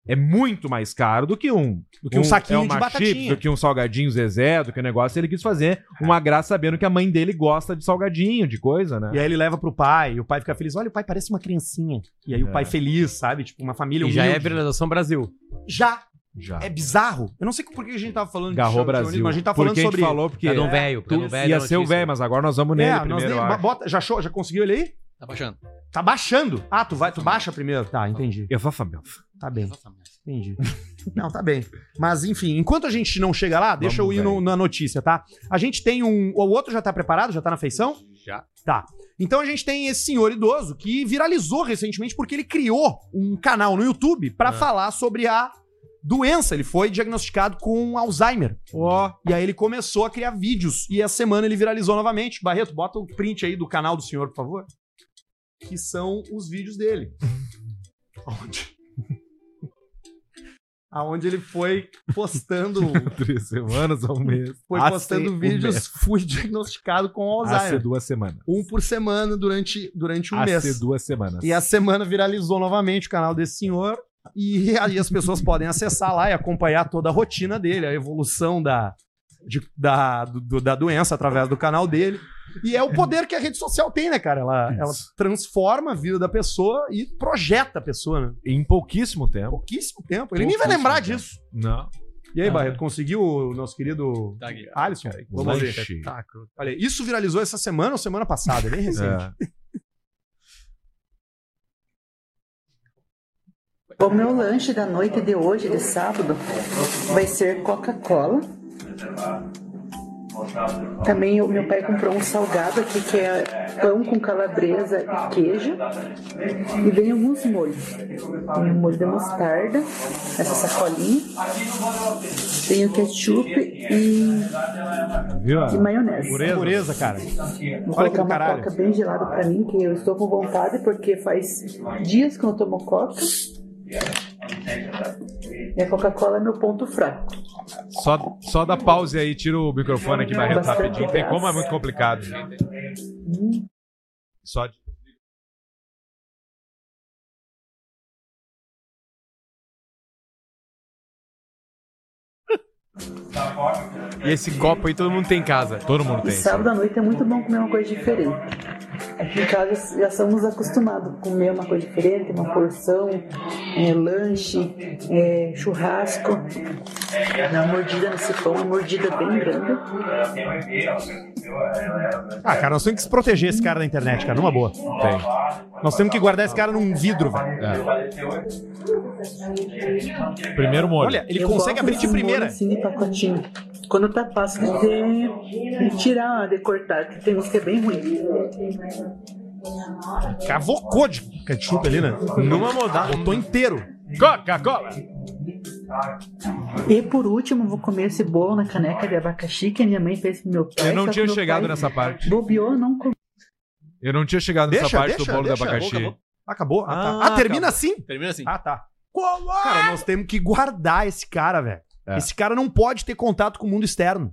Speaker 2: é muito mais caro do que um
Speaker 1: do que um, saquinho
Speaker 2: é uma
Speaker 1: de batatinha.
Speaker 2: chips, do que um salgadinho Zezé, do que um negócio, ele quis fazer um agrado sabendo que a mãe dele gosta de salgadinho, de coisa, né?
Speaker 1: E aí ele leva pro pai, e o pai fica feliz. Olha, o pai parece uma criancinha. E aí o
Speaker 2: É.
Speaker 1: pai feliz, sabe? Tipo, uma família
Speaker 3: E
Speaker 1: humilde.
Speaker 3: já é viralização Brasil.
Speaker 1: Já,
Speaker 2: Já.
Speaker 1: é um bizarro. Eu não sei por que a gente tava falando
Speaker 2: Garrou
Speaker 1: chão-
Speaker 2: Brasil.
Speaker 1: chauvinismo, mas a gente tava
Speaker 2: Por
Speaker 1: tá falando
Speaker 2: que a gente
Speaker 1: sobre...
Speaker 2: falou porque
Speaker 3: Cada um
Speaker 1: tá
Speaker 3: velho. Cada um velho.
Speaker 2: ia
Speaker 3: é
Speaker 2: ser o
Speaker 3: notícia.
Speaker 2: velho, mas agora nós vamos nele
Speaker 1: É, nós
Speaker 2: primeiro.
Speaker 1: nem-
Speaker 2: eu acho.
Speaker 1: bota, já, achou, já conseguiu ele aí?
Speaker 8: Tá baixando.
Speaker 1: Tá baixando. Ah, tu vai, tu baixa primeiro. Tá, entendi.
Speaker 2: Eu vou falar,
Speaker 1: Tá bem.
Speaker 8: Exatamente.
Speaker 1: Entendi. Não, tá bem. Mas, enfim, enquanto a gente não chega lá, deixa
Speaker 2: Vamos,
Speaker 1: eu ir no-
Speaker 2: velho.
Speaker 1: na notícia, tá? A gente tem um. O outro já tá preparado? Já tá na feição?
Speaker 8: Já.
Speaker 1: Tá. Então a gente tem esse senhor idoso que viralizou recentemente porque ele criou um canal no YouTube pra falar sobre a doença. Ele foi diagnosticado com Alzheimer. Ó. E aí ele começou a criar vídeos. E essa semana ele viralizou novamente. Barreto, bota o print aí do canal do senhor, por favor. Que são os vídeos dele. Onde? Aonde ele foi postando,
Speaker 2: três semanas ou um mês.
Speaker 1: foi
Speaker 2: Há
Speaker 1: postando
Speaker 2: ser um mês.
Speaker 1: vídeos, fui diagnosticado com
Speaker 2: Há ser
Speaker 1: Alzheimer.
Speaker 2: duas semanas.
Speaker 1: Um por semana durante, durante um
Speaker 2: Há
Speaker 1: mês.
Speaker 2: ser duas semanas.
Speaker 1: E a semana viralizou novamente o canal desse senhor. E aí as pessoas podem acessar lá e acompanhar toda a rotina dele, a evolução da, de- da, do- do- da doença através do canal dele. E é o poder que a rede social tem, né, cara? Ela, ela transforma a vida da pessoa e projeta a pessoa, né?
Speaker 2: Em pouquíssimo tempo.
Speaker 1: Pouquíssimo tempo. Ele nem vai lembrar disso.
Speaker 2: Não.
Speaker 1: E aí,
Speaker 2: Ah.
Speaker 1: Barreto, conseguiu o nosso querido
Speaker 8: Tá aqui.
Speaker 1: Alisson? Vamos ver.
Speaker 2: Lanche.
Speaker 3: Tá, cru-
Speaker 1: Olha, isso viralizou essa semana ou semana passada? Bem recente.
Speaker 2: É.
Speaker 9: O meu lanche da noite de hoje, de sábado, vai ser Coca-Cola. Também o meu pai comprou um salgado aqui que é pão com calabresa e queijo. E vem alguns molhos. Tem o molho de mostarda, essa sacolinha. Tem o ketchup e,
Speaker 2: Viu?
Speaker 9: e maionese.
Speaker 1: Pureza. Pureza, cara.
Speaker 9: Vou
Speaker 1: Olha que
Speaker 9: colocar
Speaker 1: do
Speaker 9: uma
Speaker 1: caralho.
Speaker 9: coca bem gelada pra mim, que eu estou com vontade, porque faz dias que eu não tomo coca. E a Coca-Cola é meu ponto fraco.
Speaker 2: Só, só dá pause aí, tira o microfone aqui, Barreto, rapidinho. Tem como, é muito complicado. Só de...
Speaker 3: E esse copo aí todo mundo tem em casa.
Speaker 2: Todo mundo
Speaker 9: E
Speaker 2: tem.
Speaker 9: sábado à noite é muito bom comer uma coisa diferente. Aqui em casa já somos acostumados a comer uma coisa diferente, uma porção, é, lanche, é, churrasco. Dá uma mordida nesse pão, uma mordida bem grande.
Speaker 2: É.
Speaker 1: Ah, cara, nós temos que se proteger esse cara da internet, cara, numa boa.
Speaker 2: Tem.
Speaker 1: Nós temos que guardar esse cara num vidro, velho.
Speaker 2: É. Primeiro molho.
Speaker 1: Olha, ele
Speaker 9: Eu
Speaker 1: consegue
Speaker 9: gosto
Speaker 1: abrir de
Speaker 9: molho
Speaker 1: primeira.
Speaker 9: Assim, de pacotinho. Quando tá fácil de, de tirar, de cortar, que tem uns que é bem ruim.
Speaker 1: Cavocou de ketchup ali, né?
Speaker 3: Numa modada.
Speaker 1: Botou inteiro.
Speaker 3: Coca-Cola.
Speaker 9: E por último, vou comer esse bolo na caneca de abacaxi que a minha mãe fez pro meu pai.
Speaker 2: Eu não
Speaker 9: só que
Speaker 2: tinha
Speaker 9: meu
Speaker 2: chegado
Speaker 9: pai
Speaker 2: nessa parte.
Speaker 9: Bobeou, não comeu.
Speaker 2: Eu não tinha chegado nessa
Speaker 1: Deixa,
Speaker 2: parte
Speaker 1: deixa,
Speaker 2: do bolo de
Speaker 1: deixa.
Speaker 2: abacaxi.
Speaker 1: Acabou, acabou. Ah, tá.
Speaker 2: Ah,
Speaker 1: Ah, termina assim?
Speaker 10: Termina assim.
Speaker 1: Ah, tá. Cara, nós temos que guardar esse cara, velho.
Speaker 2: É.
Speaker 1: Esse cara não pode ter contato com o mundo externo.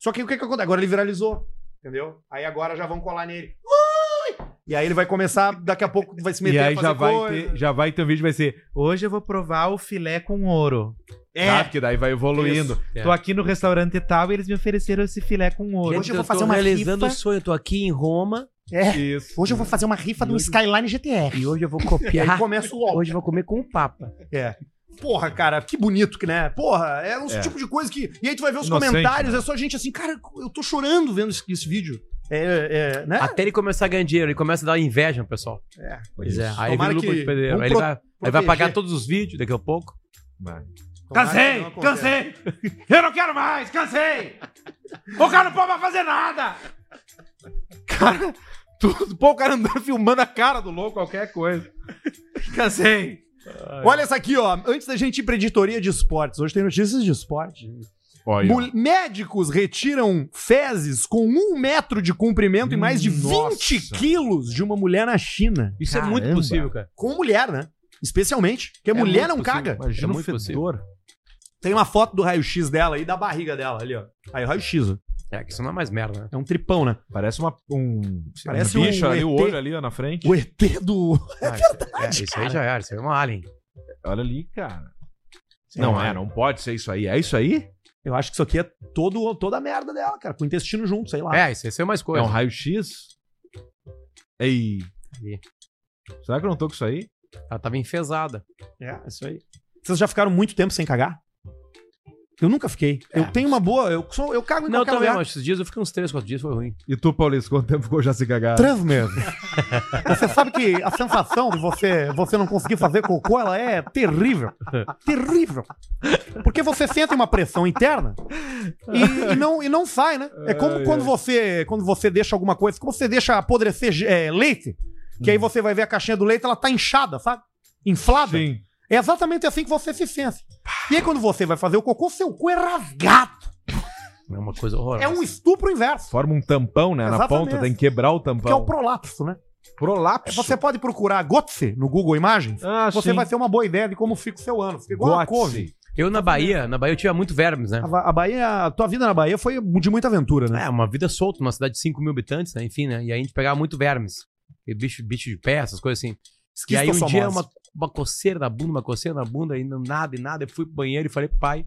Speaker 1: Só que o que que acontece? Agora ele viralizou, entendeu? Aí agora já vão colar nele. Mãe! E aí ele vai começar, daqui a pouco vai se meter
Speaker 2: E aí
Speaker 1: a
Speaker 2: já vai,
Speaker 1: coisa.
Speaker 2: ter, já vai ter um vídeo, vai ser.
Speaker 4: Hoje eu vou provar o filé com ouro.
Speaker 1: É.
Speaker 2: Tá? Porque daí vai evoluindo.
Speaker 3: É.
Speaker 4: Tô aqui no restaurante tal e eles me ofereceram esse filé com ouro.
Speaker 1: Hoje eu vou fazer uma
Speaker 3: realizando
Speaker 1: rifa.
Speaker 3: o sonho. Tô aqui em Roma
Speaker 1: É.
Speaker 2: Isso.
Speaker 1: Hoje eu vou fazer uma rifa do Skyline GTR.
Speaker 3: e hoje eu vou
Speaker 1: E aí
Speaker 3: copiar.
Speaker 1: começa o LOL.
Speaker 3: hoje eu vou comer com o Papa.
Speaker 1: Ah. Porra, cara, que bonito que, né? Porra, é um
Speaker 2: É.
Speaker 1: tipo de coisa que. E aí tu vai ver os
Speaker 2: Inocente, né?
Speaker 1: comentários, é só gente assim, cara, eu tô chorando vendo esse, esse vídeo. É, é, né?
Speaker 2: Ah,
Speaker 3: Até ele começar a ganhar dinheiro. Ele começa a dar inveja no pessoal.
Speaker 1: É.
Speaker 3: Pois é. Aí
Speaker 1: Tomara
Speaker 3: vira o lupa
Speaker 1: que-
Speaker 3: de pedreiro.
Speaker 1: vamos
Speaker 3: Aí ele
Speaker 1: pro-
Speaker 3: vai, ele vai
Speaker 1: proteger.
Speaker 3: pagar todos os vídeos daqui a pouco.
Speaker 2: Vai.
Speaker 1: Tomara que
Speaker 2: Cansei!
Speaker 1: não aconteça.
Speaker 2: Cansei! Eu não quero mais! Cansei! O cara não pode mais fazer nada! Cara, tudo. Pô, o cara andando filmando a cara do louco, qualquer coisa. Cansei!
Speaker 1: Olha essa aqui, ó. Antes da gente ir pra editoria de esportes, hoje tem notícias de esporte. Mul- Médicos retiram fezes com um metro de comprimento e mais de
Speaker 2: Nossa.
Speaker 1: 20 quilos de uma mulher na China.
Speaker 3: Isso
Speaker 4: Caramba.
Speaker 3: é muito possível, cara.
Speaker 1: Com mulher, né? Especialmente. Porque mulher não caga.
Speaker 2: Imagina
Speaker 3: É
Speaker 2: o
Speaker 3: muito possível.
Speaker 2: fedor.
Speaker 1: Tem uma foto do raio-x dela e da barriga dela ali, ó. Aí, o raio-x, ó.
Speaker 3: É, que isso não é mais merda, né?
Speaker 1: É um tripão, né?
Speaker 2: Parece uma, um,
Speaker 1: Parece
Speaker 2: um bicho
Speaker 1: um
Speaker 2: ali, o
Speaker 1: ET.
Speaker 2: olho ali ó, na frente.
Speaker 1: O ET do.
Speaker 3: Ah, isso- É verdade, Isso aí já era. Isso aí é uma alien.
Speaker 2: Olha ali, cara. Não é, não pode ser isso aí. É isso aí?
Speaker 1: Eu acho que isso aqui é todo, toda a merda dela, cara. Com o intestino junto, sei lá.
Speaker 3: É, isso aí é mais
Speaker 2: É
Speaker 3: coisa.
Speaker 2: um raio-x? Ei.
Speaker 3: Ali.
Speaker 2: Será que eu não tô com isso aí?
Speaker 3: Ela tava enfesada.
Speaker 1: É, isso aí. Vocês já ficaram muito tempo sem cagar? Eu nunca fiquei. Eu tenho uma boa. Eu, sou, eu cago em
Speaker 3: Não, eu
Speaker 1: qualquer
Speaker 3: também,
Speaker 1: lugar.
Speaker 3: mas esses dias eu fiquei uns 3, 4 dias, foi ruim.
Speaker 2: E tu, Paulista, quanto tempo ficou já se cagar?
Speaker 1: Transo mesmo. Você sabe que a sensação de você, você não conseguir fazer cocô, ela é terrível. Terrível. Porque você sente uma pressão interna e, e não, e não sai, né? É como quando você, quando você deixa alguma coisa, como você deixa apodrecer é, leite, que aí você vai ver a caixinha do leite, ela tá inchada, sabe? Inflada.
Speaker 2: Sim.
Speaker 1: É exatamente assim que você se sente. E aí quando você vai fazer o cocô, seu cu é rasgado.
Speaker 3: É uma coisa horrorosa.
Speaker 1: É um estupro inverso,
Speaker 2: Forma um tampão, né? Na
Speaker 1: Exatamente.
Speaker 2: ponta, tem que quebrar o
Speaker 1: que é o
Speaker 2: tampão.
Speaker 1: prolapso, né?
Speaker 2: Prolapso.
Speaker 1: Você pode procurar Gotse no Google Imagens.
Speaker 2: Ah,
Speaker 1: você vai ter uma boa ideia de como fica o seu ano. Fica igual a couve.
Speaker 3: Eu
Speaker 1: tá
Speaker 3: na Bahia, na Bahia eu tinha muito vermes, né?
Speaker 1: A, Va- a Bahia, a tua vida na Bahia foi de muita aventura, né?
Speaker 3: É, uma vida solta, uma cidade de 5 mil habitantes, né? Enfim, né? E aí a gente pegava muito vermes. E bicho, bicho de pé, essas coisas assim. E aí um dia uma, uma coceira na bunda, uma coceira na bunda, e não, nada, e nada. Eu fui pro banheiro e falei pro pai.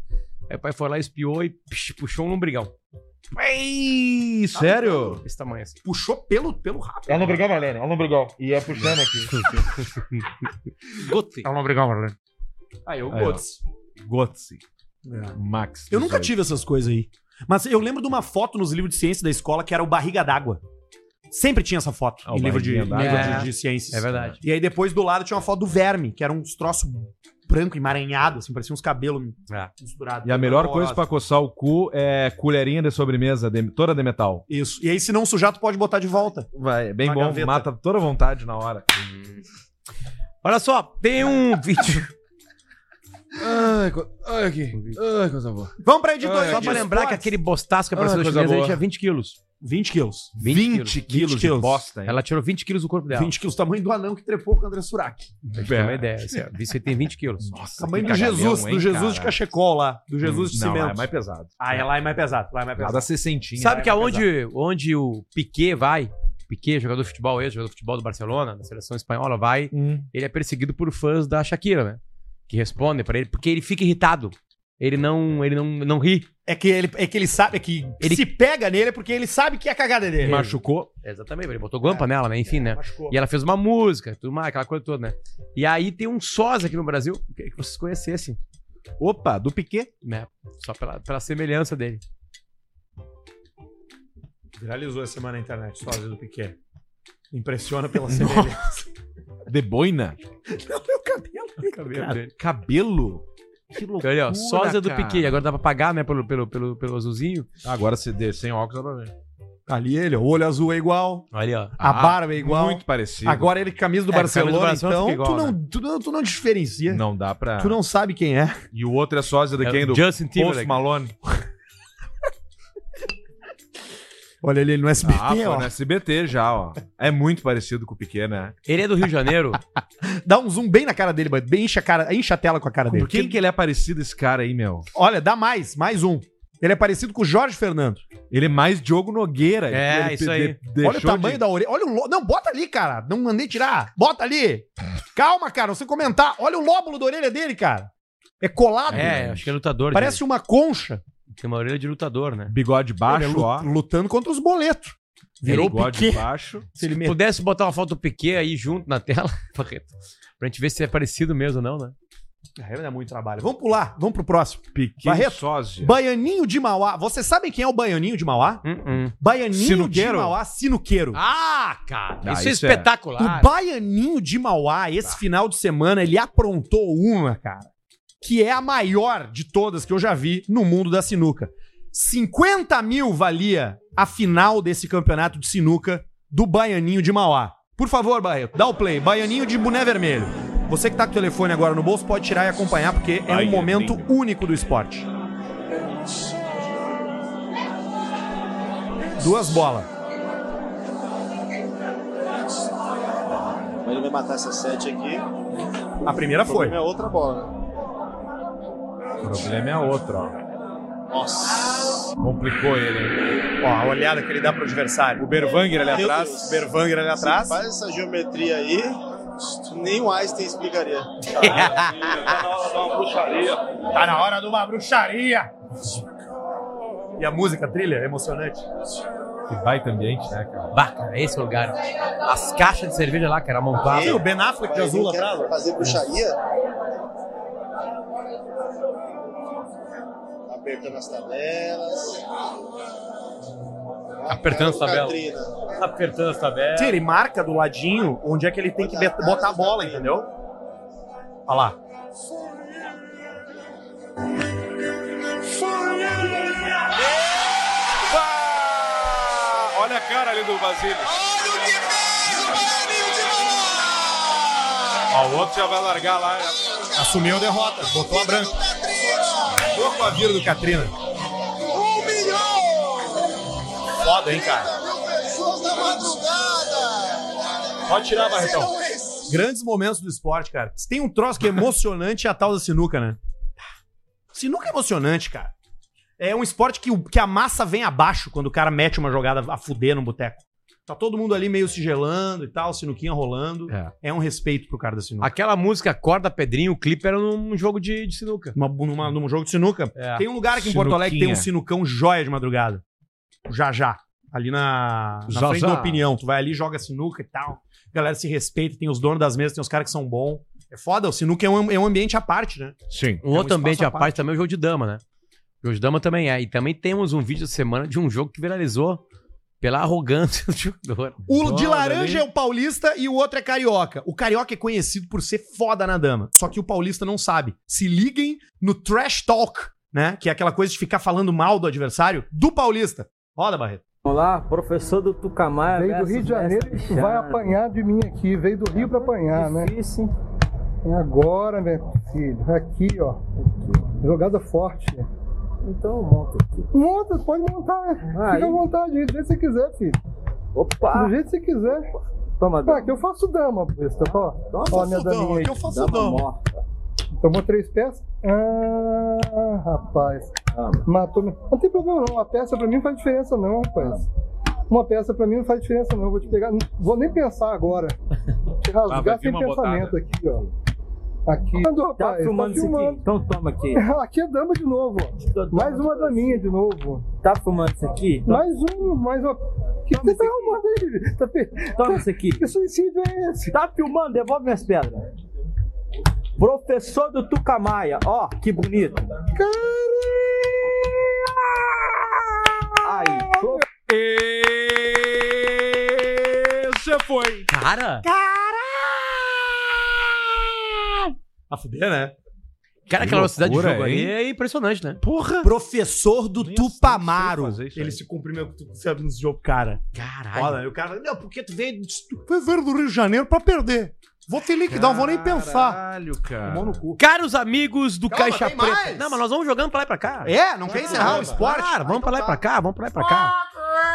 Speaker 3: Aí o pai foi lá, espiou e psh, puxou um lombrigão.
Speaker 2: É. Ei, sério?
Speaker 3: Esse tamanho assim.
Speaker 1: Puxou pelo, pelo rabo.
Speaker 4: É um lombrigão, Marlene, é um lombrigão. E é puxando aqui.
Speaker 3: Gote.
Speaker 4: um lombrigão,
Speaker 3: né?
Speaker 4: Marlene.
Speaker 3: Aí eu
Speaker 2: Aí, ó. Gotse. É. Max.
Speaker 1: Eu nunca
Speaker 2: 18.
Speaker 1: tive essas coisas aí. Mas eu lembro de uma foto nos livros de ciência da escola que era o barriga d'água. Sempre tinha essa foto
Speaker 2: Ah, o
Speaker 1: em livro, de,
Speaker 2: barriguinha
Speaker 1: livro
Speaker 3: d'água.
Speaker 1: de-
Speaker 3: É.
Speaker 1: de ciências.
Speaker 3: É verdade.
Speaker 1: E aí depois do lado tinha uma foto do verme, que era uns troços branco emaranhado, assim, parecia uns cabelos
Speaker 3: É.
Speaker 1: misturados.
Speaker 2: E a melhor
Speaker 1: Horrorosa.
Speaker 2: coisa pra coçar o cu é colherinha de sobremesa, de- toda de metal.
Speaker 1: Isso. E aí, se não sujar, tu pode botar de volta.
Speaker 2: Vai, é bem
Speaker 1: Na
Speaker 2: bom,
Speaker 1: gaveta.
Speaker 2: mata toda a vontade na hora.
Speaker 3: Olha só, tem um vídeo.
Speaker 2: Ai, ai aqui. Ai, coisa boa.
Speaker 1: Vamos pra editor.
Speaker 3: Só pra lembrar que aquele bostaço que apareceu
Speaker 2: Ah,
Speaker 3: ah,
Speaker 2: coisa
Speaker 3: chinesa, ele
Speaker 2: boa.
Speaker 3: tinha 20 quilos.
Speaker 1: 20 quilos.
Speaker 3: 20,
Speaker 2: 20
Speaker 3: quilos.
Speaker 2: quilos, de
Speaker 1: quilos.
Speaker 2: bosta, hein?
Speaker 3: Ela tirou 20 quilos do corpo dela.
Speaker 1: 20 quilos, tamanho do anão que trepou com o André Suraki.
Speaker 3: Pra gente ter uma ideia. Esse, é- esse aí tem 20 quilos.
Speaker 2: Nossa,
Speaker 1: Tamanho
Speaker 2: que
Speaker 1: do
Speaker 2: cagalhão,
Speaker 1: Jesus,
Speaker 2: hein,
Speaker 1: do Jesus de
Speaker 2: cara?
Speaker 1: cachecol lá. Do Jesus de
Speaker 2: Não,
Speaker 1: cimento.
Speaker 2: é mais pesado.
Speaker 1: Ah, é lá é mais pesado. Lá é mais pesado.
Speaker 2: Nada sessentinha.
Speaker 3: Sabe
Speaker 2: né?
Speaker 3: que aonde onde o Piquet vai, Piquet, jogador de futebol, ex-jogador de futebol do Barcelona, da seleção espanhola, vai,
Speaker 2: Hum.
Speaker 3: ele é perseguido por fãs da Shakira, né? Que respondem pra ele, porque ele fica irritado. Ele não, ele não, não ri.
Speaker 1: É que ele, é que ele sabe, é que
Speaker 3: Ele-
Speaker 1: se pega nele é porque ele sabe que é a cagada dele.
Speaker 2: Machucou.
Speaker 3: Exatamente, ele botou
Speaker 2: É.
Speaker 3: guampa nela, né? Enfim, né?
Speaker 1: Machucou.
Speaker 3: E ela fez uma música, tudo mais, aquela coisa toda, né? E aí tem um sós aqui no Brasil, que que vocês conhecessem,
Speaker 2: Opa, do Piquet.
Speaker 3: né? Só pela, pela semelhança dele.
Speaker 1: Viralizou essa semana na internet, sósia do Piquet. Impressiona pela semelhança.
Speaker 2: De boina.
Speaker 1: Meu cabelo.
Speaker 3: Cabelo dele.
Speaker 2: Cabelo. Que
Speaker 3: Então,
Speaker 2: loucura.
Speaker 3: olha, ó, sósia do
Speaker 2: cara.
Speaker 3: Piquet. Agora dá pra pagar, né? Pelo, pelo, pelo, pelo azulzinho.
Speaker 2: Agora se der sem óculos, ela vem.
Speaker 1: Ali ele, o olho azul é igual,
Speaker 3: Olha, ó.
Speaker 1: a barba é igual.
Speaker 2: Muito parecido.
Speaker 1: Agora ele com camisa do
Speaker 3: É, com a camisa do
Speaker 1: Barcelona,
Speaker 3: Barcelona
Speaker 1: então
Speaker 3: fica igual,
Speaker 1: tu, não, tu, não, tu não diferencia.
Speaker 2: Não dá pra.
Speaker 1: Tu não sabe quem é.
Speaker 2: E o outro é sósia de
Speaker 3: É
Speaker 2: quem?
Speaker 3: o
Speaker 2: Do
Speaker 3: Justin
Speaker 2: Post
Speaker 3: Timberlake.
Speaker 2: Malone.
Speaker 1: Olha ele no SBT,
Speaker 2: Ah, foi
Speaker 1: É, ó.
Speaker 2: no SBT já, ó. É muito parecido com o Piquet, né?
Speaker 3: Ele é do Rio de Janeiro?
Speaker 1: Dá um zoom bem na cara dele, mano. Bem, enche, a cara, enche a tela com a cara
Speaker 2: Por
Speaker 1: dele.
Speaker 2: que, que ele é parecido, esse cara aí, meu?
Speaker 1: Olha, dá mais, mais um. Ele é parecido com o Jorge Fernando.
Speaker 2: Ele é mais Diogo Nogueira.
Speaker 3: É,
Speaker 2: Ele
Speaker 3: isso
Speaker 2: de-
Speaker 3: aí.
Speaker 2: deixou
Speaker 1: olha o tamanho
Speaker 2: de...
Speaker 1: da orelha. Olha o lo... Não, bota ali, cara. Não mandei tirar. Bota ali. Calma, cara. Você comentar. Olha o lóbulo da orelha dele, cara. É colado.
Speaker 3: é, acho que é lutador.
Speaker 1: Parece uma concha.
Speaker 3: de- Tem uma orelha de lutador, né?
Speaker 2: Bigode baixo,
Speaker 1: Ele é lu-
Speaker 2: ó.
Speaker 1: Lutando contra os boletos.
Speaker 3: É,
Speaker 1: Virou o
Speaker 2: Bigode
Speaker 1: Piquet.
Speaker 2: baixo.
Speaker 1: Se ele
Speaker 3: Se
Speaker 1: me-
Speaker 3: pudesse botar uma foto do Piquet aí junto na tela, Barreto, pra gente ver se é parecido mesmo ou não, né?
Speaker 1: Ah, Ele dá muito trabalho. Vamos pular. Vamos pro próximo.
Speaker 2: Piquet
Speaker 1: Barreto.
Speaker 2: sósia.
Speaker 1: Baianinho de Mauá. Vocês sabem quem é o Baianinho de Mauá?
Speaker 3: Hum,
Speaker 1: Baianinho
Speaker 2: Sinuqueiro?
Speaker 1: de Mauá, sinuqueiro.
Speaker 3: Ah, cara!
Speaker 2: Ah,
Speaker 3: isso, é
Speaker 2: isso é-
Speaker 3: espetacular!
Speaker 1: O Baianinho de Mauá, esse final de semana, ele aprontou uma, cara, que é a maior de todas que eu já vi no mundo da sinuca. 50 mil valia a final desse campeonato de sinuca do Baianinho de Mauá. Por favor, Barreto, dá o play. Baianinho de boné vermelho. Você que tá com o telefone agora no bolso pode tirar e acompanhar, porque é um
Speaker 2: Baianinho.
Speaker 1: momento único do esporte. Duas bolas.
Speaker 8: Mas ele vai matar essa sete aqui.
Speaker 1: A primeira
Speaker 8: O
Speaker 1: foi.
Speaker 8: problema é outra bola, né?
Speaker 2: O problema é outro, ó.
Speaker 8: Nossa.
Speaker 2: Complicou ele, hein?
Speaker 1: Ó, a olhada que ele dá pro adversário.
Speaker 2: O Berwanger ali
Speaker 8: Meu
Speaker 2: atrás.
Speaker 8: Deus.
Speaker 1: Berwanger ali atrás.
Speaker 8: Se faz essa geometria aí, nem o Einstein explicaria.
Speaker 1: Tá na hora de uma bruxaria! E a música, a trilha, é emocionante.
Speaker 2: Que baita ambiente, né, cara?
Speaker 3: Bah, cara, esse é o lugar. As caixas de cerveja lá, cara, montadas.
Speaker 1: E o Ben Affleck de
Speaker 8: Mas
Speaker 1: azul
Speaker 8: não
Speaker 1: lá
Speaker 8: quer
Speaker 1: atrás. ó.
Speaker 8: Fazer bruxaria. Apertando as tabelas.
Speaker 3: Apertando as tabelas.
Speaker 8: Catrina.
Speaker 3: Apertando as tabelas.
Speaker 1: Sim, ele marca do ladinho onde é que ele tem que bet- botar a bola, entendeu? Olha lá.
Speaker 2: Olha a cara ali do Basílio. Ó, o outro já vai largar lá.
Speaker 1: Assumiu a derrota, botou a branca. Boa com a vira do Katrina.
Speaker 8: Um milhão!
Speaker 1: Foda, hein, cara?
Speaker 8: mil pessoas na madrugada!
Speaker 1: Pode tirar, Barretão.
Speaker 8: Então, esse
Speaker 1: Grandes momentos do esporte, cara. Se tem um troço que é emocionante, é a tal da sinuca, né? Sinuca é emocionante, cara. É um esporte que, o- que a massa vem abaixo quando o cara mete uma jogada a fuder no boteco. Tá todo mundo ali meio se gelando e tal, sinuquinha rolando.
Speaker 3: É.
Speaker 1: É, um respeito pro cara da sinuca.
Speaker 3: Aquela música Corda Pedrinho, o clipe era num jogo de, de sinuca.
Speaker 1: Numa- numa- num jogo de sinuca.
Speaker 3: É.
Speaker 1: Tem um lugar aqui em Porto Alegre que tem um sinucão joia de madrugada. O Jajá. Ali na, na
Speaker 2: Jajá.
Speaker 1: frente da opinião. Tu vai ali, joga sinuca e tal. A galera se respeita, tem os donos das mesas, tem os caras que são bons. É foda, o sinuca é um, é um ambiente à parte, né?
Speaker 2: Sim.
Speaker 3: Um
Speaker 1: um
Speaker 3: outro
Speaker 1: espaço
Speaker 3: ambiente
Speaker 1: à
Speaker 3: à
Speaker 1: parte.
Speaker 3: parte também é o jogo de dama, né? O jogo de dama também é. E também temos um vídeo da semana de um jogo que viralizou pela arrogância do jogador.
Speaker 1: O
Speaker 3: Olha
Speaker 1: de laranja
Speaker 3: ali.
Speaker 1: é o paulista e o outro é carioca. O carioca é conhecido por ser foda na dama. Só que o paulista não sabe. Se liguem no trash talk, né? Que é aquela coisa de ficar falando mal do adversário do paulista. Roda, Barreto.
Speaker 11: Olá, Ah, professor do Tucamar.
Speaker 12: Veio do Rio de Janeiro, vai apanhar de mim aqui. Veio do Rio pra apanhar, né?
Speaker 11: Difícil.
Speaker 12: É agora, meu filho. Aqui, ó. Jogada forte.
Speaker 11: Então eu monto aqui.
Speaker 12: Monta, pode montar. é.
Speaker 11: Aí.
Speaker 12: Fica à vontade, do jeito que você quiser, filho. Do
Speaker 11: Opa!
Speaker 12: jeito que você quiser.
Speaker 11: Toma, então,
Speaker 12: Pá, que eu faço dama, besta, ó. Ó, minha daminha aí.
Speaker 1: eu faço
Speaker 11: dama morta.
Speaker 12: Tomou três peças. Ah, rapaz.
Speaker 11: Ah,
Speaker 12: Matou. -me. Não tem problema, não. Uma peça pra mim não faz diferença, não, rapaz.
Speaker 11: Ah.
Speaker 12: Uma peça pra mim não faz diferença, não. Vou te pegar. não Vou nem pensar agora. Vou Te
Speaker 2: Ah, vai
Speaker 12: rasgar
Speaker 2: vir
Speaker 12: sem
Speaker 2: uma
Speaker 12: pensamento
Speaker 2: botada.
Speaker 12: aqui, ó. Aqui. Tá, rapaz,
Speaker 11: Tá filmando isso aqui? Então toma aqui.
Speaker 12: Aqui é dama de novo, ó. Mais uma daminha de novo.
Speaker 11: Tá filmando isso aqui? Toma-
Speaker 12: Mais um, mais uma. O que que você tá arrumando aí? Tá pe-
Speaker 11: Toma isso aqui.
Speaker 12: Que suicídio é esse?
Speaker 11: Tá filmando, devolve minhas pedras. Professor do Tucamaia, ó, que bonito. Aí, pro-
Speaker 2: Esse foi.
Speaker 3: Cara!
Speaker 1: A fuder, né?
Speaker 3: Cara,
Speaker 4: Que
Speaker 3: aquela velocidade de
Speaker 4: loucura,
Speaker 3: jogo ali
Speaker 4: hein?
Speaker 3: é impressionante, né?
Speaker 4: Porra!
Speaker 1: Professor do Tupamaro. Ele
Speaker 4: aí.
Speaker 1: se cumprimentou com o Sabe, nos jogos, cara.
Speaker 3: Caralho.
Speaker 1: Olha, e o cara fala, não, porque tu veio, tu veio do Rio de Janeiro pra perder. Vou te liquidar, não vou nem pensar.
Speaker 2: Caralho, cara.
Speaker 1: Tomou no cu.
Speaker 3: Caros amigos do
Speaker 1: Calma,
Speaker 3: Caixa
Speaker 1: tem
Speaker 3: Preta.
Speaker 1: mais?
Speaker 3: Não, mas nós vamos jogando pra lá e pra cá.
Speaker 1: É, não quer encerrar o esporte?
Speaker 3: Claro, vamos pra lá e pra cá, vamos pra lá e pra cá.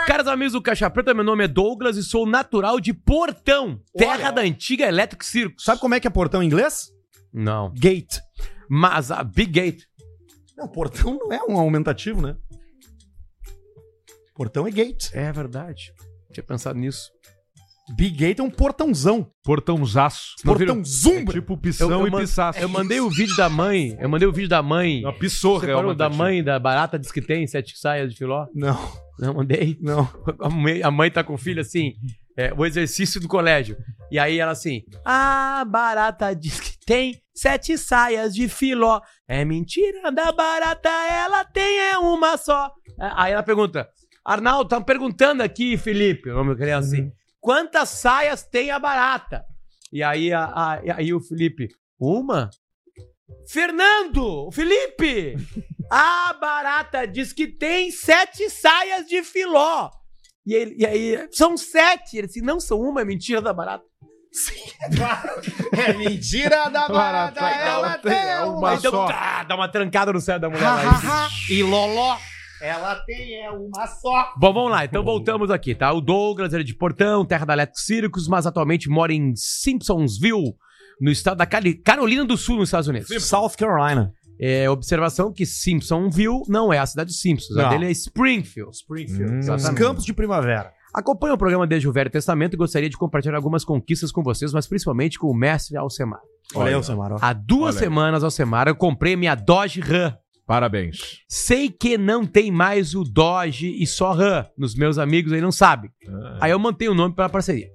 Speaker 3: Caros amigos do Caixa Preta, meu nome é Douglas e sou natural de Portão, terra da antiga Electric Circus.
Speaker 1: Sabe como é que é portão em inglês?
Speaker 3: Não.
Speaker 1: Gate.
Speaker 3: Mas a Big Gate.
Speaker 1: Não, portão não é um aumentativo, né? Portão é gate.
Speaker 3: É verdade. Tinha pensado nisso.
Speaker 1: Big gate é um portãozão.
Speaker 2: É um Portãozaço.
Speaker 1: Portão zumba.
Speaker 2: Tipo
Speaker 3: Eu,
Speaker 2: pisão
Speaker 3: eu,
Speaker 2: e
Speaker 3: man-
Speaker 2: pissaço.
Speaker 1: é
Speaker 3: eu mandei o vídeo da mãe. Eu mandei o vídeo da mãe.
Speaker 2: Uma pissorra.
Speaker 3: Você
Speaker 2: é
Speaker 3: falou
Speaker 2: uma
Speaker 3: da
Speaker 2: tentativa.
Speaker 3: mãe da barata diz que tem sete saias de filó?
Speaker 1: Não,
Speaker 3: Não, mandei.
Speaker 1: não.
Speaker 3: A mãe, a mãe tá com o filho assim, é, o exercício do colégio. E aí ela assim, a barata diz que tem sete saias de filó. É mentira da barata, ela tem é uma só. É, Aí ela pergunta, Arnaldo, tá perguntando aqui, Felipe, o nome da criança assim, quantas saias tem a barata? E aí, a, a- e aí o Felipe, uma? Fernando, Felipe, a barata diz que tem sete saias de filó. E, ele- e aí, são sete. Ele disse, não são uma, é mentira da barata.
Speaker 1: É mentira da barata, ela tem é um. uma
Speaker 3: Aí dá,
Speaker 1: só.
Speaker 3: tá, dá uma trancada no céu da mulher.
Speaker 1: Ha,
Speaker 3: lá.
Speaker 1: ha, ha. E loló, ela tem é uma só.
Speaker 3: Bom, vamos lá. Então voltamos aqui, tá? O Douglas era de Portão, terra da Electric Circus, mas atualmente mora em Simpsonsville, no estado da Cali- Carolina do Sul, nos Estados Unidos.
Speaker 1: South Carolina.
Speaker 3: É, observação que Simpsonville não é a cidade de Simpsons. A
Speaker 1: Não.
Speaker 3: dele é Springfield. Hum.
Speaker 1: Springfield.
Speaker 3: São os
Speaker 1: campos de primavera.
Speaker 3: Acompanho o programa desde o Velho Testamento e gostaria de compartilhar algumas conquistas com vocês, mas principalmente com o mestre Alcemar.
Speaker 1: Olha aí, Alcemar. ó.
Speaker 3: Há duas
Speaker 2: Olha aí.
Speaker 3: semanas, Alcemar, eu comprei minha Dodge Ram.
Speaker 2: Parabéns.
Speaker 3: Sei que não tem mais o Dodge e só Ram. Nos meus amigos aí não sabem.
Speaker 2: Ah.
Speaker 3: Aí eu mantenho o nome pela parceria.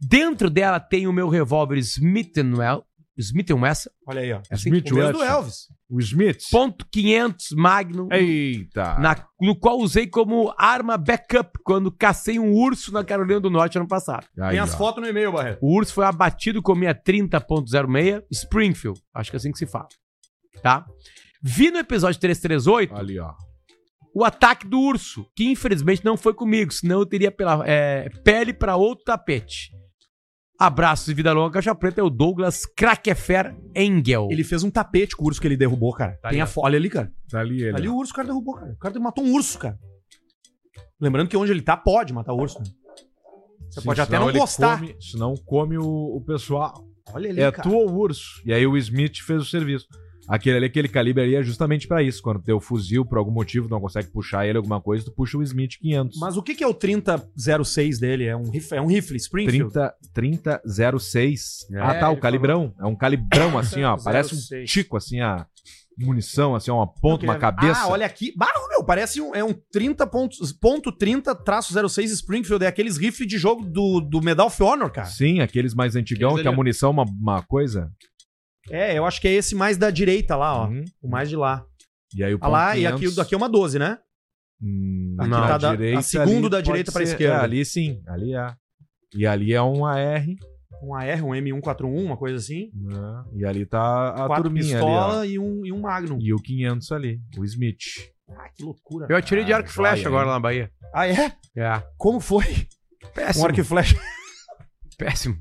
Speaker 3: Dentro dela tem o meu revólver Smith Well, Smith Wesson,
Speaker 1: Olha aí, ó.
Speaker 3: é assim,
Speaker 2: Smith
Speaker 1: O mesmo do
Speaker 2: Wesson.
Speaker 1: Elvis.
Speaker 2: O Smith.
Speaker 3: ponto .500 Magnum,
Speaker 2: Eita.
Speaker 3: na- no qual usei como arma backup quando cacei um urso na Carolina do Norte ano passado.
Speaker 2: Aí,
Speaker 1: Tem as
Speaker 2: ó.
Speaker 1: fotos no e-mail, Barreto.
Speaker 3: O urso foi abatido com minha 30.06 Springfield. Acho que é assim que se fala. Tá? Vi no episódio 338
Speaker 2: Ali, ó.
Speaker 3: o ataque do urso, que infelizmente não foi comigo, senão eu teria pela- é, pele pra outro tapete. Abraços de vida longa, caixa preta é o Douglas Krakefer Engel.
Speaker 1: Ele fez um tapete com o urso que ele derrubou, cara.
Speaker 3: Tá
Speaker 1: tem
Speaker 3: aí,
Speaker 1: a
Speaker 3: ó.
Speaker 1: fo- Olha ali, cara.
Speaker 2: Tá ali ele.
Speaker 1: Ali o urso o cara derrubou, cara. O cara matou um urso, cara. Lembrando que onde ele tá, pode matar urso. Né? Você
Speaker 2: Sim,
Speaker 1: pode até
Speaker 2: senão
Speaker 1: não
Speaker 2: ele
Speaker 1: gostar.
Speaker 2: Come, senão come o, o pessoal.
Speaker 1: Olha ali,
Speaker 2: É
Speaker 1: cara.
Speaker 2: tu ou o urso. E aí o Smith fez o serviço. Aquele ali, aquele calibre ali é justamente pra isso. Quando teu fuzil, por algum motivo, não consegue puxar ele alguma coisa, tu puxa o Smith 500.
Speaker 1: Mas o que, que é o 3006 dele? É um rifle, é um rifle Springfield?
Speaker 2: 30, 3006.
Speaker 3: É,
Speaker 2: ah, tá, o
Speaker 3: ele
Speaker 2: calibrão. É um calibrão assim, ó. Parece um
Speaker 1: 06.
Speaker 2: tico assim, a munição, assim, ó, uma ponta, uma cabeça.
Speaker 1: Ah, olha aqui. Bah, meu, parece um, é um 30 pontos- ponto 30 traço 06 Springfield. É aqueles rifles de jogo do, do Medal of Honor, cara.
Speaker 2: Sim, aqueles mais antigão,
Speaker 3: Aqueles
Speaker 2: que a
Speaker 3: ali, ó.
Speaker 2: munição é uma, uma coisa.
Speaker 1: É, eu acho que é esse mais da direita lá, ó.
Speaker 2: Uhum.
Speaker 1: O mais de lá.
Speaker 2: E aí o
Speaker 1: Ah lá, e
Speaker 2: 500,
Speaker 1: aqui, daqui é uma 12, né?
Speaker 2: hum,
Speaker 1: aqui
Speaker 2: na
Speaker 1: tá da- a
Speaker 2: direita
Speaker 1: segundo
Speaker 2: ali
Speaker 1: da
Speaker 2: pode
Speaker 1: direita pra
Speaker 2: ser-
Speaker 1: esquerda.
Speaker 2: é, ali sim, ali é. E ali é um AR.
Speaker 1: Um AR, um M141, uma coisa assim.
Speaker 2: né? E ali tá a
Speaker 1: quatro
Speaker 2: turminha
Speaker 1: pistola
Speaker 2: ali,
Speaker 1: e, um, e um Magnum.
Speaker 2: ó. E o 500 ali, o Smith.
Speaker 1: Ah, que loucura.
Speaker 3: Eu atirei de
Speaker 2: Ah,
Speaker 3: arco e flecha
Speaker 2: joia,
Speaker 3: agora lá na Bahia.
Speaker 1: Ah, é?
Speaker 3: É.
Speaker 1: Como foi? Um
Speaker 3: Péssimo.
Speaker 1: arco e flecha.
Speaker 3: Péssimo.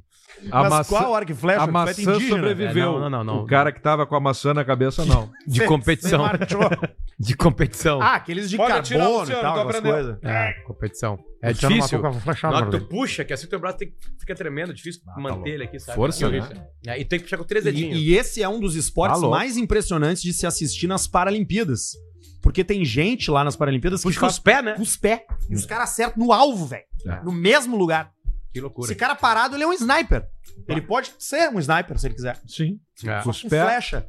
Speaker 2: A
Speaker 1: Mas
Speaker 2: maçã,
Speaker 1: qual é arco e flecha?
Speaker 2: a
Speaker 1: Flecha
Speaker 2: maçã
Speaker 1: indígena? né?
Speaker 2: sobreviveu.
Speaker 3: É, não, não, não, não.
Speaker 2: O cara que tava com a maçã na cabeça, não.
Speaker 3: De
Speaker 1: Você- você
Speaker 3: competição.
Speaker 1: marchou.
Speaker 3: De competição.
Speaker 1: Ah, aqueles de
Speaker 2: Pode atirar,
Speaker 1: carbono
Speaker 2: Luciano,
Speaker 1: e
Speaker 2: tô
Speaker 1: tal, aquelas
Speaker 2: aprendendo.
Speaker 1: coisas.
Speaker 3: É, competição. É
Speaker 1: Luciano
Speaker 3: difícil.
Speaker 1: matou com a flecha,
Speaker 3: Na hora que
Speaker 1: mano.
Speaker 3: tu puxa, que assim teu braço tem- fica tremendo, é difícil
Speaker 2: tá
Speaker 3: manter
Speaker 2: louco.
Speaker 3: ele aqui, sabe?
Speaker 2: Força,
Speaker 3: É
Speaker 2: né?
Speaker 3: horrível. É, e tem que puxar com três dedinhos.
Speaker 1: E, e esse é um dos esportes
Speaker 2: Alô?
Speaker 1: mais impressionantes de se assistir nas Paralimpíadas. Porque tem gente lá nas Paralimpíadas que
Speaker 3: Puxa com
Speaker 1: faz
Speaker 3: os pés, né?
Speaker 1: com os pés. E os caras acertam no alvo, velho.
Speaker 2: É.
Speaker 1: No mesmo lugar.
Speaker 3: Que loucura.
Speaker 1: Esse cara parado, ele é um sniper. Ele pode ser um sniper, se ele quiser.
Speaker 2: Sim.
Speaker 3: É.
Speaker 2: Com os
Speaker 1: Com
Speaker 2: pés.
Speaker 1: flecha.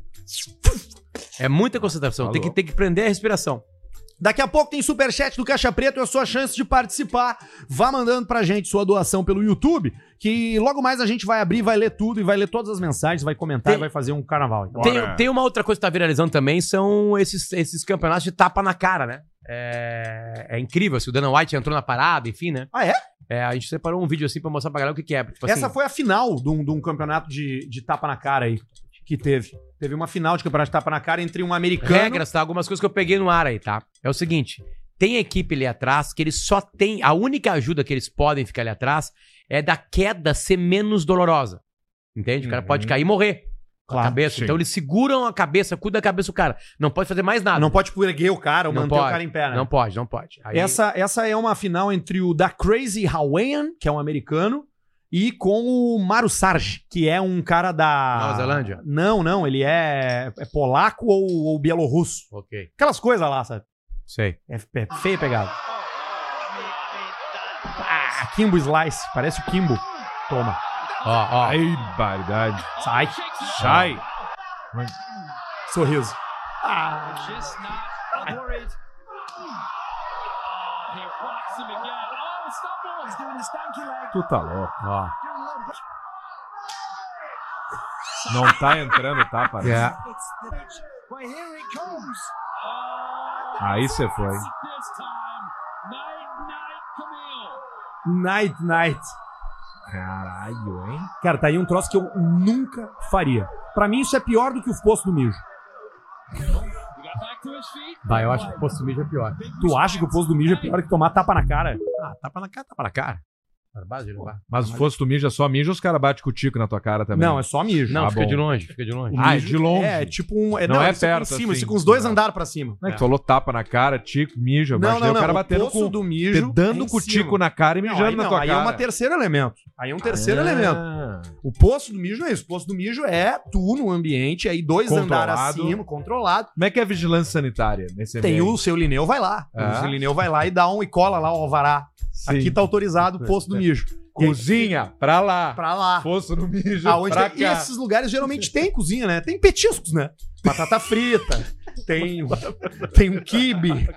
Speaker 3: É muita concentração. Tem que,
Speaker 2: Alô?
Speaker 3: tem que prender a respiração.
Speaker 1: Daqui a pouco tem superchat do Caixa Preto, é a sua chance de participar. Vá mandando pra gente sua doação pelo YouTube, que logo mais a gente vai abrir, vai ler tudo e vai ler todas as mensagens, vai comentar
Speaker 3: Tem-
Speaker 1: e vai fazer um carnaval. Então,
Speaker 3: Tem, tem uma outra coisa que tá viralizando também, são esses, esses campeonatos de tapa na cara, né? É, é incrível, se o Dana White entrou na parada, enfim, né?
Speaker 1: Ah, é?
Speaker 3: É, a gente separou um vídeo assim pra mostrar pra galera o que, que é. Tipo
Speaker 1: Essa foi a final de um, de um campeonato de, de tapa na cara aí. que teve. Teve uma final de campeonato de tapa na cara entre um americano.
Speaker 3: Regras, tá? Algumas coisas que eu peguei no ar aí, tá? É o seguinte: tem equipe ali atrás que eles só têm. A única ajuda que eles podem ficar ali atrás é da queda ser menos dolorosa. Entende? O cara pode cair e morrer. Com a
Speaker 1: Claro,
Speaker 3: cabeça.
Speaker 1: Ah, sim.
Speaker 3: Então eles seguram a cabeça, cuida da cabeça do cara. Não pode fazer mais nada.
Speaker 1: Não pode erguer o cara ou
Speaker 3: Não
Speaker 1: manter
Speaker 3: pode,
Speaker 1: o cara em pé, né?
Speaker 3: Não pode, não pode. Aí-
Speaker 1: Essa, essa é uma final entre o da Crazy Hawaiian, que é um americano, e com o Maru Sarge, que é um cara da.
Speaker 3: Nova Zelândia?
Speaker 1: Não, não, ele é, é polaco ou, ou bielorrusso.
Speaker 3: Ok.
Speaker 1: Aquelas coisas lá, sabe?
Speaker 3: Sei.
Speaker 1: É, é feio pegado. Ah, Kimbo Slice, parece o Kimbo. Toma.
Speaker 3: Ó, ó.
Speaker 2: Ai, baridade.
Speaker 1: Sai.
Speaker 2: Sai.
Speaker 1: Sorriso.
Speaker 2: Tu tá louco. Não tá entrando, tá, parece.
Speaker 13: É.
Speaker 2: Aí você foi.
Speaker 1: Night Night.
Speaker 2: Caralho, hein?
Speaker 1: Cara, tá aí um troço que eu nunca faria. Pra mim, isso é pior do que o poço do mijo.
Speaker 3: Vai, eu acho que o posto do mijo é pior.
Speaker 1: Tu acha que o poço do mijo é pior que tomar tapa na cara?
Speaker 3: Ah, tapa na cara, tapa na cara. Barbado de levar.
Speaker 2: Mas se fosse tu mija só mija, os caras batem com o tico na tua cara também.
Speaker 1: Não, é só mijo.
Speaker 3: Não,
Speaker 2: Tá
Speaker 3: fica
Speaker 2: bom.
Speaker 3: de longe, fica de longe.
Speaker 2: Ah, é de longe.
Speaker 1: É, tipo um.
Speaker 2: Não é
Speaker 1: ele fica
Speaker 2: perto,
Speaker 1: Em cima,
Speaker 2: assim.
Speaker 1: fica uns dois andares pra cima.
Speaker 2: Não é que falou tapa na cara, tico, mija.
Speaker 1: Não,
Speaker 2: imaginei o
Speaker 1: não,
Speaker 2: cara
Speaker 1: não, o
Speaker 2: batendo
Speaker 1: poço
Speaker 2: com.
Speaker 1: do mijo
Speaker 2: te dando
Speaker 1: é em
Speaker 2: com o
Speaker 1: cima.
Speaker 2: tico na cara e
Speaker 1: Não,
Speaker 2: mijando
Speaker 1: aí
Speaker 2: na
Speaker 1: não,
Speaker 2: tua
Speaker 1: aí
Speaker 2: cara.
Speaker 1: é um terceiro elemento. Aí é um terceiro
Speaker 2: Ah.
Speaker 1: elemento. O poço do mijo não é isso. O poço do mijo é tu no ambiente, aí dois andares
Speaker 2: Controlado.
Speaker 1: acima, controlado.
Speaker 2: Como é que é a vigilância sanitária nesse
Speaker 1: Tem
Speaker 2: ambiente?
Speaker 1: o seu Lineu, vai lá.
Speaker 2: Ah.
Speaker 1: O seu Lineu vai lá e dá um e cola lá o alvará.
Speaker 2: Sim. É.
Speaker 1: Aqui tá autorizado o poço do mijo.
Speaker 2: Cozinha, pra lá.
Speaker 1: Pra lá.
Speaker 2: Poço do mijo,
Speaker 1: Aonde
Speaker 2: pra
Speaker 1: tem- E
Speaker 2: cá.
Speaker 1: esses lugares geralmente tem cozinha, né? Tem petiscos, né? Batata frita, tem, tem um quibe,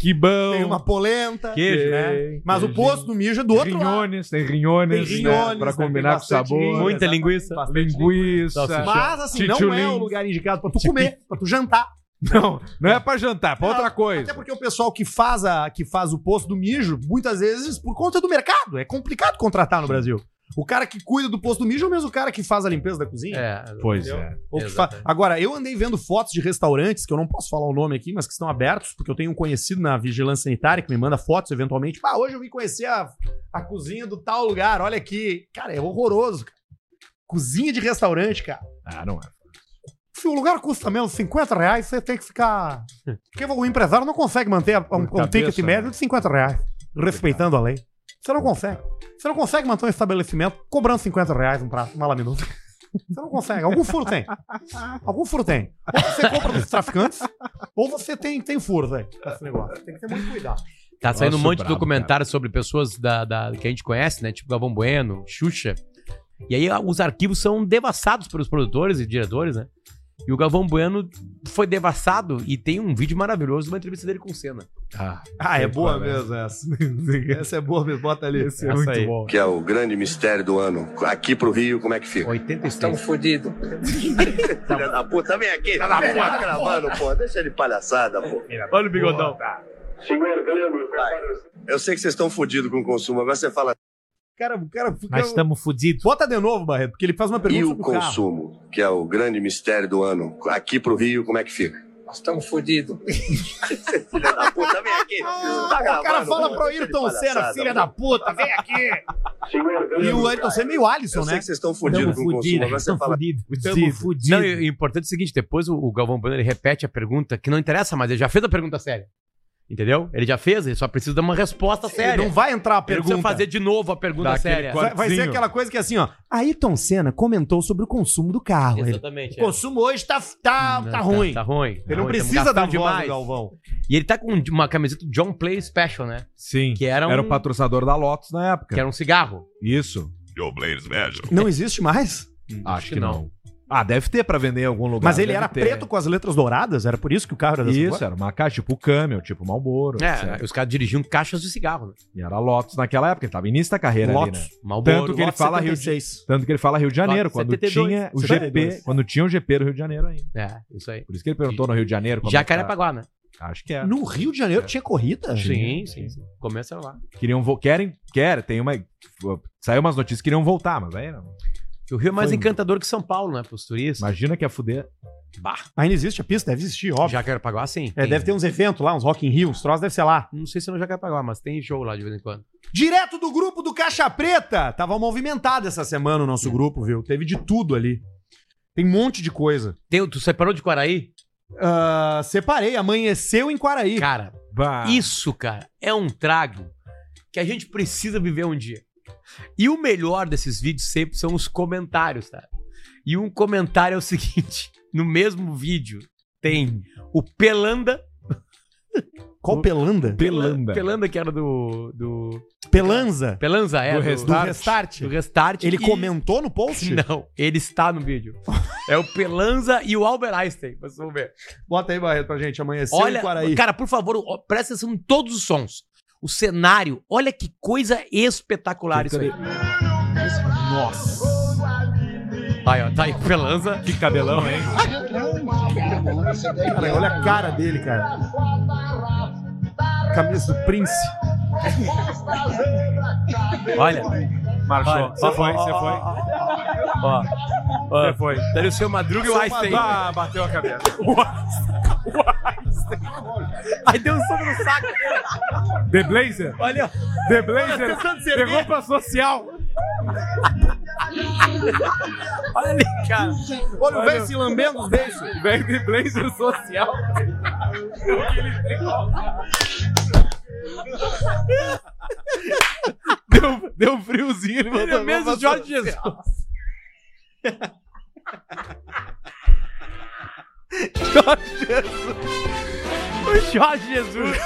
Speaker 2: Que bom.
Speaker 1: tem uma polenta,
Speaker 2: Queijo,
Speaker 1: né?
Speaker 2: né?
Speaker 1: Mas o poço do mijo é do outro lado.
Speaker 2: Rinhones, tem rinhones,
Speaker 1: Tem
Speaker 2: né,
Speaker 1: rinhones,
Speaker 2: pra
Speaker 1: né, tem
Speaker 2: combinar com o
Speaker 1: bastante
Speaker 2: sabor.
Speaker 1: rinhones, Muita
Speaker 3: linguiça.
Speaker 2: Linguiça.
Speaker 1: Mas assim, não é o
Speaker 2: Tchutchulim.
Speaker 1: lugar indicado pra tu comer, pra tu jantar.
Speaker 2: Não, não é pra jantar, é pra outra coisa.
Speaker 1: Até porque o pessoal que faz, a, que faz o poço do mijo, muitas vezes, por conta do mercado. É complicado contratar no Brasil. O cara que cuida do poço do mijo é o mesmo cara que faz a limpeza da cozinha.
Speaker 3: É,
Speaker 2: Pois
Speaker 1: Entendeu?
Speaker 2: é.
Speaker 1: Ou que fa- Agora, eu andei vendo fotos de restaurantes, que eu não posso falar o nome aqui, mas que estão abertos, porque eu tenho um conhecido na vigilância sanitária que me manda fotos eventualmente. Ah, hoje eu vim conhecer a, a cozinha do tal lugar, olha aqui. Cara, é horroroso. cara. Cozinha de restaurante, cara.
Speaker 2: Ah, não é.
Speaker 1: Se o lugar custa menos 50 reais, você tem que ficar. Porque o empresário não consegue manter um, um
Speaker 2: cabeça,
Speaker 1: ticket
Speaker 2: né?
Speaker 1: médio de 50 reais, respeitando a lei. Você não consegue. Você não consegue manter um estabelecimento cobrando 50 reais um prato, uma laminuta. Você não consegue. Algum furo tem. Algum furo tem. Ou você compra dos traficantes, ou você tem, tem furos aí. Esse negócio. Tem que ter muito cuidado.
Speaker 3: Tá saindo um
Speaker 2: Nossa,
Speaker 3: monte de
Speaker 2: brabo,
Speaker 3: documentário sobre pessoas da, da- que a gente conhece, né? Tipo Galvão Bueno, Xuxa. E aí a- os arquivos são devassados pelos produtores e diretores, né? E o Galvão Bueno foi devassado e tem um vídeo maravilhoso de uma entrevista dele com o Senna.
Speaker 2: Ah,
Speaker 1: Ah, é
Speaker 2: sei
Speaker 1: boa
Speaker 2: qual
Speaker 1: mesmo essa. Essa é boa mesmo. Bota ali.
Speaker 2: Esse é muito
Speaker 3: aí.
Speaker 2: bom.
Speaker 14: que é o grande mistério do ano. Aqui pro Rio, como é que fica?
Speaker 3: 86.
Speaker 14: Estamos fodidos. Filha da puta, vem aqui. Filha da puta, gravando, pô. Deixa de palhaçada, pô.
Speaker 3: Olha o bigodão.
Speaker 14: Vai. Eu sei que vocês estão fodidos com o consumo. Agora você fala.
Speaker 1: Cara, o cara fica-
Speaker 2: Então-
Speaker 7: Nós estamos fodidos.
Speaker 1: Bota de novo, Barreto, porque ele faz uma pergunta
Speaker 14: E o
Speaker 1: sobre o carro.
Speaker 14: consumo, que é o grande mistério do ano. Aqui pro Rio, como é que fica? Nós estamos fodidos. Filha da puta, vem aqui. Tá
Speaker 1: O cara
Speaker 14: gravando,
Speaker 1: fala
Speaker 14: pô.
Speaker 1: pro
Speaker 14: Deixa de
Speaker 1: Ayrton Senna,
Speaker 14: palhaçada,
Speaker 1: filha
Speaker 14: pô.
Speaker 1: da puta, vem aqui. E o Ayrton Senna é meio Alisson,
Speaker 14: Eu sei
Speaker 1: né?
Speaker 14: que vocês estão fodidos com o consumo. Agora você fala.
Speaker 7: Fudido.
Speaker 3: Não, e, e o importante é o seguinte: depois o, o Galvão Bueno ele repete a pergunta que não interessa mais, ele já fez a pergunta séria. Entendeu? Ele já fez, ele só precisa dar uma resposta séria.
Speaker 1: Ele não vai entrar a
Speaker 3: é Ele
Speaker 1: pergunta.
Speaker 3: precisa fazer de novo a pergunta
Speaker 2: Daquele
Speaker 3: séria.
Speaker 2: quadro-
Speaker 1: Vai, vai ser
Speaker 2: Quartzinho.
Speaker 1: aquela coisa que é assim, ó. Ayrton Senna comentou sobre o consumo do carro. Ele, o
Speaker 3: Exatamente. é.
Speaker 1: consumo hoje tá, tá, tá
Speaker 3: Tá-
Speaker 1: ruim.
Speaker 3: Tá ruim.
Speaker 1: Ele não
Speaker 3: Ruim, tamo
Speaker 1: precisa da
Speaker 3: gastando
Speaker 1: voz do Galvão.
Speaker 3: E ele tá com uma camiseta do John Play Special, né?
Speaker 2: Sim.
Speaker 3: Que era um,
Speaker 2: Era o patrocinador da Lotus na época.
Speaker 3: que era um cigarro.
Speaker 2: Isso.
Speaker 1: Não existe mais?
Speaker 2: Acho,
Speaker 3: que
Speaker 2: que não. Ah, deve ter pra vender em algum lugar.
Speaker 1: Mas ele
Speaker 2: deve
Speaker 1: era
Speaker 2: ter.
Speaker 1: preto com as letras douradas? Era por isso que o carro era dessa
Speaker 2: Isso,
Speaker 1: cor?
Speaker 2: era uma caixa, tipo o Camel, tipo o Malboro.
Speaker 3: É, os caras dirigiam caixas de cigarro. Né?
Speaker 2: E era Lotus naquela época, ele tava início da carreira
Speaker 1: Lotus.
Speaker 2: ali, né?
Speaker 3: Marlboro,
Speaker 2: Tanto que ele
Speaker 1: Lotus
Speaker 2: fala Rio de-
Speaker 1: 76.
Speaker 2: Tanto que ele fala Rio de Janeiro,
Speaker 3: Lotus
Speaker 2: quando
Speaker 3: 72,
Speaker 2: tinha o
Speaker 1: 72.
Speaker 2: GP, quando tinha o GP do Rio de Janeiro ainda.
Speaker 3: É, isso aí.
Speaker 2: Por isso que ele perguntou no Rio de Janeiro. como é que tá.
Speaker 3: Jacarepaguá, né?
Speaker 2: Acho que é.
Speaker 1: No Rio de Janeiro tinha corrida?
Speaker 3: Sim, sim, sim. Começa lá.
Speaker 2: Queriam vo... Querem, quer, tem uma. Saiu umas notícias que queriam voltar, mas aí não.
Speaker 3: Que o Rio é mais
Speaker 1: Foi.
Speaker 3: encantador que São Paulo, né? Pros turistas.
Speaker 2: Imagina que ia fuder.
Speaker 3: Bah.
Speaker 1: Ainda existe a pista? Deve existir, óbvio.
Speaker 3: Jacarepaguá, sim. né?
Speaker 1: É, deve ter uns eventos lá, uns Rock in Rio, uns troços, deve ser lá.
Speaker 3: Não sei se não Jacarepaguá, mas tem show lá de vez em quando.
Speaker 1: Direto do grupo do Caixa Preta. Tava movimentado essa semana o nosso grupo, viu? Teve de tudo ali. Tem um monte de coisa. Ah,
Speaker 3: Tem, tu separou de Quaraí?
Speaker 1: separei, amanheceu em Quaraí.
Speaker 3: Cara,
Speaker 2: Ah.
Speaker 3: isso, cara, é um trago que a gente precisa viver um dia. E o melhor desses vídeos sempre são os comentários, tá? E um comentário é o seguinte: no mesmo vídeo tem o Pelanda.
Speaker 1: Qual Pelanda?
Speaker 2: Pelanda.
Speaker 3: Pelanda, que era do. do
Speaker 1: Pelanza?
Speaker 3: Pelanza, é.
Speaker 1: Do Restart.
Speaker 3: Do Restart. Do Restart.
Speaker 1: Ele comentou no post?
Speaker 3: Não, ele está no vídeo. é o Pelanza e o Albert Einstein. Vocês vão ver.
Speaker 1: Bota aí, Barreto, pra gente. Amanheceu
Speaker 3: Olha,
Speaker 1: em Quaraí.
Speaker 3: cara, por favor, ó, presta atenção em todos os sons. O cenário, olha que coisa espetacular isso aí.
Speaker 1: Nossa.
Speaker 3: Aí, ó, tá aí, Pelanza.
Speaker 2: Que cabelão, hein?
Speaker 1: Cara, olha a cara dele, cara. Camisa do Prince.
Speaker 3: Olha.
Speaker 2: Marchou.
Speaker 3: Olha,
Speaker 2: Você
Speaker 3: ó, ó,
Speaker 2: foi, você
Speaker 3: ó,
Speaker 2: foi.
Speaker 3: Ó. ó.
Speaker 2: Você foi.
Speaker 3: Daí o seu Madruga e o
Speaker 2: Seu
Speaker 3: Einstein.
Speaker 2: Madruga bateu a cabeça.
Speaker 3: Aí deu um soco no saco.
Speaker 2: The Blazer?
Speaker 3: Olha.
Speaker 2: The
Speaker 3: Olha,
Speaker 2: Blazer
Speaker 3: tentando servir.
Speaker 2: pegou pra social.
Speaker 3: Olha ali, cara.
Speaker 1: Olha o velho se lambendo os beijos.
Speaker 2: Velho The Blazer social.
Speaker 3: Deu, deu um friozinho, ele voltou.
Speaker 2: Ele é
Speaker 3: Ele
Speaker 2: mesmo
Speaker 3: mesmo
Speaker 2: Jorge
Speaker 3: Jorge Jesus. Jorge Jesus. O Jorge Jesus.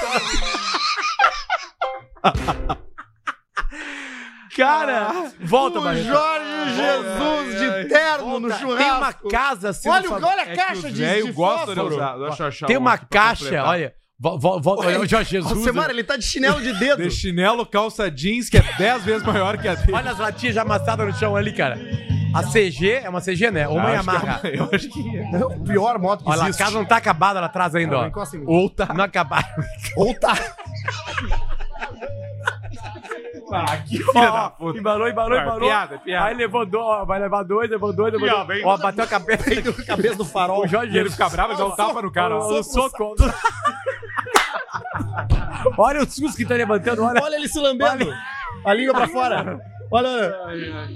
Speaker 3: Cara, volta,
Speaker 1: Ah, o
Speaker 3: Barreto.
Speaker 1: Jorge Jesus de terno no
Speaker 3: Tem
Speaker 1: churrasco.
Speaker 3: uma casa assim.
Speaker 1: Olha,
Speaker 3: no
Speaker 1: o-
Speaker 3: fa-
Speaker 1: olha a caixa de, de fósforo.
Speaker 2: um
Speaker 3: Tem uma caixa, olha. vo- vo- vo- olha o Jorge Jesus. né?
Speaker 1: Alcemar, ele tá de chinelo de dedo.
Speaker 2: De chinelo, calça jeans, que é 10 vezes maior que a dele.
Speaker 3: Olha as latinhas já amassadas no chão ali, cara. A CG é uma CG, né? Ou uma
Speaker 2: Acho que é
Speaker 3: Yamaha.
Speaker 2: uma- Eu acho que é.
Speaker 1: É o pior moto que
Speaker 3: Olha lá, a
Speaker 1: existe.
Speaker 3: casa não tá acabada lá atrás ainda,
Speaker 1: Não,
Speaker 3: ó.
Speaker 1: encosta em mim.
Speaker 3: Ou tá. Não acabaram.
Speaker 1: Ou tá.
Speaker 2: Ah, que
Speaker 3: Ó, ó, Embalou, embalou,
Speaker 2: Ah, é
Speaker 3: embalou.
Speaker 2: piada, é piada.
Speaker 3: Aí levou dois, ó, vai levar dois, levou dois, levou
Speaker 2: E, ó,
Speaker 3: dois.
Speaker 2: vem-
Speaker 3: Ó, bateu a cabeça.
Speaker 1: Cabeça do farol.
Speaker 3: O Jorge
Speaker 2: E ele fica bravo e dá um tapa no cara. ó.
Speaker 3: Olha o soco. Olha o SUS que tá levantando, olha.
Speaker 1: Olha ele se lambendo. A língua pra fora. Olha, olha.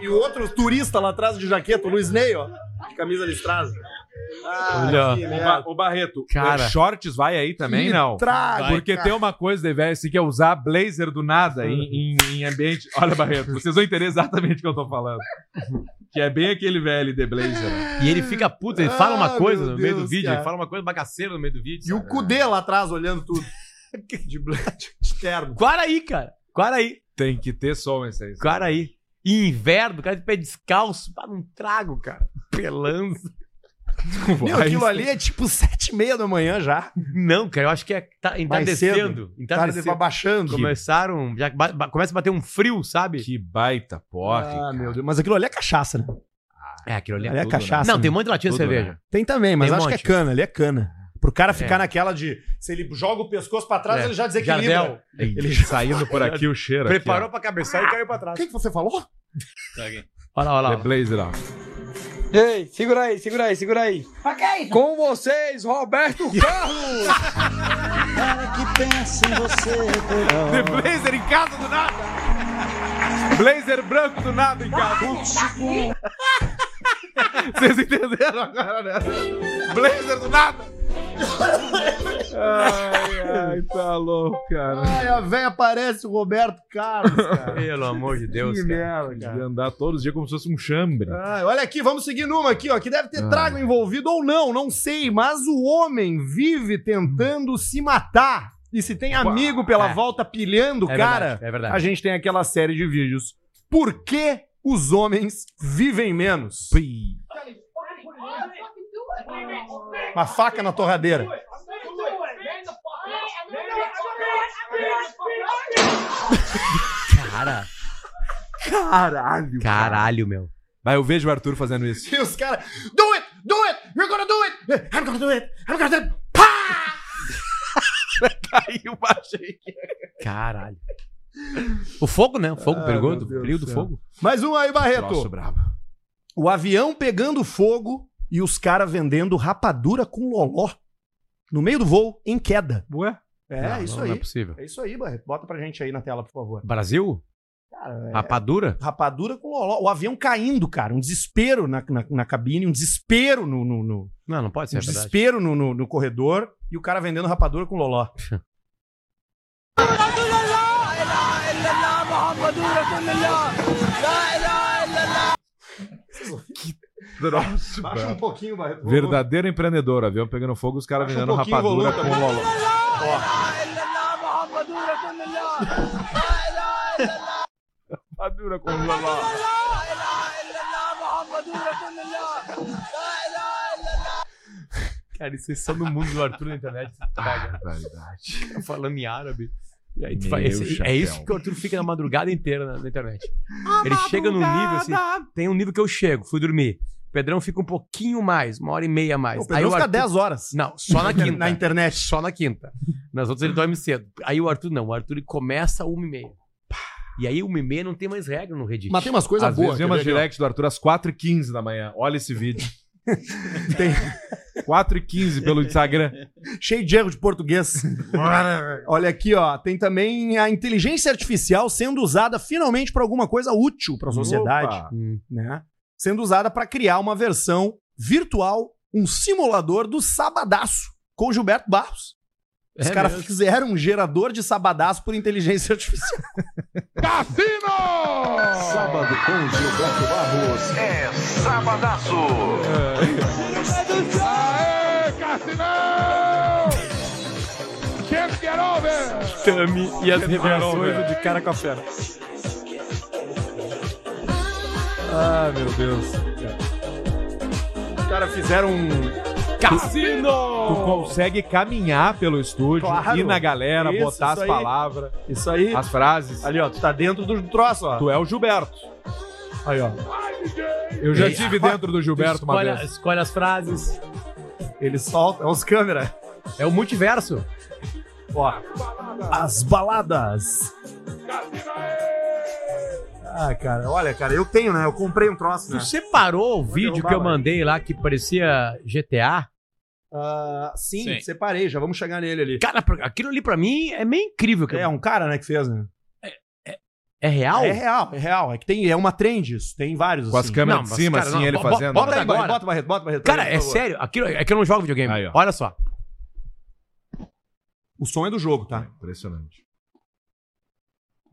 Speaker 1: E o outro turista lá atrás de jaqueta, o Luiz Ney, ó. De camisa listrada.
Speaker 3: Olha.
Speaker 1: que
Speaker 2: O,
Speaker 1: merda.
Speaker 2: Ba- o Barreto,
Speaker 3: Cara.
Speaker 2: eh, shorts vai aí também,
Speaker 1: Que
Speaker 2: não?
Speaker 1: trago,
Speaker 2: Porque
Speaker 1: cara.
Speaker 2: tem uma coisa, de velho, assim, que é usar blazer do nada em, em- em ambiente. Olha, Barreto, vocês vão entender exatamente o que eu tô falando. Que é bem aquele velho de blazer. né?
Speaker 3: E ele fica puto, ele fala uma
Speaker 1: Ah,
Speaker 3: coisa
Speaker 1: meu
Speaker 3: no meio do
Speaker 1: Deus,
Speaker 3: vídeo,
Speaker 1: cara.
Speaker 3: ele fala uma coisa bagaceira no meio do vídeo.
Speaker 1: E o Cudê lá atrás olhando tudo. De blazer, de terno.
Speaker 3: Guaraí, cara. Guaraí.
Speaker 2: Tem que ter som esse aí.
Speaker 3: Guaraí. E inverno, o cara de pé descalço, pá, não trago, cara. Pelanza.
Speaker 1: Meu, aquilo ali é tipo sete e meia da manhã
Speaker 3: Tá
Speaker 1: já.
Speaker 3: Não, cara, eu acho que é tá entardecendo.
Speaker 1: Tarde
Speaker 3: Entardecendo.
Speaker 1: vai tá baixando.
Speaker 3: é? Começaram, já ba- ba- começa a bater um frio, sabe?
Speaker 2: Que baita porre.
Speaker 1: Ah, meu Deus. Mas aquilo ali é cachaça, né?
Speaker 3: É, aquilo ali é,
Speaker 1: Ali é
Speaker 3: tudo,
Speaker 1: cachaça,
Speaker 3: né? Não,
Speaker 1: né?
Speaker 3: tem muito latinha de
Speaker 2: Tudo,
Speaker 3: cerveja.
Speaker 1: Tem também, mas
Speaker 3: Tem um
Speaker 1: acho
Speaker 3: monte.
Speaker 1: que é cana, ali é cana. Pro cara ficar
Speaker 3: É.
Speaker 1: naquela de. Se ele joga o pescoço pra trás,
Speaker 3: É.
Speaker 1: ele já desequilibra.
Speaker 3: Jardel.
Speaker 2: Ele saindo por aqui o cheiro.
Speaker 3: Preparou pra cabeçar e caiu pra
Speaker 1: O
Speaker 3: trás.
Speaker 1: que, que você falou?
Speaker 3: Olha lá, olha
Speaker 2: Aqui, ó.
Speaker 3: lá.
Speaker 2: The blazer, ó.
Speaker 11: Ei, segura aí, segura aí, segura aí. Com vocês, Roberto Carlos.
Speaker 2: The blazer em casa do nada. Blazer branco do nada em casa. Vocês entenderam agora, né? Blazer do nada. Ai, ai, tá louco, cara.
Speaker 1: Ai, a véia parece o Roberto Carlos, cara.
Speaker 3: Pelo amor de Deus,
Speaker 1: que
Speaker 3: cara.
Speaker 1: merda,
Speaker 2: De
Speaker 1: cara.
Speaker 2: andar todos os dias como se fosse um chambre.
Speaker 1: Ai, olha aqui, vamos seguir numa aqui, ó, que deve ter
Speaker 3: Ah.
Speaker 1: trago envolvido ou não, não sei, mas o homem vive tentando se matar. E se tem amigo pela
Speaker 3: Hum. É.
Speaker 1: volta pilhando,
Speaker 3: É
Speaker 1: cara,
Speaker 3: verdade, é verdade.
Speaker 1: a gente tem aquela série de vídeos. Por que os homens vivem menos? Uma faca na torradeira.
Speaker 3: Cara. Caralho. Caralho, meu.
Speaker 2: Vai, eu vejo o Arthur fazendo isso.
Speaker 1: E os caras. Do it! Do it! You're gonna do it! I'm gonna do it! I'm gonna do it! Pá!
Speaker 3: Caralho. O fogo, né? O fogo
Speaker 1: Ah,
Speaker 3: pegou,
Speaker 1: meu
Speaker 3: do
Speaker 1: Deus
Speaker 3: período
Speaker 1: do
Speaker 3: do
Speaker 1: céu.
Speaker 3: fogo.
Speaker 1: Mais um aí, Barreto.
Speaker 3: Troço
Speaker 1: O avião pegando fogo e os caras vendendo rapadura com loló no meio do voo, em queda.
Speaker 2: Ué?
Speaker 1: É,
Speaker 3: Não,
Speaker 1: isso
Speaker 3: não
Speaker 1: aí.
Speaker 3: é possível.
Speaker 1: É isso aí, Barreto. Bota pra gente aí na tela, por favor.
Speaker 3: Brasil?
Speaker 1: Cara, é-
Speaker 3: Rapadura?
Speaker 1: Rapadura com loló. O avião caindo, cara. Um desespero na, na, na cabine, um desespero no. no, no-
Speaker 3: Não, não pode ser,
Speaker 1: Um
Speaker 3: é verdade.
Speaker 1: desespero no, no, no corredor e o cara vendendo rapadura com loló.
Speaker 2: Nossa,
Speaker 1: Baixa um pouquinho, Barreto. por favor.
Speaker 2: Verdadeiro empreendedor, avião pegando fogo, os caras
Speaker 1: Baixa um
Speaker 2: vendendo
Speaker 1: pouquinho o
Speaker 2: rapadura com
Speaker 1: volume
Speaker 2: loló. Rapadura com loló.
Speaker 3: Cara, isso é só no mundo do Arthur na internet. Pega. Tá falando em árabe. E aí tu
Speaker 2: Meu
Speaker 3: vai, esse- é
Speaker 2: chapéu.
Speaker 3: isso que o Arthur fica na madrugada inteira na, na internet. Ele chega num nível assim. Tem um nível que eu chego, fui dormir. O Pedrão fica um pouquinho mais, uma hora e meia a mais.
Speaker 1: Não, o Pedrão
Speaker 3: o
Speaker 1: fica 10 horas.
Speaker 3: Não, só na quinta.
Speaker 1: Na internet.
Speaker 3: Só na quinta. Nas outras ele dorme cedo. Aí o Arthur não, o Arthur ele começa a uma e meia. E aí uma e meia não tem mais regra no Reddit.
Speaker 2: Às
Speaker 3: é
Speaker 2: Vezes, vem umas direct do Arthur às 4h15 da manhã. Olha esse vídeo. Tem 4h15 pelo Instagram.
Speaker 1: Cheio de erro de português. Olha aqui, ó. Tem também a inteligência artificial sendo usada finalmente para alguma coisa útil para a sociedade.
Speaker 2: Opa.
Speaker 3: Hum.
Speaker 1: Né? Sendo usada para criar uma versão virtual, um simulador do Sabadaço, com Gilberto Barros. Os
Speaker 4: É
Speaker 1: caras
Speaker 4: mesmo?
Speaker 1: fizeram um gerador de sabadaço por inteligência artificial.
Speaker 4: Cassino!
Speaker 1: Sábado com Gilberto Barros. É
Speaker 4: Sabadaço! Aê, Cassinão! Quem que era, velho?
Speaker 3: Tami e as
Speaker 2: revelações
Speaker 3: de cara com a fera.
Speaker 1: Ah, meu Deus. Os caras fizeram um.
Speaker 2: Tu consegue caminhar pelo estúdio,
Speaker 1: Claro.
Speaker 2: ir na galera,
Speaker 1: Isso,
Speaker 2: botar
Speaker 1: isso
Speaker 2: as
Speaker 1: aí.
Speaker 2: palavras,
Speaker 1: Isso aí.
Speaker 2: as frases.
Speaker 1: Ali, ó, tu tá dentro do troço, ó.
Speaker 2: Tu é o Gilberto.
Speaker 1: Aí, ó.
Speaker 2: Eu já
Speaker 3: Ei,
Speaker 2: estive dentro do Gilberto uma
Speaker 3: escolhe,
Speaker 2: vez.
Speaker 3: escolhe as frases.
Speaker 1: Ah. Ele solta. É os câmeras.
Speaker 3: É o multiverso.
Speaker 1: Ó. As baladas. Ah, cara, olha, cara, eu tenho, né? Eu comprei um troço, né?
Speaker 3: Tu separou o vídeo
Speaker 1: derrubar,
Speaker 3: que eu
Speaker 1: vai.
Speaker 3: mandei lá que parecia GTA?
Speaker 1: Ah, sim,
Speaker 3: Sim.
Speaker 1: separei, já vamos chegar nele ali.
Speaker 3: Cara, pra- aquilo ali pra mim é meio incrível.
Speaker 1: É, um cara, né, que fez, né?
Speaker 3: É real?
Speaker 1: É real, é real. É que tem, é uma trend isso. Tem vários.
Speaker 2: Com as câmeras de cima, assim, ele fazendo.
Speaker 1: Bota,
Speaker 3: Bota
Speaker 1: aí, Barreto,
Speaker 3: agora.
Speaker 1: bota, Barreto, bota, Barreto.
Speaker 3: Cara,
Speaker 1: Barreto,
Speaker 3: é
Speaker 1: por favor.
Speaker 3: sério. Aquilo, é que eu não jogo videogame.
Speaker 2: Aí, ó.
Speaker 3: Olha só.
Speaker 1: O som é do jogo, tá?
Speaker 2: Impressionante.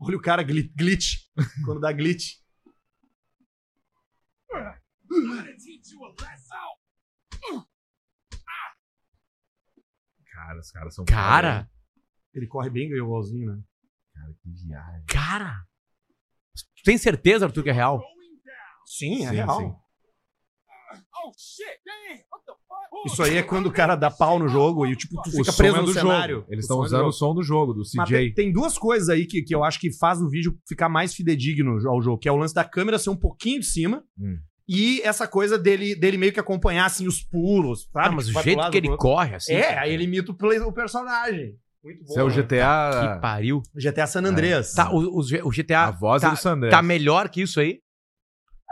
Speaker 1: Olha o cara gli- glitch. quando dá glitch.
Speaker 2: Cara, os caras são.
Speaker 3: Cara,
Speaker 1: Ele corre bem igualzinho, né?
Speaker 2: Cara, que viagem.
Speaker 3: cara. Tu tem certeza, Arthur, que é real?
Speaker 1: Sim, é
Speaker 2: Sim,
Speaker 1: real.
Speaker 2: sim.
Speaker 1: Isso aí é quando o cara dá pau no jogo e tipo, tu
Speaker 2: O
Speaker 1: fica
Speaker 2: som
Speaker 1: preso
Speaker 2: é
Speaker 1: no
Speaker 2: do
Speaker 1: cenário.
Speaker 2: jogo. Eles
Speaker 1: O
Speaker 2: estão
Speaker 1: som é do
Speaker 2: usando
Speaker 1: jogo.
Speaker 2: o som do jogo, do
Speaker 1: Mas tem,
Speaker 2: CJ.
Speaker 1: tem duas coisas aí que, que eu acho que faz o vídeo ficar mais fidedigno ao jogo, que é o lance da câmera ser um pouquinho de cima
Speaker 2: Hum.
Speaker 1: e essa coisa dele, dele meio que acompanhar assim os pulos, sabe?
Speaker 3: Ah, mas o
Speaker 1: Vai pro
Speaker 3: jeito
Speaker 1: lado,
Speaker 3: que
Speaker 1: pro
Speaker 3: ele
Speaker 1: outro.
Speaker 3: corre, assim.
Speaker 1: É, aí ele imita o, play- o personagem. Muito bom.
Speaker 2: Isso é o
Speaker 1: né?
Speaker 3: Que
Speaker 2: GTA.
Speaker 3: pariu.
Speaker 1: GTA San Andreas.
Speaker 2: É.
Speaker 3: Tá, o, o G- o GTA
Speaker 2: A voz
Speaker 3: tá,
Speaker 2: é do Sandré.
Speaker 3: tá melhor que isso
Speaker 1: É
Speaker 3: aí?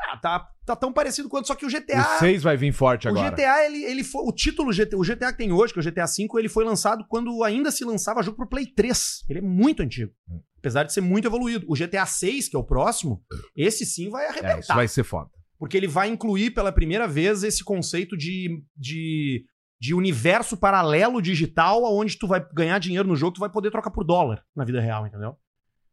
Speaker 1: Ah, tá, tá tão parecido quanto, só que o
Speaker 2: O
Speaker 1: GTA
Speaker 2: 6 vai vir forte
Speaker 1: O
Speaker 2: agora.
Speaker 1: GTA, ele, ele foi. O título GTA, o GTA que tem hoje, que é o GTA V, ele foi lançado quando ainda se lançava jogo pro Play 3. Ele é muito antigo.
Speaker 2: Hum.
Speaker 1: Apesar de ser muito evoluído. O GTA VI, que é o próximo, esse sim vai
Speaker 2: É, isso
Speaker 1: arrebentar.
Speaker 2: vai ser foda.
Speaker 1: Porque ele vai incluir pela primeira vez esse conceito de, de, de universo paralelo digital, onde tu vai ganhar dinheiro no jogo, tu vai poder trocar por dólar na vida real, entendeu?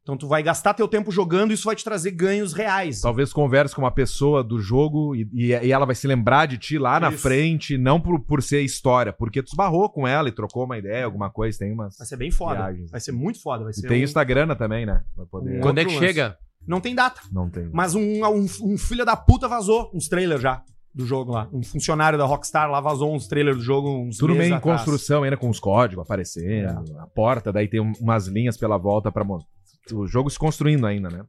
Speaker 1: Então tu vai gastar teu tempo jogando e isso vai te trazer ganhos reais.
Speaker 2: Talvez converse com uma pessoa do jogo e, e- e ela vai se lembrar de ti lá na
Speaker 1: Isso.
Speaker 2: frente, não por, por ser história, porque tu esbarrou com ela e trocou uma ideia, alguma coisa, tem umas.
Speaker 1: Vai ser bem foda.
Speaker 2: Viagens.
Speaker 1: Vai ser muito foda. Vai
Speaker 2: E
Speaker 1: ser
Speaker 2: tem
Speaker 1: um-
Speaker 2: Instagram também, né? Vai poder.
Speaker 1: um
Speaker 3: Quando é que
Speaker 1: outro lance.
Speaker 3: chega?
Speaker 1: Não tem data.
Speaker 2: Não tem.
Speaker 1: Mas um, um, um filho da puta vazou uns trailers já do jogo lá. Um funcionário da Rockstar lá vazou uns trailers do jogo uns
Speaker 2: Tudo
Speaker 1: meses
Speaker 2: meio em
Speaker 1: atrás.
Speaker 2: construção ainda com os códigos aparecendo,
Speaker 1: É.
Speaker 2: a porta, daí tem um- umas linhas pela volta pra. mo- O jogo se construindo ainda, né?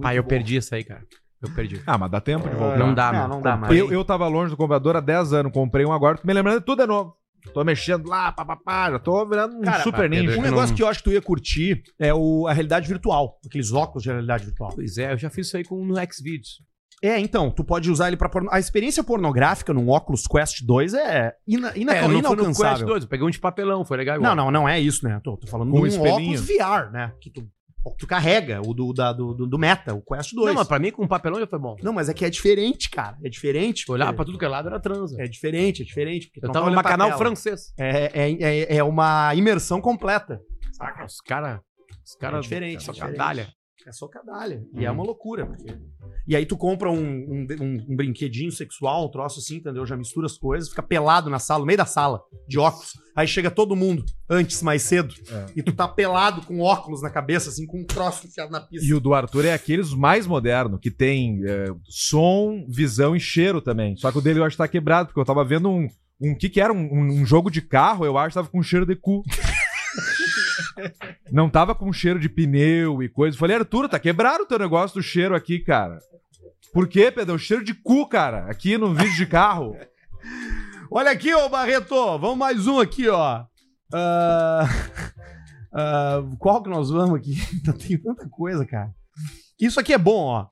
Speaker 3: Pai, eu perdi isso aí, cara. Eu perdi.
Speaker 2: Ah, mas dá
Speaker 1: É.
Speaker 2: tempo de voltar.
Speaker 3: É. Não dá,
Speaker 1: Não,
Speaker 3: mano.
Speaker 1: não dá mais.
Speaker 2: Eu, eu tava longe do computador há 10 anos, comprei um agora, tô me lembrando de tudo é novo. Tô mexendo lá, papapá, já tô virando um
Speaker 1: Cara,
Speaker 2: super ninja.
Speaker 1: Um negócio que eu acho que tu ia curtir é o, a realidade virtual. Aqueles óculos de realidade virtual.
Speaker 3: Pois é, eu já fiz isso aí com no Xvideos.
Speaker 1: É, então, tu pode usar ele pra... Porno... A experiência pornográfica num óculos Quest 2 é, ina... ina-
Speaker 3: É, eu não fui no Quest
Speaker 1: inalcançável.
Speaker 3: 2, eu peguei um de papelão, foi legal.
Speaker 1: Não, não, não é isso, né? Tô, tô falando
Speaker 3: Com
Speaker 1: de um
Speaker 3: espelhinho.
Speaker 1: óculos VR, né? Que tu, tu carrega, o do, da- do, do, do Meta, o Quest 2.
Speaker 3: Não, mas pra mim com um papelão já foi bom.
Speaker 1: Não, mas é que é diferente, cara. É diferente.
Speaker 3: Olhar pra tudo que é lado era transa.
Speaker 1: É diferente, é diferente. porque tu
Speaker 3: Eu
Speaker 1: não
Speaker 3: tava
Speaker 1: tá
Speaker 3: numa
Speaker 1: olhando pra
Speaker 3: canal
Speaker 1: tela.
Speaker 3: francês.
Speaker 1: É, é, é, é uma imersão completa.
Speaker 3: Saca? Os caras. Os
Speaker 1: É
Speaker 3: caras.
Speaker 1: diferente,
Speaker 3: Só
Speaker 1: é diferente.
Speaker 3: cadalha.
Speaker 1: É só cadalha. E
Speaker 3: Uhum.
Speaker 1: é uma loucura. porque- E aí tu compra um, um, um- um brinquedinho sexual, um troço assim, entendeu? Já mistura as coisas, fica pelado na sala, no meio da sala, de óculos. Aí chega todo mundo antes, mais cedo. E tu tá pelado com óculos na cabeça, assim, com um troço enfiado na pista.
Speaker 2: E o do Arthur é aqueles mais moderno, que tem é, som, visão e cheiro também. Só que o dele eu acho que tá quebrado, porque eu tava vendo um. Um que que era? Um, um- um jogo de carro, eu acho, tava com cheiro de cu. Não tava com cheiro de pneu e coisa. Eu Falei, Arthur, tá quebrado o teu negócio do cheiro aqui, cara. Por quê, Pedro? É Cheiro de cu, cara. Aqui no vídeo de carro.
Speaker 1: Olha aqui, ô Barreto, vamos mais um aqui, ó. Ah, ah, qual que nós vamos aqui? Tem tanta coisa, cara. Isso aqui é bom, ó.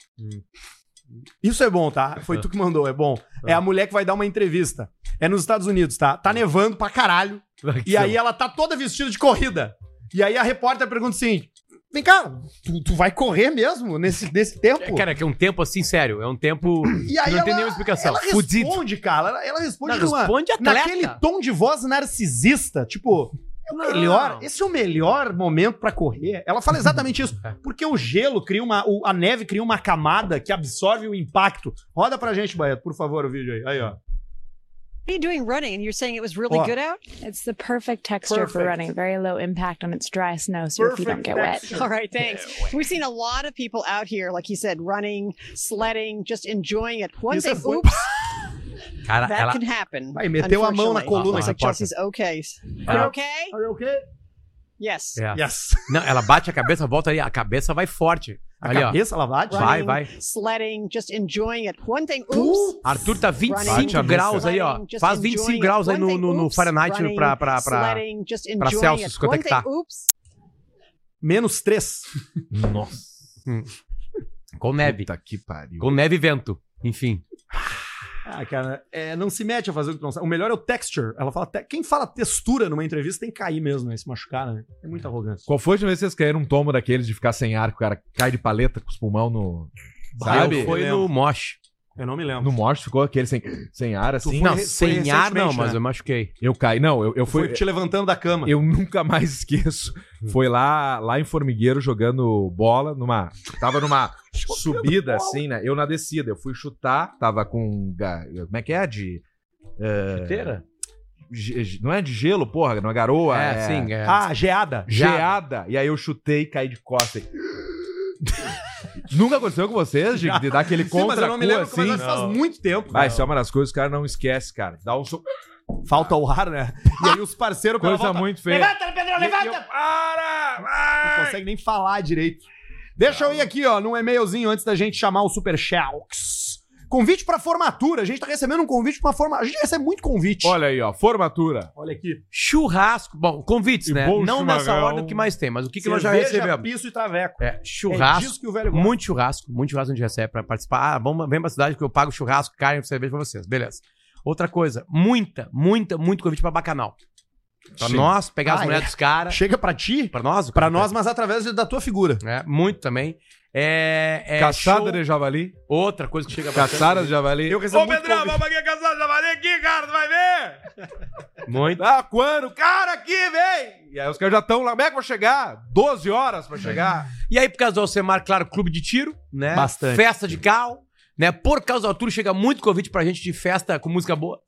Speaker 1: Isso é bom, tá? Foi tu que mandou, é bom. É a mulher que vai dar uma entrevista. É nos Estados Unidos, tá? Tá nevando pra caralho. E aí ela tá toda vestida de corrida. E aí a repórter pergunta assim: Vem cá, tu, tu vai correr mesmo nesse, nesse tempo?
Speaker 3: Cara, que é um tempo assim, sério. É um tempo.
Speaker 1: E aí
Speaker 3: que não tem
Speaker 1: ela-
Speaker 3: nenhuma explicação.
Speaker 1: Ela
Speaker 3: Fudido.
Speaker 1: responde, cara. Ela, ela responde,
Speaker 3: Não,
Speaker 1: numa-
Speaker 3: responde atleta.
Speaker 1: naquele tom de voz narcisista, tipo, é o melhor, esse é o melhor momento pra correr. Ela fala exatamente isso,
Speaker 3: É.
Speaker 1: porque o gelo cria uma, o- a neve cria uma camada que absorve o impacto. Roda pra gente, Baeto, por favor, o vídeo aí. Aí, ó.
Speaker 13: What are you doing running? And you're saying it was really
Speaker 1: Oh.
Speaker 13: good out? It's the perfect
Speaker 15: texture for running. Very low impact on its dry snow, so your feet don't get wet.
Speaker 13: All right, thanks. We've seen a lot of people out here, like you said, running, sledding, just enjoying it. One
Speaker 15: Yes,
Speaker 13: day,
Speaker 15: that's what-
Speaker 13: oops,
Speaker 3: Cara,
Speaker 13: that
Speaker 3: ela.
Speaker 13: can happen.
Speaker 3: Vai, meteu a mão na
Speaker 13: unfortunately.
Speaker 3: coluna,
Speaker 13: Looks like
Speaker 3: repórter.
Speaker 13: Chelsea's okay.
Speaker 3: Ela-
Speaker 13: You're okay?
Speaker 1: Are you okay?
Speaker 13: Yes.
Speaker 3: É. Não, ela bate a cabeça, volta ali. A cabeça vai forte.
Speaker 1: A
Speaker 3: Ali, ó.
Speaker 1: cabeça ela bate?
Speaker 3: Vai,
Speaker 13: Running,
Speaker 3: vai.
Speaker 13: Sledding, just enjoying it. One thing, oops.
Speaker 3: Arthur tá 25
Speaker 13: Running,
Speaker 3: graus aí, ó.
Speaker 13: sledding, just
Speaker 3: Faz
Speaker 13: enjoying
Speaker 3: 25
Speaker 13: it.
Speaker 3: graus aí
Speaker 13: One
Speaker 3: no,
Speaker 13: thing,
Speaker 3: no, no
Speaker 13: oops,
Speaker 3: Fahrenheit
Speaker 13: running,
Speaker 3: pra, pra, pra,
Speaker 13: sledding, just
Speaker 3: pra
Speaker 13: enjoying
Speaker 3: Celsius.
Speaker 13: it.
Speaker 3: Quanto é
Speaker 13: One
Speaker 3: que tá?
Speaker 13: thing, oops.
Speaker 1: Menos três.
Speaker 2: Nossa.
Speaker 3: Com neve. Com neve e vento. Enfim.
Speaker 1: Ah, cara, é, não se mete a fazer o que tu não sabe. O melhor é o texture. Ela fala, te- quem fala textura numa entrevista tem que cair mesmo, né? Se machucar, né? É muita arrogância.
Speaker 2: Qual foi a última vez que vocês caíram um tombo daqueles de ficar sem ar, que o cara cai de paleta com os pulmão no. Sabe?
Speaker 3: Eu fui no Mosh.
Speaker 1: Eu não me lembro.
Speaker 2: No Mosh ficou aquele sem, sem ar, assim.
Speaker 3: não, sem ar não, mas né? eu machuquei.
Speaker 2: Eu caí, não, eu, eu
Speaker 1: Foi,
Speaker 2: fui.
Speaker 1: te levantando da cama.
Speaker 2: Eu nunca mais esqueço. Foi lá, lá em Formigueiro jogando bola, numa. Tava numa subida, assim, né? Eu na descida, eu fui chutar, tava com. ga- Como é que é? De.
Speaker 1: É.
Speaker 2: eh,
Speaker 3: Chuteira?
Speaker 2: ge- ge- Não é de gelo, porra, não é garoa.
Speaker 3: É, sim, é.
Speaker 1: Ah, geada.
Speaker 2: Geada. E aí eu chutei e caí de costas. Nunca aconteceu com vocês, de, de dar aquele
Speaker 1: Sim,
Speaker 2: contra
Speaker 1: mas eu não me lembro, mas
Speaker 2: assim?
Speaker 1: faz muito tempo.
Speaker 2: Vai, isso é uma das coisas que o cara não esquece, cara. Dá um so...
Speaker 1: Falta o ar, né? E aí os parceiros...
Speaker 2: Coisa
Speaker 1: pela volta,
Speaker 2: muito feia.
Speaker 1: Levanta, Pedrão, levanta! Não consegue nem falar direito. Deixa eu ir aqui, ó, num e-mailzinho antes da gente chamar o Super Sharks. Convite pra formatura. A gente tá recebendo um convite pra uma formatura. A gente recebe muito convite.
Speaker 2: Olha aí, ó, formatura.
Speaker 1: Olha aqui.
Speaker 3: Churrasco. Bom, convites, né?
Speaker 2: bom
Speaker 3: Não nessa
Speaker 2: chimarrão.
Speaker 3: ordem que mais tem, mas o que, que nós já
Speaker 1: Cerveja,
Speaker 3: recebemos?
Speaker 1: piso e traveco.
Speaker 3: É, churrasco.
Speaker 1: É disso que o velho gosta.
Speaker 3: Muito churrasco. Muito churrasco a gente recebe pra participar. Ah, vamos, vem pra cidade que eu pago churrasco, carne, cerveja pra vocês. Beleza. Outra coisa, muita, muita, muito convite pra bacanal. Pra
Speaker 1: Sim.
Speaker 3: nós, pegar as
Speaker 1: Ah,
Speaker 3: mulheres
Speaker 1: é.
Speaker 3: dos caras.
Speaker 1: Chega pra ti?
Speaker 3: Pra nós? Né?
Speaker 1: Pra nós, mas através da tua figura.
Speaker 3: É, muito também. É, é
Speaker 2: Caçada
Speaker 3: show-
Speaker 2: de javali.
Speaker 3: Outra coisa que
Speaker 1: Tá
Speaker 3: chega
Speaker 2: Caçada
Speaker 1: né?
Speaker 2: de javali.
Speaker 3: Eu recebo muito convite.
Speaker 2: vamos aqui caçada de javali aqui, cara, tu vai ver?
Speaker 3: Muito.
Speaker 2: Ah, quando? Cara, aqui, vem! E aí os caras já estão lá. Como é que eu vou chegar? 12 horas pra chegar.
Speaker 3: E aí, por causa do Alcemar, claro, clube de tiro, né?
Speaker 2: Bastante.
Speaker 3: Festa de carro, né? Por causa do Arthur, chega muito convite pra gente de festa com música boa.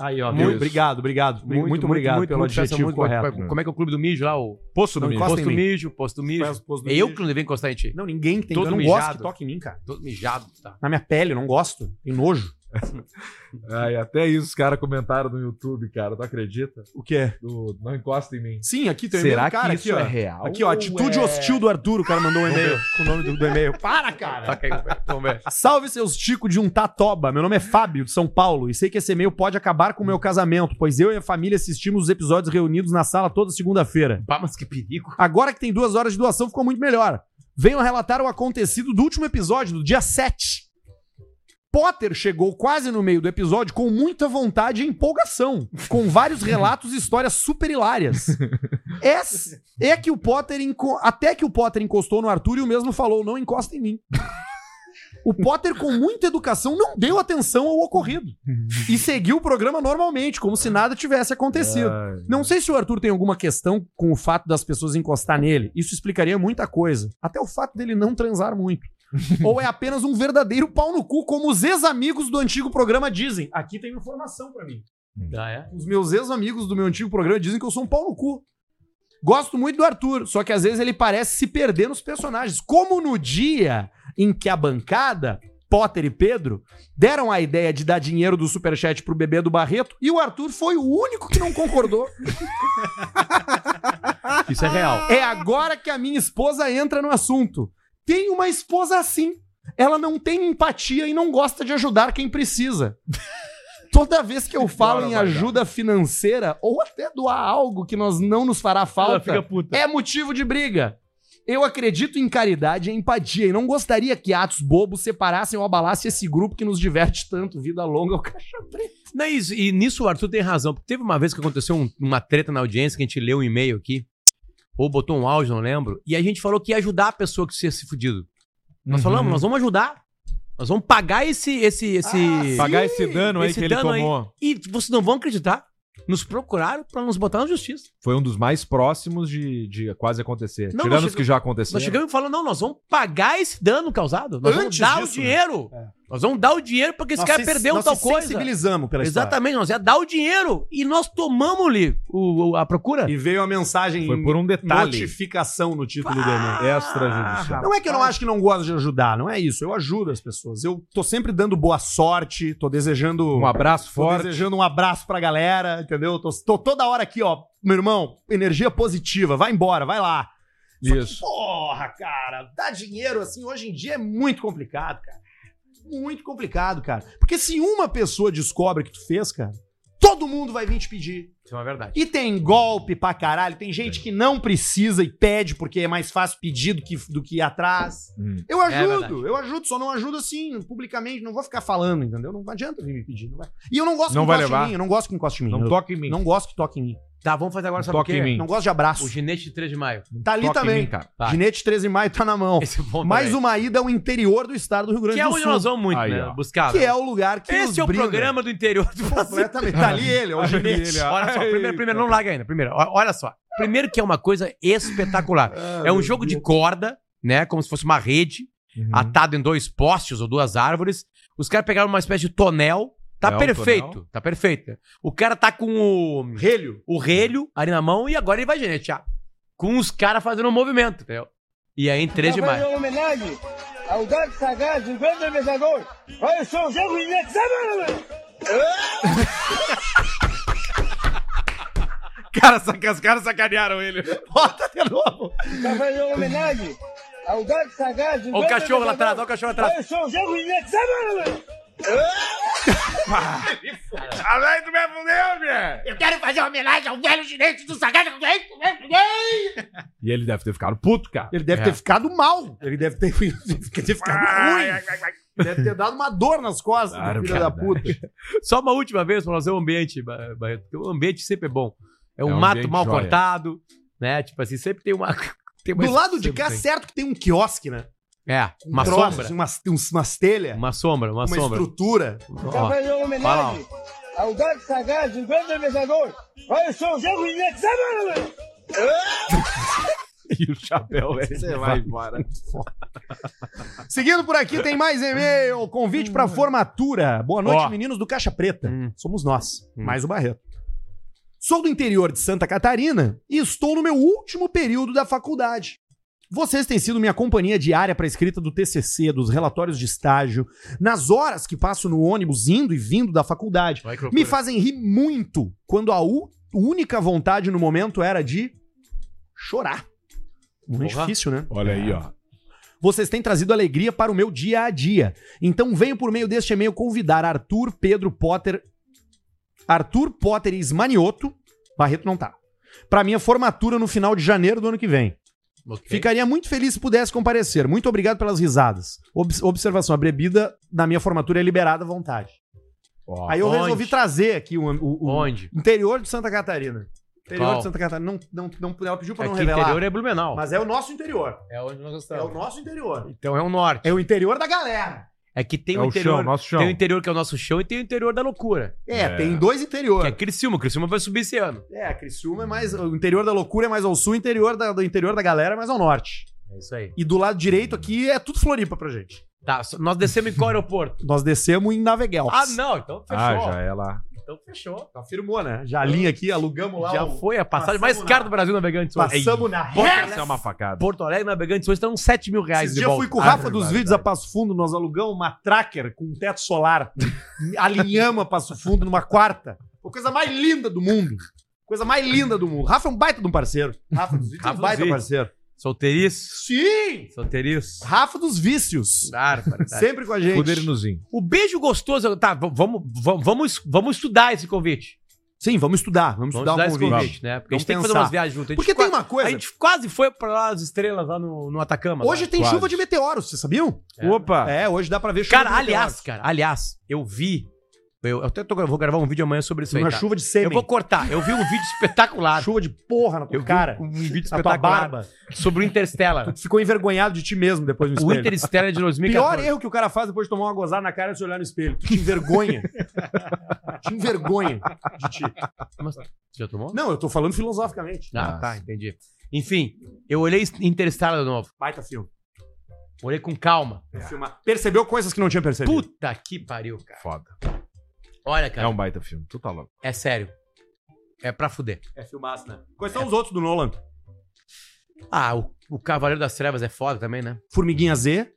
Speaker 1: Aí, ó.
Speaker 3: Muito.
Speaker 1: viu? Obrigado, obrigado. Muito, obrigado pelo
Speaker 3: muito festa,
Speaker 1: adjetivo
Speaker 3: muito-
Speaker 1: correto.
Speaker 3: como é- Como é que é o clube do mijo lá? O...
Speaker 2: Poço
Speaker 1: do Mijo.
Speaker 3: Posto
Speaker 1: Encosta
Speaker 3: do
Speaker 1: em mim.
Speaker 3: mijo, posto do mijo.
Speaker 1: Faz o posto do
Speaker 3: é eu
Speaker 1: mijo.
Speaker 3: que não devia encostar em ti.
Speaker 1: Não, ninguém tem.
Speaker 3: Todo
Speaker 1: eu não
Speaker 3: mijado.
Speaker 1: gosto que toque em mim, cara.
Speaker 3: Todo mijado, tá?
Speaker 1: Na minha pele, eu não gosto. Tem nojo.
Speaker 2: Ai, até isso os caras comentaram no YouTube, cara. Tu acredita?
Speaker 1: O quê?
Speaker 2: Do Não Encosta em Mim.
Speaker 1: Sim, aqui tem um
Speaker 2: Será
Speaker 1: e-mail do cara,
Speaker 2: que isso
Speaker 1: aqui, ó.
Speaker 2: é real?
Speaker 1: Aqui, ó, atitude
Speaker 2: ou é-
Speaker 1: hostil do Arthur, o cara mandou um
Speaker 2: Vamos
Speaker 1: e-mail
Speaker 2: ver.
Speaker 1: com o nome do, do e-mail. Para, cara! Salve seus Tico de um Tatoba. Meu nome é Fábio, de São Paulo, e sei que esse e-mail pode acabar com o meu casamento, pois eu e a família assistimos os episódios reunidos na sala toda segunda-feira.
Speaker 3: Pá, mas que perigo.
Speaker 1: Agora que tem duas horas de doação, ficou muito melhor. Venham relatar o acontecido do último episódio, do dia 7. Potter chegou quase no meio do episódio com muita vontade e empolgação, com vários relatos e histórias super hilárias. Essa é que o Potter enco- até que o Potter encostou no Arthur e o mesmo falou: "Não encosta em mim". O Potter, com muita educação, não deu atenção ao ocorrido e seguiu o programa normalmente, como se nada tivesse acontecido.
Speaker 2: Ai.
Speaker 1: Não sei se o Arthur tem alguma questão com o fato das pessoas encostar nele. Isso explicaria muita coisa. Até o fato dele não transar muito. Ou é apenas um verdadeiro pau no cu, como os ex-amigos do antigo programa dizem. Aqui tem informação pra mim.
Speaker 3: Ah, é?
Speaker 1: Os meus ex-amigos do meu antigo programa dizem que eu sou um pau no cu. Gosto muito do Arthur, só que às vezes ele parece se perder nos personagens. Como no dia em que a bancada, Potter e Pedro, deram a ideia de dar dinheiro do superchat pro bebê do Barreto e o Arthur foi o único que não concordou.
Speaker 3: Isso é
Speaker 2: Ah,
Speaker 3: real.
Speaker 1: É agora que a minha esposa entra no assunto. Tem uma esposa assim. Ela não tem empatia e não gosta de ajudar quem precisa. Toda vez que eu falo em ajuda financeira ou até doar algo que nós não nos fará falta,
Speaker 3: fica puta.
Speaker 1: é motivo de briga. Eu acredito em caridade e empatia e não gostaria que atos bobos separassem ou abalassem esse grupo que nos diverte tanto. Vida longa ao caixa preta.
Speaker 3: Não, e, isso- e nisso o Arthur tem razão, porque teve uma vez que aconteceu um- uma treta na audiência que a gente leu um e-mail aqui, ou botou um áudio, não lembro, e a gente falou que ia ajudar a pessoa que tinha se fudido. Nós
Speaker 2: Uhum.
Speaker 3: falamos, nós vamos ajudar. Nós vamos pagar esse. esse, esse
Speaker 2: Pagar esse dano aí que ele
Speaker 3: dano aí.
Speaker 2: tomou.
Speaker 3: E vocês não vão acreditar. Nos procuraram pra nos botar na justiça.
Speaker 2: Foi um dos mais próximos de, de quase acontecer.
Speaker 3: Não,
Speaker 2: Tirando
Speaker 3: nós
Speaker 2: os que
Speaker 3: chegamos-
Speaker 2: já aconteceram.
Speaker 3: Nós chegamos e falamos: não, nós vamos pagar esse dano causado. Nós vamos
Speaker 1: Antes
Speaker 3: dar
Speaker 1: disso,
Speaker 3: o
Speaker 1: né?
Speaker 3: dinheiro. Nós vamos dar o dinheiro porque esse
Speaker 1: Nós
Speaker 3: cara
Speaker 1: se-
Speaker 3: perdeu
Speaker 1: nós
Speaker 3: tal
Speaker 1: se
Speaker 3: coisa.
Speaker 1: sensibilizamos pela história.
Speaker 3: Exatamente, nós ia dar o dinheiro e nós tomamos ali o- o- a procura.
Speaker 1: E veio a mensagem
Speaker 2: Foi por um detalhe.
Speaker 1: notificação no título do e-mail.
Speaker 2: Extrajudicial.
Speaker 1: Não é que eu não acho que não gosto de ajudar, não é isso. Eu ajudo as pessoas. Eu tô sempre dando boa sorte, tô desejando.
Speaker 2: Um abraço
Speaker 1: tô
Speaker 2: forte.
Speaker 1: desejando um abraço pra galera, entendeu? Tô, tô toda hora aqui, ó. Meu irmão, energia positiva, vai embora, vai lá. Só que,
Speaker 2: Isso.
Speaker 1: porra, cara, dar dinheiro assim hoje em dia é muito complicado, cara. Muito complicado, cara. Porque se uma pessoa descobre que tu fez, cara, todo mundo vai vir te pedir.
Speaker 3: Isso é uma verdade.
Speaker 1: E tem golpe pra caralho, tem gente que não precisa e pede porque é mais fácil pedir do que, do que ir atrás.
Speaker 2: Hum.
Speaker 1: Eu
Speaker 3: É
Speaker 1: ajudo,
Speaker 3: verdade.
Speaker 1: eu ajudo, só não ajudo assim, publicamente, não vou ficar falando, entendeu? Não adianta vir me pedir. Não vai. E eu não gosto
Speaker 2: Não
Speaker 1: que
Speaker 2: vai
Speaker 1: encoste
Speaker 2: levar.
Speaker 1: em mim, eu não gosto que encoste em mim.
Speaker 2: Não
Speaker 1: Eu
Speaker 2: toque em mim.
Speaker 1: Não gosto que toque em mim.
Speaker 3: Tá, vamos fazer agora, sabe
Speaker 2: Toque
Speaker 3: o quê?
Speaker 2: em mim.
Speaker 1: Não gosto de abraço.
Speaker 3: O ginete de 3 de maio.
Speaker 1: Tá ali
Speaker 2: toque em
Speaker 1: também.
Speaker 2: mim, cara.
Speaker 3: Tá.
Speaker 1: Ginete 13 de maio tá na mão.
Speaker 3: Esse é bom
Speaker 1: Mais
Speaker 3: também.
Speaker 1: uma ida ao interior do estado do Rio Grande
Speaker 3: Que é
Speaker 1: do
Speaker 3: onde
Speaker 1: Sul.
Speaker 3: nós vamos muito,
Speaker 2: Aí,
Speaker 3: né?
Speaker 2: ó.
Speaker 3: Buscar.
Speaker 1: Que é o lugar que nos
Speaker 3: Esse é o
Speaker 1: brinda.
Speaker 3: programa do interior do Brasil.
Speaker 1: Completamente. Tá ali ele, é o ginete.
Speaker 2: ele, ó.
Speaker 3: Olha só, primeiro, primeiro, não larga ainda. Primeiro, ó- olha só. Primeiro que é uma coisa espetacular. é um jogo de corda, né? Como se fosse uma rede,
Speaker 1: Uhum.
Speaker 2: Uhum. Ah,
Speaker 3: atado em dois postes ou duas árvores. Os caras pegaram uma espécie de tonel. Tá
Speaker 2: É um
Speaker 3: perfeito,
Speaker 2: tonel.
Speaker 3: tá perfeito. O cara tá com o
Speaker 1: Relho.
Speaker 3: o relho ali na mão e agora ele vai genetear. Com os caras fazendo um movimento, entendeu? E aí em 3 de maio.
Speaker 16: homenagem ao Gato Sagaz, o grande ameaçador. Olha, eu sou o Zé Vinhete,
Speaker 3: Cara, saca, os caras sacanearam ele.
Speaker 1: Bota de novo.
Speaker 16: Pra fazer uma homenagem ao Gato Sagaz,
Speaker 3: Ó o cachorro lá atrás, ó o cachorro atrás.
Speaker 16: Olha, eu sou o Zé Vinhete,
Speaker 3: Além do meu Deus, minha!
Speaker 16: Eu quero fazer uma homenagem ao velho ginete do Sagaz,
Speaker 2: E ele deve ter ficado puto, cara.
Speaker 1: Ele
Speaker 3: É.
Speaker 1: deve ter ficado mal. Ele deve ter, ter ficado ruim. Deve ter dado uma dor nas costas,
Speaker 2: Claro,
Speaker 1: do filho
Speaker 2: cara.
Speaker 1: da puta.
Speaker 3: Só uma última vez pra fazer o ambiente, Ba- Barreto. porque O ambiente sempre é bom. É um
Speaker 2: É um
Speaker 3: mato
Speaker 2: ambiente
Speaker 3: mal
Speaker 2: joia.
Speaker 3: cortado, né? Tipo assim, sempre tem uma. Tem uma
Speaker 1: Do lado de
Speaker 3: sempre
Speaker 1: cá,
Speaker 3: tem.
Speaker 1: certo que tem um quiosque, né?
Speaker 3: É,
Speaker 1: Um
Speaker 3: uma
Speaker 1: troço,
Speaker 3: sombra.
Speaker 1: assim, umas, uns- umas telhas, uma,
Speaker 3: É. Uma sombra, uma, sombra.
Speaker 1: estrutura.
Speaker 16: Pra fazer uma homenagem ao Gato É Sagaz, o grande ameaçador. Olha, eu sou o Zé Vinhete,
Speaker 2: E o chapéu é.
Speaker 1: Você vai embora. Seguindo por aqui, tem mais e-mail. Convite pra formatura. Boa noite,
Speaker 2: Ó. Hum.
Speaker 1: meninos do Caixa Preta. Somos nós, mais o Barreto. Sou do interior de Santa Catarina e estou no meu último período da faculdade. Vocês têm sido minha companhia diária para a escrita do TCC, dos relatórios de estágio, nas horas que passo no ônibus indo e vindo da faculdade.
Speaker 3: Vai que loucura.
Speaker 1: Me fazem rir muito quando a u- única vontade no momento era de chorar. Muito
Speaker 2: Porra.
Speaker 1: difícil, né?
Speaker 2: Olha aí, ó.
Speaker 1: Vocês têm trazido alegria para o meu dia a dia. Então venho por meio deste e-mail convidar Arthur, Pedro Potter, Arthur Potter e Ismanioto, Barreto não tá, para minha formatura no final de janeiro do ano que vem. Ficaria muito feliz se pudesse comparecer. Muito obrigado pelas risadas. Obs- observação, a bebida na minha formatura é liberada à vontade. Aí eu
Speaker 3: onde?
Speaker 1: resolvi trazer aqui o, o, o
Speaker 3: Onde?
Speaker 1: interior de Santa Catarina. Interior
Speaker 3: Qual?
Speaker 1: de Santa Catarina. Não, não, não, ela pediu pra não
Speaker 3: Aqui
Speaker 1: revelar.
Speaker 3: interior é Blumenau.
Speaker 1: Mas é o nosso interior.
Speaker 3: É onde nós
Speaker 1: É
Speaker 3: estamos.
Speaker 1: o nosso interior.
Speaker 3: Então é o norte.
Speaker 1: É o interior da galera.
Speaker 3: É que tem
Speaker 2: É
Speaker 3: o
Speaker 2: o
Speaker 3: interior.
Speaker 2: chão, nosso chão.
Speaker 3: Tem o interior que é o nosso chão e tem o interior da loucura.
Speaker 1: É, tem dois interiores.
Speaker 3: Que é Criciúma. Criciúma vai subir esse ano.
Speaker 1: É, Criciúma é mais. O interior da loucura é mais ao sul, o interior da, do interior da galera é mais ao norte.
Speaker 3: É isso aí.
Speaker 1: E do lado direito aqui é tudo Floripa pra gente.
Speaker 3: Tá, só- nós descemos em qual aeroporto?
Speaker 1: Nós descemos em Naveguel.
Speaker 3: Ah, não. Então fechou.
Speaker 2: Ah, já é lá.
Speaker 3: Então fechou.
Speaker 1: Afirmou, né? Já linha aqui, alugamos lá.
Speaker 3: Já
Speaker 1: o-
Speaker 3: foi a passagem
Speaker 1: passamos
Speaker 3: mais
Speaker 1: na-
Speaker 3: cara do Brasil Navegantes hoje.
Speaker 1: Passamos na
Speaker 3: Porto
Speaker 1: reta.
Speaker 3: Alegre-
Speaker 2: Isso é uma facada.
Speaker 3: Porto Alegre Navegantes hoje estão 7 mil reais
Speaker 1: Esse
Speaker 3: de
Speaker 1: dia eu
Speaker 3: volta.
Speaker 1: fui com o Rafa
Speaker 3: Ah,
Speaker 1: dos
Speaker 3: barbaridade.
Speaker 1: Vídeos a Passo Fundo, nós alugamos uma tracker com um teto solar. Alinhamos a Passo Fundo numa quarta. Foi a coisa mais linda do mundo. Coisa mais linda do mundo. Rafa é um baita de um parceiro. Rafa dos Vídeos é um
Speaker 3: Rafa
Speaker 1: baita
Speaker 3: dos Vídeos.
Speaker 1: parceiro.
Speaker 3: Solteiriço.
Speaker 1: Sim!
Speaker 3: Solteiriço.
Speaker 1: Rafa dos
Speaker 3: É
Speaker 1: Vícios. Sempre com a gente.
Speaker 2: Poderinozinho.
Speaker 3: O beijo gostoso. Tá, v- vamos, vamos, vamos, vamos estudar esse convite.
Speaker 1: Sim, vamos estudar. Vamos,
Speaker 3: Vamos
Speaker 1: estudar,
Speaker 3: estudar
Speaker 1: o
Speaker 3: esse
Speaker 1: convite.
Speaker 3: convite, né? Porque a
Speaker 1: Vamos
Speaker 3: gente tem que fazer
Speaker 1: pensar.
Speaker 3: umas viagens juntas. A gente
Speaker 1: Porque tem
Speaker 3: qua-
Speaker 1: uma coisa-
Speaker 3: A gente quase foi pra lá as estrelas lá no, no Atacama.
Speaker 1: Hoje
Speaker 3: lá.
Speaker 1: tem
Speaker 3: Quase.
Speaker 1: chuva de meteoros, vocês sabiam?
Speaker 2: Opa!
Speaker 1: É, hoje dá pra ver chuva
Speaker 3: Cara,
Speaker 1: de
Speaker 3: aliás, cara, aliás, eu vi. Eu, eu até tô- eu vou gravar um vídeo amanhã sobre isso aí.
Speaker 1: Uma
Speaker 3: tá?
Speaker 1: chuva de sêmen.
Speaker 3: Eu vou cortar. Eu vi um vídeo espetacular.
Speaker 1: Chuva de porra na tua
Speaker 3: eu vi
Speaker 1: cara.
Speaker 3: Um vídeo
Speaker 1: na tua
Speaker 3: espetacular
Speaker 1: barba.
Speaker 3: sobre o Interstellar.
Speaker 1: Ficou envergonhado de ti mesmo depois no
Speaker 3: o
Speaker 1: espelho.
Speaker 3: Interstellar de
Speaker 1: Pior
Speaker 3: 2014.
Speaker 1: erro que o cara faz depois de tomar uma gozada na cara é se olhar no espelho. Tu te envergonha. te envergonha de ti.
Speaker 3: Mas, você já tomou?
Speaker 1: Não, eu tô falando filosoficamente.
Speaker 3: Ah, tá, entendi. Enfim, eu olhei Interstellar de novo.
Speaker 1: Baita filme.
Speaker 3: Olhei com calma.
Speaker 1: Filmar. Percebeu coisas que não tinha percebido.
Speaker 3: É. Puta que pariu, cara.
Speaker 2: Foda.
Speaker 3: Olha,
Speaker 2: É
Speaker 3: cara,
Speaker 2: um baita filme. Tu tá louco.
Speaker 3: é sério. É pra fuder.
Speaker 1: É filmaço, né? Quais são os outros do Nolan?
Speaker 3: Ah, o, o Cavaleiro das Trevas é foda também, né?
Speaker 1: Formiguinha Z.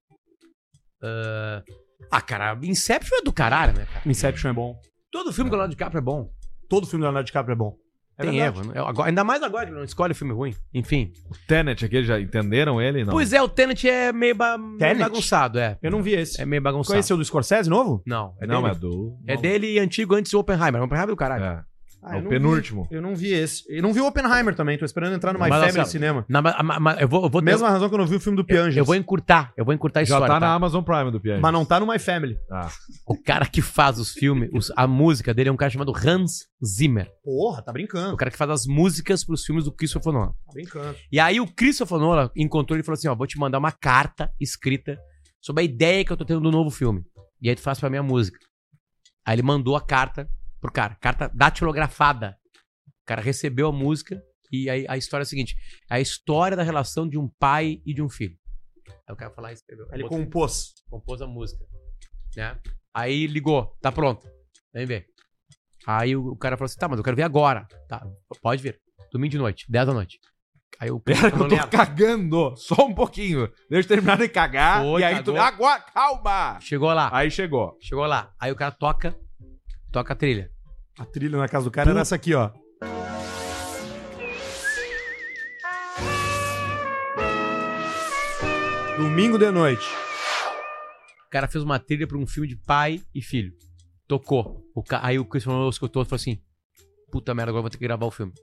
Speaker 3: Ah, ah, cara, Inception é do caralho, né, cara?
Speaker 1: Inception é bom.
Speaker 3: Todo filme com o Leonardo DiCaprio é bom.
Speaker 1: Todo filme do Leonardo DiCaprio é bom. É
Speaker 3: Tem
Speaker 1: verdade.
Speaker 3: erro. né? Eu- agora- ainda mais agora que ele não escolhe filme ruim. Enfim.
Speaker 2: Tenet aqui, já entenderam ele? Não.
Speaker 3: Pois é, o Tenet é meio ba- meio
Speaker 1: Tenet?
Speaker 3: bagunçado, é.
Speaker 1: Eu não vi esse.
Speaker 3: É meio bagunçado.
Speaker 1: Conheceu o do Scorsese novo?
Speaker 3: Não, é
Speaker 2: não,
Speaker 3: dele.
Speaker 2: é do.
Speaker 3: É dele e antigo antes do Oppenheimer. Oppenheimer é do caralho.
Speaker 2: É.
Speaker 1: Ah,
Speaker 2: É
Speaker 1: eu
Speaker 2: o
Speaker 1: não
Speaker 2: penúltimo.
Speaker 1: vi- eu não vi esse. Eu não vi o Oppenheimer também. Tô esperando entrar no My
Speaker 3: Mas,
Speaker 1: Family
Speaker 3: Marcelo,
Speaker 1: Cinema.
Speaker 3: Na, ma- ma- ma- eu vou, eu vou
Speaker 1: Mesma razão que assim, eu não vi o filme do
Speaker 3: eu,
Speaker 1: Pianges.
Speaker 3: eu vou encurtar. Eu vou encurtar a
Speaker 2: Já
Speaker 3: história.
Speaker 2: tá
Speaker 3: tá?
Speaker 2: na Amazon Prime do Piange.
Speaker 1: Mas não tá no My Family.
Speaker 2: Tá.
Speaker 3: O cara que faz os filmes, os- a música dele é um cara chamado Hans Zimmer.
Speaker 1: Porra, tá
Speaker 3: O
Speaker 1: brincando.
Speaker 3: cara que faz as músicas pros filmes do Christopher Nolan.
Speaker 1: Tá brincando.
Speaker 3: E aí o Christopher Nolan encontrou ele e falou assim: ó, vou te mandar uma carta escrita sobre a ideia que eu tô tendo do novo filme. E aí tu faz pra minha música. Aí ele mandou a carta pro cara, carta datilografada. O cara recebeu a música e aí a história é a seguinte: é a história da relação de um pai e de um filho. Aí o cara falou, ah, escreveu.
Speaker 1: Ele
Speaker 3: Botou-
Speaker 1: compôs.
Speaker 3: compôs a música, né? Aí ligou, tá pronto, vem ver. Aí o, o cara falou assim, tá, mas eu quero ver agora. Tá, pode vir. Domingo de noite, 10 da noite. Aí o
Speaker 2: Pera que eu tô
Speaker 3: Leandro,
Speaker 2: cagando. Só um pouquinho. Deixa eu terminar de cagar.
Speaker 3: Foi,
Speaker 2: e aí tu.
Speaker 3: cagou.
Speaker 2: Agora, calma!
Speaker 3: Chegou lá,
Speaker 2: Aí chegou.
Speaker 3: chegou lá. Aí o cara toca, toca a trilha.
Speaker 1: A trilha na casa do cara era essa aqui, ó. Domingo de noite.
Speaker 3: O cara fez uma trilha pra um filme de pai e filho. Tocou. O ca... Aí o Christopher Nolan escutou e falou assim, puta merda, agora eu vou ter que gravar o filme.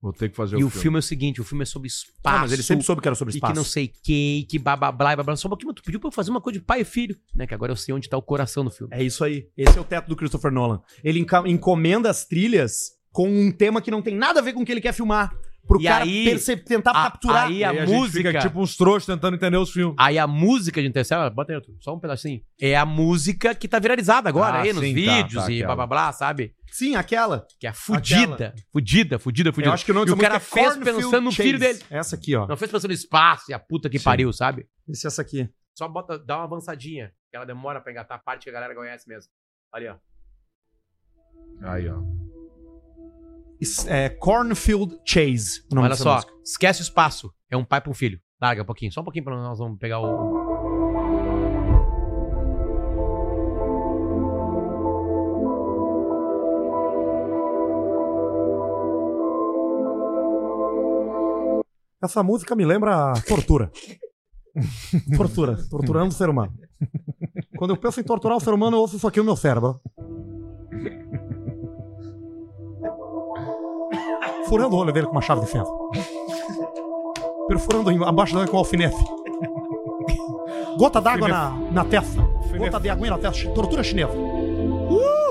Speaker 2: Vou ter que fazer
Speaker 3: e o filme. é o seguinte, o filme é sobre espaço.
Speaker 1: Ah, mas ele sempre soube que era sobre
Speaker 3: e
Speaker 1: espaço.
Speaker 3: que não sei quem, que blá, blá, blá, blá. Só um pouquinho, mas tu pediu pra eu fazer uma coisa de pai e filho, né? Que agora eu sei onde tá o coração do filme.
Speaker 1: É isso aí. Esse é o teto do Christopher Nolan. Ele enca- encomenda as trilhas com um tema que não tem nada a ver com o que ele quer filmar. Pro
Speaker 3: E
Speaker 1: cara
Speaker 3: aí-
Speaker 1: perce- tentar
Speaker 3: a-
Speaker 1: capturar.
Speaker 3: aí
Speaker 2: E a,
Speaker 3: a
Speaker 2: música.
Speaker 3: música-
Speaker 2: Fica tipo uns trouxas tentando entender os filmes.
Speaker 3: Aí a música de Interstellar, bota aí, Arthur, só um pedacinho. É a música que tá viralizada agora
Speaker 2: Ah,
Speaker 3: aí nos
Speaker 2: sim, tá,
Speaker 3: vídeos
Speaker 2: tá,
Speaker 3: e
Speaker 2: aquela.
Speaker 3: blá blá blá, sabe?
Speaker 1: Sim, aquela.
Speaker 3: Que é fudida, fudida, fudida, fudida.
Speaker 1: Eu acho que o nome
Speaker 3: e
Speaker 1: dessa
Speaker 3: o cara
Speaker 1: música é
Speaker 3: fez
Speaker 1: Cornfield
Speaker 3: pensando no filho
Speaker 1: Chase.
Speaker 3: dele.
Speaker 1: Essa aqui, ó.
Speaker 3: Não fez pensando no espaço e a puta que
Speaker 2: Sim.
Speaker 3: pariu, sabe?
Speaker 1: Esse essa aqui.
Speaker 3: Só bota, dá uma avançadinha, que ela demora pra engatar a parte que a galera conhece mesmo. Ali, ó.
Speaker 2: Aí, ó.
Speaker 1: Isso É Cornfield Chase. o nome
Speaker 3: Olha
Speaker 1: dessa
Speaker 3: só,
Speaker 1: música.
Speaker 3: esquece o espaço. É um pai pra um filho. Larga um pouquinho, só um pouquinho pra nós vamos pegar o.
Speaker 1: Essa música me lembra tortura. tortura. Torturando o ser humano. Quando eu penso em torturar o ser humano, eu ouço isso aqui no meu cérebro. Furando o olho dele com uma chave de ferro. Perfurando em- abaixo dele com um alfinete. Gota d'água na, na testa. Gota de aguinha na testa. Tortura chinesa. Uh!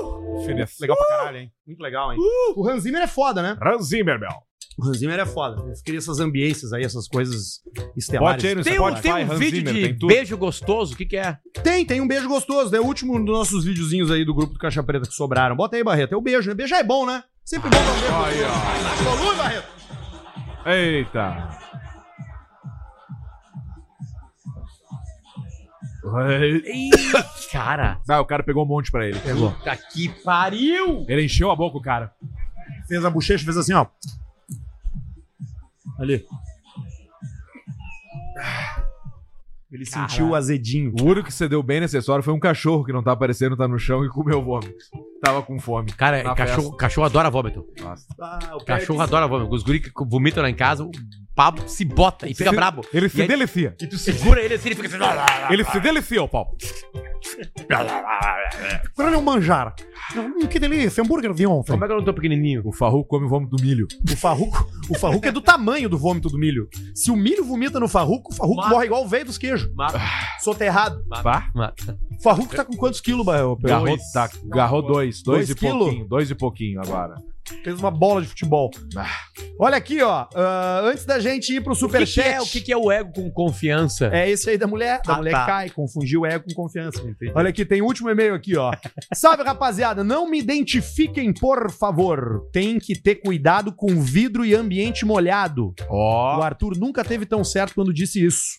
Speaker 2: Legal pra caralho, hein?
Speaker 1: Muito legal, hein? O Hans Zimmer é foda, né?
Speaker 2: Hans Zimmer, Bel.
Speaker 1: O Hans Zimmer é foda. Ele cria essas ambiências aí, essas coisas estelares.
Speaker 3: tem um, tem um vídeo de beijo gostoso, o que, que é?
Speaker 1: Tem, tem um beijo gostoso, né? O último dos nossos videozinhos aí do grupo do Caixa Preta que sobraram. Bota aí, Barreto. É o beijo, né? Beijar é bom, né? Sempre bom dar um beijo.
Speaker 2: Aí,
Speaker 1: ó. Volume, Barreto.
Speaker 2: Eita.
Speaker 3: cara.
Speaker 2: Ah, o cara pegou um monte pra ele. Pegou.
Speaker 3: Puta que pariu!
Speaker 2: Ele encheu a boca, o cara.
Speaker 1: Fez a bochecha, fez assim, ó. Ali. Ele sentiu o azedinho.
Speaker 2: O único que você deu bem nesse acessório foi um cachorro que não tá aparecendo, tá no chão e comeu vômito. Tava com fome.
Speaker 3: Cara,
Speaker 2: Na
Speaker 3: cachorro,
Speaker 2: festa.
Speaker 3: cachorro adora vômito.
Speaker 2: Nossa.
Speaker 3: Cachorro adora vômito. Os guri que vomitam lá em casa, o Pablo se bota e fica
Speaker 2: Ele-
Speaker 3: brabo.
Speaker 2: Ele se
Speaker 3: E aí-
Speaker 2: delicia.
Speaker 3: E tu segura ele assim, ele fica assim.
Speaker 2: Ele se deliciou, pau.
Speaker 1: Agora ele é um manjar. Hum, que delícia, hambúrguer de ontem.
Speaker 3: Como é que eu não tô pequenininho?
Speaker 2: O farruco come o vômito do milho.
Speaker 1: O farruco, o farruco é do tamanho do vômito do milho. Se o milho vomita no farruco, o farruco morre igual o velho dos queijos.
Speaker 3: Mata.
Speaker 1: Soterrado.
Speaker 3: Tá?
Speaker 2: Pá?
Speaker 3: Mata.
Speaker 1: O farruco tá com quantos quilos, Barreto?
Speaker 2: Garrou, tá, garrou dois. Dois,
Speaker 1: Dois
Speaker 2: e
Speaker 1: quilo?
Speaker 2: pouquinho. Dois e pouquinho agora.
Speaker 1: Fez uma bola de futebol. Olha aqui, ó. ah, antes da gente ir pro
Speaker 3: O que, que
Speaker 1: superchat.
Speaker 3: é, o que, que é o ego com confiança?
Speaker 1: É esse aí da mulher. Da
Speaker 3: Ah,
Speaker 1: mulher
Speaker 3: tá.
Speaker 1: cai, confundiu ego com confiança. Olha aqui, tem o último e-mail aqui, ó. Salve, rapaziada. Não me identifiquem, por favor. Tem que ter cuidado com vidro e ambiente molhado. O Arthur nunca teve tão certo quando disse isso.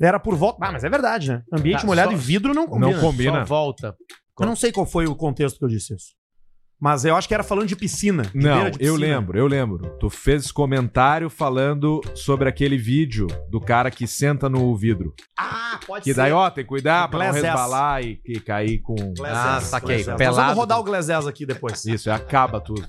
Speaker 1: Era por volta. Ah, mas é verdade, né? Ambiente
Speaker 3: Tá,
Speaker 1: molhado
Speaker 3: só-
Speaker 1: e vidro não combina.
Speaker 3: Só volta.
Speaker 1: Eu não sei qual foi o contexto que eu disse isso. Mas eu acho que era falando de piscina. de
Speaker 2: Não,
Speaker 1: beira de
Speaker 2: eu
Speaker 1: piscina.
Speaker 2: lembro, eu lembro. Tu fez comentário falando sobre aquele vídeo do cara que senta no vidro.
Speaker 1: Ah, pode
Speaker 2: Que
Speaker 1: ser.
Speaker 2: daí, ó, tem que cuidar pra não
Speaker 1: Glass ass.
Speaker 2: resbalar e, e cair com.
Speaker 1: Glass
Speaker 3: Ah,
Speaker 1: ass,
Speaker 3: saquei.
Speaker 1: glass ass. Nós
Speaker 3: Pelado.
Speaker 1: Então, Vamos rodar o Glazés aqui depois.
Speaker 2: Isso, acaba tudo.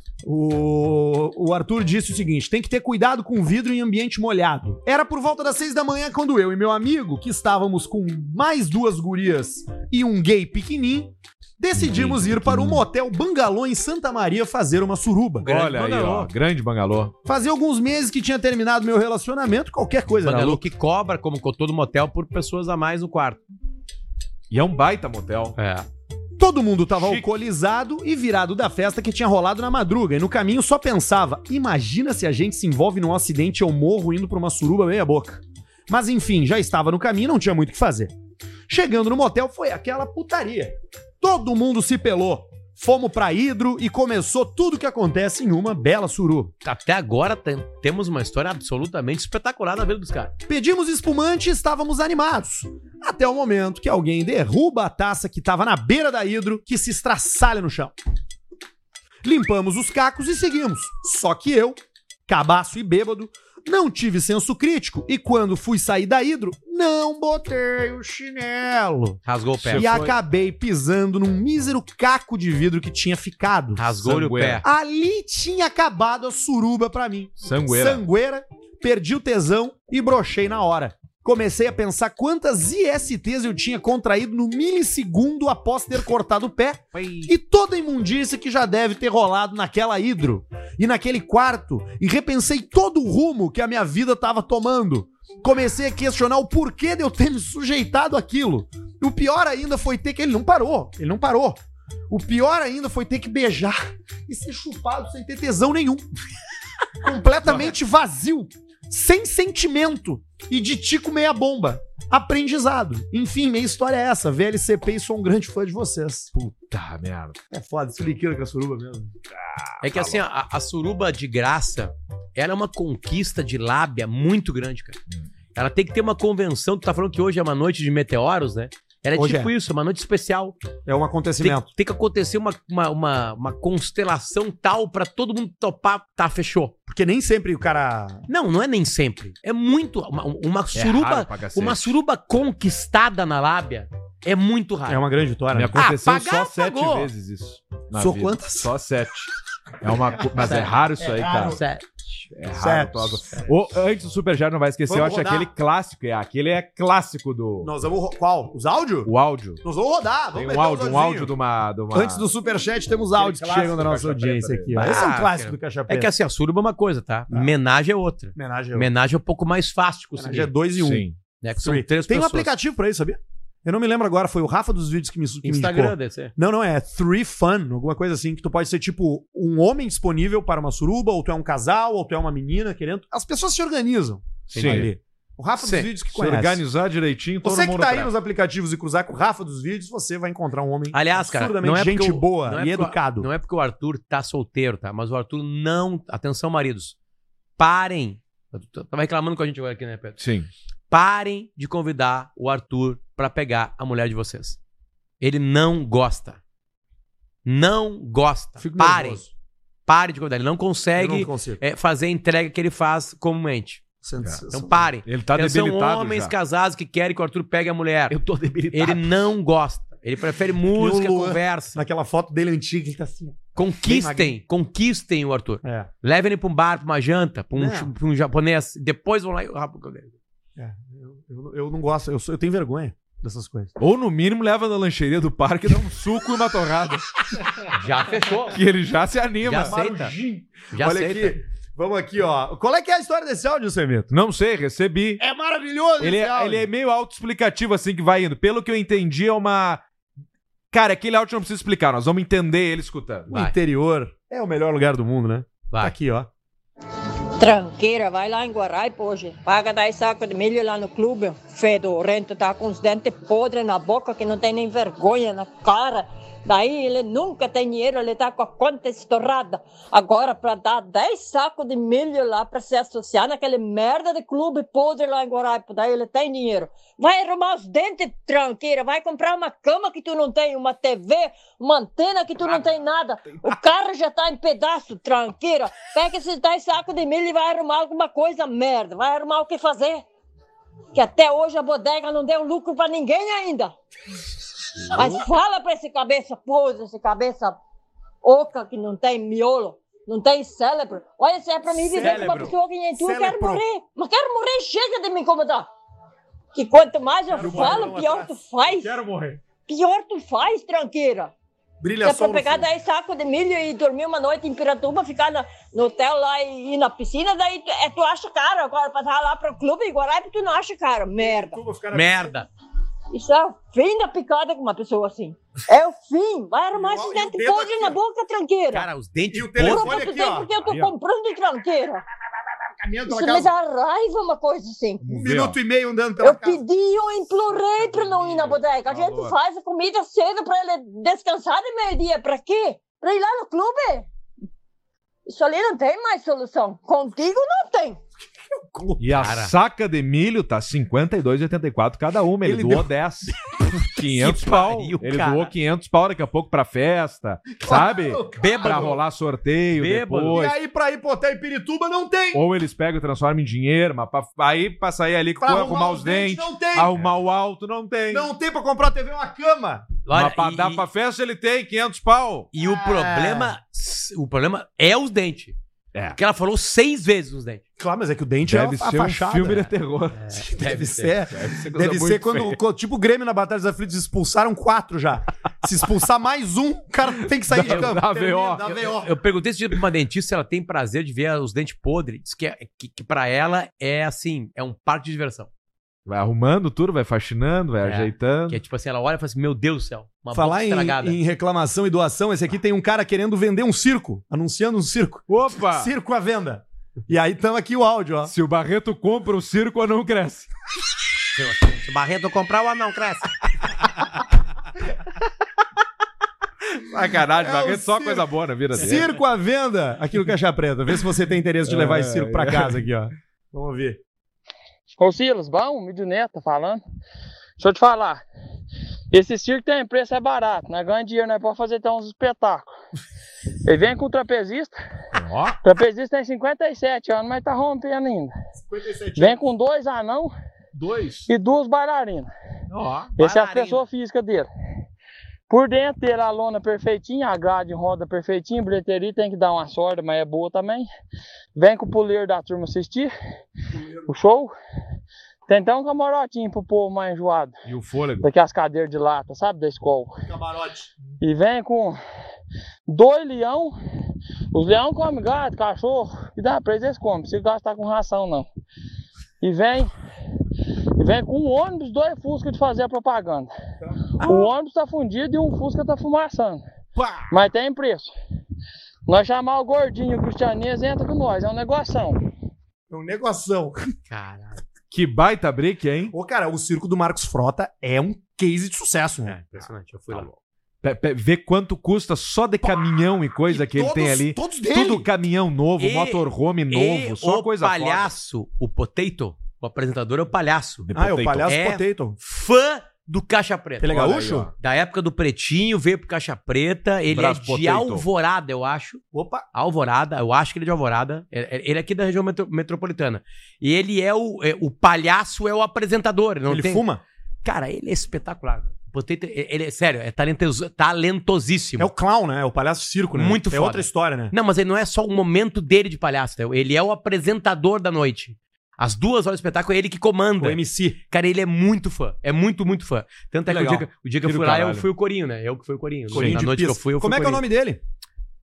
Speaker 1: O, o Arthur disse o seguinte: tem que ter cuidado com vidro em ambiente molhado. Era por volta das seis da manhã quando eu e meu amigo, que estávamos com mais duas gurias e um gay pequenininho, decidimos ir para o motel Bangalô em Santa Maria fazer uma suruba.
Speaker 2: Olha aí, ó. Grande bangalô.
Speaker 1: Fazia alguns meses que tinha terminado meu relacionamento, qualquer coisa. era
Speaker 3: Bangalô
Speaker 1: louco.
Speaker 3: que cobra, como todo motel, por pessoas a mais no quarto.
Speaker 2: E é um baita motel.
Speaker 3: É.
Speaker 1: Todo mundo tava alcoolizado e virado da festa que tinha rolado na madruga. E no caminho só pensava: imagina se a gente se envolve num acidente e eu morro indo pra uma suruba meia-boca. Mas enfim, já estava no caminho e não tinha muito o que fazer. Chegando no motel foi aquela putaria. Todo mundo se pelou. Fomos pra Hidro e começou tudo que acontece em uma bela suruba.
Speaker 3: Até agora tem- temos uma história absolutamente espetacular na vida dos caras.
Speaker 1: Pedimos espumante e estávamos animados. Até o momento que alguém derruba a taça que estava na beira da hidro, que se estraçalha no chão. Limpamos os cacos e seguimos. Só que eu, cabaço e bêbado, não tive senso crítico e quando fui sair da hidro, não botei o chinelo.
Speaker 3: Rasgou o pé.
Speaker 1: E acabei pisando num mísero caco de vidro que tinha ficado.
Speaker 3: Rasgou-lhe o
Speaker 2: Sangueira.
Speaker 3: pé.
Speaker 1: Ali tinha acabado a suruba pra mim.
Speaker 2: Sangueira.
Speaker 1: Sangueira, perdi o tesão e brochei na hora. Comecei a pensar quantas ISTs eu tinha contraído no milissegundo após ter cortado o pé e toda a imundícia que já deve ter rolado naquela hidro e naquele quarto e repensei todo o rumo que a minha vida estava tomando. Comecei a questionar o porquê de eu ter me sujeitado àquilo. E o pior ainda foi ter que ele não parou, ele não parou. O pior ainda foi ter que beijar e ser chupado sem ter tesão nenhum completamente vazio, sem sentimento e de tico meia bomba. Aprendizado. Enfim, minha história é essa. VLCP e sou um grande fã de vocês.
Speaker 2: Tá, merda.
Speaker 1: É foda, isso liqueiro com a suruba mesmo.
Speaker 3: É que assim, a, a suruba de graça, ela é uma conquista de Hum. lábia muito grande, cara. Ela tem que ter uma convenção. Tu tá falando que hoje é uma noite de meteoros, né? Era
Speaker 1: Hoje
Speaker 3: tipo
Speaker 1: é.
Speaker 3: isso, uma noite especial.
Speaker 1: É um acontecimento.
Speaker 3: Tem, tem que acontecer uma, uma, uma, uma constelação tal pra todo mundo topar, tá, fechou.
Speaker 1: Porque nem sempre o cara.
Speaker 3: Não, não é nem sempre. É muito. Uma, uma
Speaker 2: É
Speaker 1: raro
Speaker 3: suruba.
Speaker 1: pra cacete.
Speaker 3: uma suruba conquistada na lábia é muito raro.
Speaker 1: É uma grande vitória.
Speaker 2: Me aconteceu
Speaker 3: Ah, pagar,
Speaker 2: só sete
Speaker 3: pagou.
Speaker 2: vezes isso.
Speaker 3: Sou
Speaker 2: quantas? né? Só sete. É uma, co- mas é
Speaker 3: Sete.
Speaker 2: raro isso
Speaker 3: É
Speaker 2: aí, cara.
Speaker 3: raro. Sete.
Speaker 2: É raro.
Speaker 1: Sete.
Speaker 2: Tosa. O, antes do Superjar não vai esquecer, eu
Speaker 1: Vamos
Speaker 2: acho
Speaker 1: rodar.
Speaker 2: aquele clássico. É, aquele é clássico do.
Speaker 1: Nós vamos. ro- Qual? Os áudios?
Speaker 2: O áudio.
Speaker 1: Nós vamos rodar. Vamos
Speaker 2: Tem
Speaker 1: meter
Speaker 2: um
Speaker 1: os
Speaker 2: áudio, um
Speaker 1: áudiozinhos.
Speaker 2: áudio de uma. de uma-
Speaker 1: Antes do superchat, temos áudios que
Speaker 2: clássico
Speaker 1: chegam da
Speaker 2: do
Speaker 1: nossa
Speaker 2: Caixa Preta
Speaker 1: audiência aqui.
Speaker 2: dele.
Speaker 1: ó.
Speaker 3: Ah,
Speaker 1: Esse é um clássico
Speaker 3: cara.
Speaker 1: do Caixa
Speaker 3: É
Speaker 1: Preta.
Speaker 3: que assim, a suruba é uma coisa, tá? Homenagem é outra.
Speaker 1: Homenagem é outra.
Speaker 3: Homenagem é um pouco mais fácil de conseguir.
Speaker 1: Homenagem é dois e um.
Speaker 3: Sim. Né, que são
Speaker 1: Three.
Speaker 3: três
Speaker 1: Tem um
Speaker 3: pessoas.
Speaker 1: aplicativo pra isso, sabia? Eu não me lembro agora, foi o Rafa dos vídeos que me que me
Speaker 3: Instagram,
Speaker 1: indicou.
Speaker 3: deve ser.
Speaker 1: Não, não, é Three Fun, alguma coisa assim, que tu pode ser tipo um homem disponível para uma suruba, ou tu é um casal, ou tu é uma menina querendo. As pessoas se organizam.
Speaker 2: Sim.
Speaker 1: Ali. O Rafa
Speaker 2: Sim.
Speaker 1: dos vídeos que
Speaker 2: Se
Speaker 1: conhece.
Speaker 2: organizar direitinho, todo
Speaker 1: Você que
Speaker 2: mundo
Speaker 1: tá aí
Speaker 2: presta.
Speaker 1: nos aplicativos e cruzar com o Rafa dos vídeos, você vai encontrar um homem
Speaker 3: Aliás, cara,
Speaker 1: absurdamente
Speaker 3: não é porque
Speaker 1: gente
Speaker 3: o- não
Speaker 1: boa
Speaker 3: é
Speaker 1: e
Speaker 3: porque o-
Speaker 1: educado.
Speaker 3: Não é porque o Arthur tá solteiro, tá? Mas o Arthur não. Atenção, maridos. Parem. Eu tô- Tava reclamando com a gente agora aqui, né, Pedro?
Speaker 2: Sim.
Speaker 3: Parem de convidar o Arthur pra pegar a mulher de vocês. Ele não gosta. Não gosta. Parem. Pare de convidar. Ele não
Speaker 1: Eu
Speaker 3: consegue
Speaker 1: não consigo.
Speaker 3: eh, fazer a entrega que ele faz comumente. Então parem.
Speaker 2: Ele tá
Speaker 3: Atenção,
Speaker 2: debilitado
Speaker 3: homens
Speaker 2: já.
Speaker 3: casados que querem que o Arthur pegue a mulher. Eu tô debilitado. Ele não gosta. Ele prefere música,
Speaker 1: Luan,
Speaker 3: conversa.
Speaker 1: Naquela foto dele antiga, ele tá assim. ó. Bem
Speaker 3: Conquistem,
Speaker 1: magrinho.
Speaker 3: conquistem o Arthur.
Speaker 1: É.
Speaker 3: Levem ele pra um bar, pra uma janta, pra um,
Speaker 1: Não.
Speaker 3: chu- pra um japonês. Depois vão lá e o rabo.
Speaker 1: É, eu, eu- eu não gosto, eu, sou- eu tenho vergonha dessas coisas.
Speaker 2: Ou no mínimo leva na lancheria do parque, dá um suco e uma torrada.
Speaker 3: Já fechou.
Speaker 2: Que ele já se anima.
Speaker 3: Já aceita. Já
Speaker 1: Olha
Speaker 3: aceita.
Speaker 1: aqui, vamos aqui, ó. Qual é que é a história desse áudio, Semito?
Speaker 2: Não sei, recebi.
Speaker 1: É maravilhoso
Speaker 2: Ele
Speaker 1: esse
Speaker 2: é,
Speaker 1: áudio.
Speaker 2: ele é meio autoexplicativo, assim, que vai indo. Pelo que eu entendi, é uma. Cara, aquele áudio não precisa explicar, nós vamos entender ele escutando.
Speaker 1: O interior é o melhor lugar do mundo, né? Tá aqui, ó.
Speaker 17: Tranqueira, vai lá em Guaraipa hoje. Paga 10 sacos de milho lá no clube. Fedorento, tá com os dentes podres na boca, que não tem nem vergonha na cara. Daí ele nunca tem dinheiro, ele tá com a conta estourada. Agora, pra dar 10 sacos de milho lá pra se associar naquele merda de clube podre lá em Guaraipa, daí ele tem dinheiro. Vai arrumar os dentes, tranqueira. Vai comprar uma cama que tu não tem, uma TV, uma antena que tu não tem nada. O carro já tá em pedaço, tranqueira. Pega esses 10 sacos de milho e vai arrumar alguma coisa, merda. Vai arrumar o que fazer. Que até hoje a bodega não deu lucro pra ninguém ainda. Mas fala pra esse cabeça podre, esse cabeça oca que não tem miolo, não tem cérebro. Olha, se é pra mim viver com uma
Speaker 18: Cérebro.
Speaker 17: pessoa que nem tu, eu quero
Speaker 18: Cérebro.
Speaker 17: morrer. Mas quero morrer, chega de me incomodar. Que quanto mais eu
Speaker 3: um
Speaker 17: falo, pior tu faz. Quero morrer. Pior tu faz, tranqueira.
Speaker 1: Brilha
Speaker 17: Dá
Speaker 1: só
Speaker 17: é pra
Speaker 1: no
Speaker 17: pegar
Speaker 1: fundo.
Speaker 17: 10 sacos de milho e dormir uma noite em Piratuba, ficar na- no hotel lá e ir na piscina, daí tu, é, tu acha caro agora, passar lá pro clube em Guaraipa, tu não acha caro, merda.
Speaker 3: Merda.
Speaker 17: Isso é o fim da picada com uma pessoa assim. É o fim, vai arrumar esse dente podre na boca, tranqueira.
Speaker 3: Cara, os dentes
Speaker 17: E o
Speaker 3: podres.
Speaker 17: Juro pra tu tem porque eu tô
Speaker 3: Aí, ó.
Speaker 17: comprando tranqueira.
Speaker 1: pela
Speaker 17: Isso me
Speaker 1: casa.
Speaker 17: dá raiva uma coisa assim.
Speaker 1: Um minuto e meio andando pela
Speaker 17: Eu pedi, eu implorei pra não ir na bodega. A gente
Speaker 1: Calor.
Speaker 17: faz a comida cedo pra ele descansar de meio-dia. Pra quê? Pra ir lá no clube? Isso ali não tem mais solução. Contigo não tem.
Speaker 2: E a
Speaker 3: Cara.
Speaker 2: saca de milho tá 52,84 cada uma. Ele,
Speaker 1: Ele
Speaker 2: doou
Speaker 1: deu-
Speaker 2: 10. 500 pau.
Speaker 3: pariu,
Speaker 2: ele
Speaker 3: cara.
Speaker 2: doou 500 pau daqui a pouco pra festa, sabe? Pra rolar sorteio
Speaker 1: Bêbado.
Speaker 2: depois.
Speaker 1: E aí, pra ir pro hotel em Pirituba, não tem.
Speaker 2: Ou eles pegam e transformam em dinheiro, mas pra- aí pra sair ali,
Speaker 1: Pra
Speaker 2: arrumar, os dentes,
Speaker 1: não tem.
Speaker 2: arrumar o alto, não tem.
Speaker 1: né? Não tem pra comprar uma TV uma cama.
Speaker 3: Olha,
Speaker 2: mas pra
Speaker 3: e-
Speaker 2: dar pra festa ele tem 500 pau.
Speaker 3: E o problema. O problema é os dentes.
Speaker 2: É.
Speaker 3: Porque ela falou seis vezes os dentes.
Speaker 1: Claro, mas é que o dente
Speaker 2: Deve
Speaker 1: é a, a
Speaker 2: ser um
Speaker 1: fachada.
Speaker 2: filme de
Speaker 1: né?
Speaker 2: terror.
Speaker 1: Deve, ser. Deve ser,
Speaker 2: coisa muito
Speaker 1: quando,
Speaker 2: feia.
Speaker 1: quando- Tipo o Grêmio na Batalha dos Aflitos expulsaram quatro já. Se expulsar mais um, o cara tem que sair de campo. Termina, dá
Speaker 3: Eu,
Speaker 1: VO.
Speaker 3: eu perguntei esse dia pra uma dentista se ela tem prazer de ver os dentes podres. Diz que, é- que, que pra ela é assim, é um parque de diversão.
Speaker 2: Vai arrumando tudo, vai faxinando, vai
Speaker 3: É.
Speaker 2: ajeitando.
Speaker 3: Que é tipo assim, ela olha e fala assim, meu Deus do céu. Uma
Speaker 1: Falar
Speaker 3: boca
Speaker 1: em,
Speaker 3: estragada.
Speaker 1: em reclamação e doação, esse aqui tem um cara querendo vender um circo, anunciando um circo.
Speaker 2: Opa!
Speaker 1: Circo à venda. E aí estamos aqui o áudio, ó.
Speaker 2: Se o Barreto compra o circo, o anão cresce.
Speaker 3: Se o Barreto comprar o anão, cresce.
Speaker 2: Sacanagem,
Speaker 1: É
Speaker 2: Barreto
Speaker 1: um
Speaker 2: só
Speaker 1: circo.
Speaker 2: coisa boa na vida dele.
Speaker 1: Circo à venda aqui no Caixa Preta. Vê se você tem interesse de levar esse circo pra casa aqui, ó. Vamos ver.
Speaker 18: um,
Speaker 19: Ô Silas, bom, o Mídio Neto tá falando. Deixa eu te falar.
Speaker 18: Esse circo tem preço, é barato. Nós ganhamos dinheiro, nós podemos fazer até uns espetáculos. Ele vem com o trapezista. O trapezista tem 57 anos, mas tá rompendo ainda.
Speaker 1: 57
Speaker 18: Vem com dois anão.
Speaker 1: Dois.
Speaker 18: E duas bailarinas.
Speaker 1: Ó,
Speaker 18: Essa é a
Speaker 1: bailarina.
Speaker 18: pessoa física dele. Por dentro dele, a lona perfeitinha, a grade roda perfeitinha, bilheteria tem que dar uma sorda, mas é boa também. Vem com o puleiro da turma assistir o show. Tem até um camarotinho pro povo mais enjoado.
Speaker 2: E o fôlego.
Speaker 18: Daqui as cadeiras de lata, sabe? Da escola.
Speaker 1: Camarote.
Speaker 18: E vem com dois leão. Os leão comem gato, cachorro. E dá pra eles, eles comem. Não precisa gastar tá com ração, não. E vem. E vem com um ônibus, dois Fusca de fazer a propaganda. O ônibus tá fundido e um Fusca tá fumaçando. Mas tem preço. Nós chamar o gordinho, o cristianês, entra com nós. É um negoção.
Speaker 1: É um negoção.
Speaker 3: Caralho.
Speaker 2: Que baita brick, hein?
Speaker 1: Ô, cara, o circo do Marcos Frota é um case de sucesso, né?
Speaker 2: É,
Speaker 3: Impressionante, eu fui lá.
Speaker 2: Pe- pe- Vê quanto custa só de caminhão e coisa que ele tem
Speaker 3: todos-
Speaker 2: ali.
Speaker 3: todos dele.
Speaker 2: Tudo caminhão novo,
Speaker 3: E-
Speaker 2: motorhome
Speaker 3: e
Speaker 2: novo, só
Speaker 3: o
Speaker 2: coisa foda.
Speaker 3: palhaço, o Potato, o apresentador é o palhaço.
Speaker 2: Ah, é o palhaço
Speaker 3: é
Speaker 2: Potato.
Speaker 3: Fã do Caixa Preta.
Speaker 1: Ele é
Speaker 3: Olha aí,
Speaker 1: gaúcho?
Speaker 3: ó. da época do Pretinho, veio pro Caixa Preta. Ele
Speaker 1: Brás
Speaker 3: é de
Speaker 1: Potato.
Speaker 3: Alvorada, eu acho.
Speaker 1: Opa!
Speaker 3: Alvorada, eu acho que ele é de Alvorada. É- é- Ele é aqui da região metro- metropolitana. E ele é o... é- o palhaço é o apresentador. Não
Speaker 1: Ele
Speaker 3: tem-
Speaker 1: fuma?
Speaker 3: Cara, ele é espetacular. O Potato, ele ele é, sério, é talentoso- talentosíssimo.
Speaker 1: É o clown, né? É o palhaço circo, né?
Speaker 3: Muito
Speaker 1: É
Speaker 3: foda.
Speaker 1: outra história, né?
Speaker 3: Não, mas ele não é só o momento dele de palhaço, né? ele é o apresentador da noite. As duas horas do espetáculo é ele que comanda.
Speaker 1: O MC.
Speaker 3: Cara, ele é muito fã. É muito, muito fã. Tanto é que o
Speaker 1: Legal.
Speaker 3: dia que, o dia que eu
Speaker 1: Que do
Speaker 3: fui lá, eu
Speaker 1: caralho.
Speaker 3: fui o Corinho, né? Eu que fui o Corinho.
Speaker 1: Corinho
Speaker 3: Na
Speaker 1: de
Speaker 3: noite
Speaker 1: pista.
Speaker 3: que eu fui, eu fui
Speaker 1: Como é que é o
Speaker 3: Corinho.
Speaker 1: nome dele?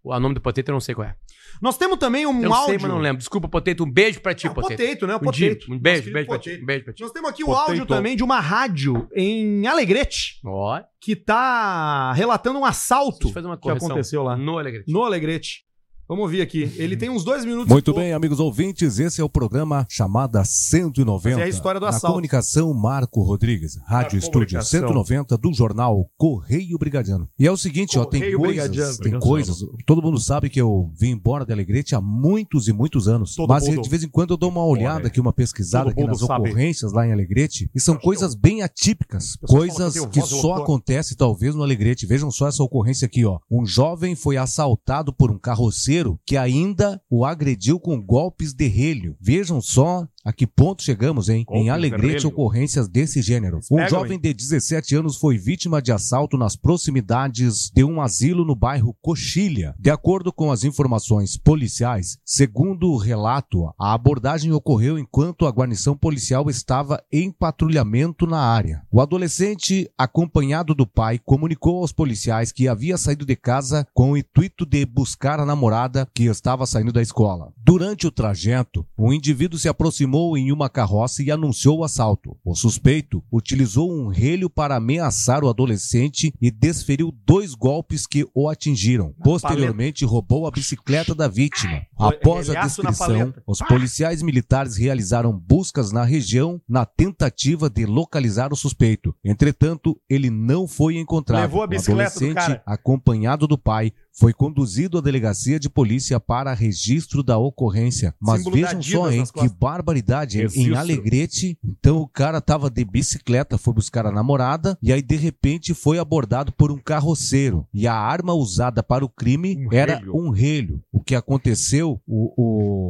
Speaker 3: O nome do Potato eu não sei qual é.
Speaker 1: Nós temos também um
Speaker 3: eu
Speaker 1: áudio.
Speaker 3: sei, mas não lembro. Desculpa, Potato. Um beijo pra ti,
Speaker 1: o
Speaker 3: Potato.
Speaker 1: Potato, né? O
Speaker 3: Um, dia-
Speaker 1: Potato.
Speaker 3: um beijo,
Speaker 1: Nosso
Speaker 3: beijo pra
Speaker 1: querido
Speaker 3: ti. Um beijo pra ti.
Speaker 1: Nós temos aqui o áudio também de uma rádio em Alegrete.
Speaker 3: Ó.
Speaker 1: Que tá relatando um assalto que
Speaker 3: correção. Hum.
Speaker 1: aconteceu lá.
Speaker 3: No Alegrete.
Speaker 1: No Alegrete. Vamos ouvir aqui. Ele tem uns dois minutos.
Speaker 19: Muito bem, amigos ouvintes, esse é o programa chamada 190.
Speaker 1: Mas é a história do
Speaker 19: na
Speaker 1: assalto.
Speaker 19: comunicação Marco Rodrigues, Rádio Estúdio
Speaker 1: comunicação.
Speaker 19: 190 do jornal Correio Brigadiano. E é o seguinte, ó, tem
Speaker 1: Correio
Speaker 19: coisas,
Speaker 1: Brigadiano.
Speaker 19: tem coisas. Todo mundo sabe que eu vim embora de Alegrete há muitos e muitos anos,
Speaker 1: Todo
Speaker 19: mas
Speaker 1: mundo.
Speaker 19: de vez em quando eu dou uma olhada aqui, uma pesquisada Todo aqui mundo nas sabe. ocorrências lá em Alegrete, e são coisas bem atípicas,
Speaker 20: fala que
Speaker 19: coisas
Speaker 20: eu tenho
Speaker 19: que
Speaker 20: voz, eu
Speaker 19: só
Speaker 20: tô-
Speaker 19: acontecem acontece talvez no Alegrete. Vejam só essa ocorrência aqui, ó. Um jovem foi assaltado por um carroceiro que ainda o agrediu com golpes de relho. Vejam só a que ponto chegamos, hein?
Speaker 20: Golpes de
Speaker 19: em Alegrete,
Speaker 20: relho.
Speaker 19: ocorrências desse gênero. Um
Speaker 20: Pegam,
Speaker 19: jovem
Speaker 20: hein?
Speaker 19: de 17 anos foi vítima de assalto nas proximidades de um asilo no bairro Coxilha. De acordo com as informações policiais, segundo o relato, a abordagem ocorreu enquanto a guarnição policial estava em patrulhamento na área. O adolescente, acompanhado do pai, comunicou aos policiais que havia saído de casa com o intuito de buscar a namorada que estava saindo da escola. Durante o trajeto, o indivíduo se aproximou em uma carroça e anunciou o assalto. O suspeito utilizou um relho para ameaçar o adolescente e desferiu dois golpes que o atingiram. Posteriormente, roubou a bicicleta da vítima. Após a
Speaker 20: Relhaço na
Speaker 19: descrição,
Speaker 20: paleta.
Speaker 19: os policiais militares realizaram buscas na região na tentativa de localizar o suspeito. Entretanto, ele não foi encontrado.
Speaker 20: Levou a bicicleta do
Speaker 19: o adolescente,
Speaker 20: cara.
Speaker 19: acompanhado do pai, foi conduzido à delegacia de polícia para registro da ocorrência. Mas
Speaker 20: Símbolo da
Speaker 19: vejam só,
Speaker 20: Adidas
Speaker 19: hein,
Speaker 20: nas
Speaker 19: que
Speaker 20: costas.
Speaker 19: barbaridade. hein? Em
Speaker 20: Registro.
Speaker 19: Alegrete, então o cara tava de bicicleta, foi buscar a namorada e aí de repente foi abordado por um carroceiro. E a arma usada para o crime era
Speaker 20: relho.
Speaker 19: um relho. O que aconteceu, o,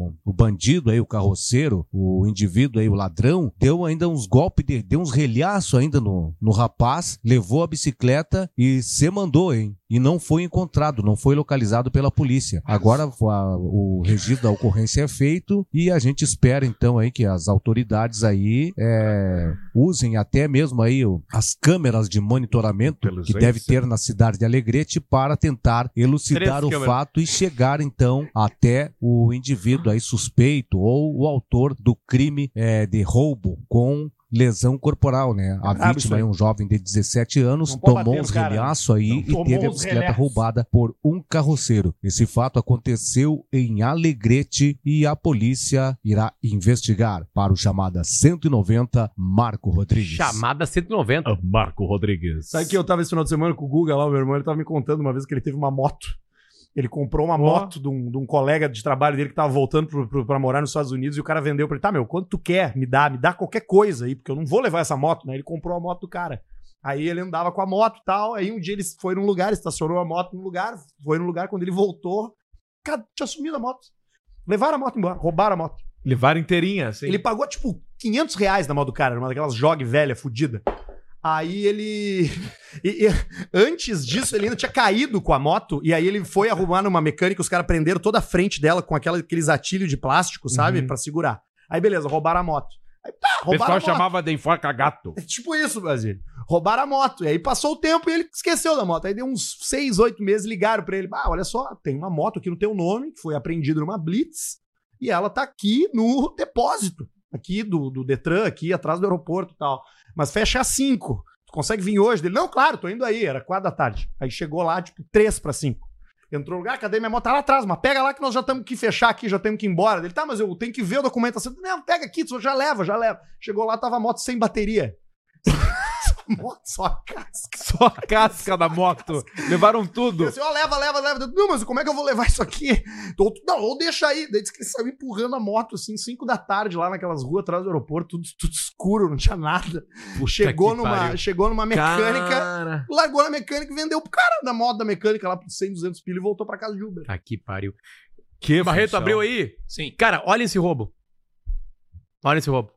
Speaker 19: o, o bandido aí, o carroceiro, o indivíduo aí, o ladrão, deu ainda uns golpes, de, deu uns relhaço ainda no, no rapaz, levou a bicicleta e se mandou, hein? E não foi encontrado, não foi localizado pela polícia. Agora a- o registro da ocorrência é feito e a gente espera então aí que as autoridades aí é, usem até mesmo aí o- as câmeras de monitoramento que
Speaker 20: jeito,
Speaker 19: deve
Speaker 20: sim.
Speaker 19: ter na cidade de Alegrete para tentar elucidar elucidar
Speaker 20: Três
Speaker 19: o
Speaker 20: câmeras.
Speaker 19: fato e chegar então até o indivíduo aí suspeito ou o autor do crime eh, de roubo com lesão corporal, né? A
Speaker 20: brabo Ah, isso
Speaker 19: vítima
Speaker 20: aí.
Speaker 19: é um jovem de 17 anos,
Speaker 20: Não pode
Speaker 19: tomou
Speaker 20: bater no
Speaker 19: uns
Speaker 20: cara, né?
Speaker 19: relhaços aí e
Speaker 20: Tomou
Speaker 19: teve a
Speaker 20: uns
Speaker 19: bicicleta
Speaker 20: relhaços.
Speaker 19: roubada por um carroceiro. Esse fato aconteceu em Alegrete e a polícia irá investigar para o chamada 190 Marco Rodrigues.
Speaker 3: Chamada 190.
Speaker 2: Marco Rodrigues.
Speaker 1: Sabe que eu tava esse final de semana com o Guga lá, o meu irmão, ele tava me contando uma vez que ele teve uma moto. Ele comprou uma moto de um, de um colega de trabalho dele que tava voltando pro, pro- pra morar nos Estados Unidos e o cara vendeu pra ele, tá, meu, quanto tu quer? Me dá, me dá qualquer coisa aí, porque eu não vou levar essa moto, né? Ele comprou a moto do cara. Aí ele andava com a moto e tal. Aí um dia ele foi num lugar, estacionou a moto num lugar, foi num lugar. Quando ele voltou, cara, tinha sumido a moto. Levaram a moto embora, roubaram a moto.
Speaker 2: Levaram inteirinha, assim.
Speaker 1: Ele pagou, tipo, 500 reais na mão do cara, numa daquelas jogue velha, fudida. Aí ele. e- e antes disso, ele ainda tinha caído com a moto, e aí ele foi arrumar numa mecânica, os caras prenderam toda a frente dela com aquela, aqueles atilhos de plástico, sabe? Pra segurar. Aí beleza, roubaram a moto. Aí, pá,
Speaker 2: O
Speaker 1: roubaram a
Speaker 2: Uhum. pessoal
Speaker 1: moto.
Speaker 2: chamava de enforca gato.
Speaker 1: É tipo isso, Brasil. Roubaram a moto. E aí passou o tempo e ele esqueceu da moto. Aí deu uns seis, oito meses, ligaram pra ele. Ah, olha só, tem uma moto aqui no teu nome, que foi apreendida numa Blitz, e ela tá aqui no depósito, aqui do, do Detran, aqui atrás do aeroporto e tal. Mas fecha às cinco. Tu consegue vir hoje? Ele, não, claro, tô indo aí. Era quatro da tarde. Aí chegou lá, tipo, três pra cinco. Entrou no lugar, cadê minha moto? Tá lá atrás, mas pega lá que nós já temos que fechar aqui, já temos que ir embora. Ele, tá, mas eu tenho que ver a documentação. Não, pega aqui, tu já leva, já leva. Chegou lá, tava a moto sem bateria. moto, só a casca.
Speaker 2: Só a casca da moto. Levaram tudo.
Speaker 1: Ele assim, ó, leva, leva, leva. Não, mas como é que eu vou levar isso aqui? Ou tu- não, ou deixa aí. Daí disse que ele saiu empurrando a moto, assim, 5 da tarde, lá naquelas ruas atrás do aeroporto, tudo, tudo escuro, não tinha nada. chegou,
Speaker 21: que
Speaker 1: numa,
Speaker 21: pariu.
Speaker 1: chegou numa mecânica,
Speaker 3: Cara.
Speaker 1: largou na mecânica e vendeu pro cara da moto da mecânica lá por 100, 200 pila e voltou pra casa de Uber.
Speaker 3: Tá que pariu.
Speaker 2: Que
Speaker 3: Barreto
Speaker 1: função.
Speaker 3: abriu aí?
Speaker 22: Sim.
Speaker 3: Cara, olha esse roubo. Olha esse roubo.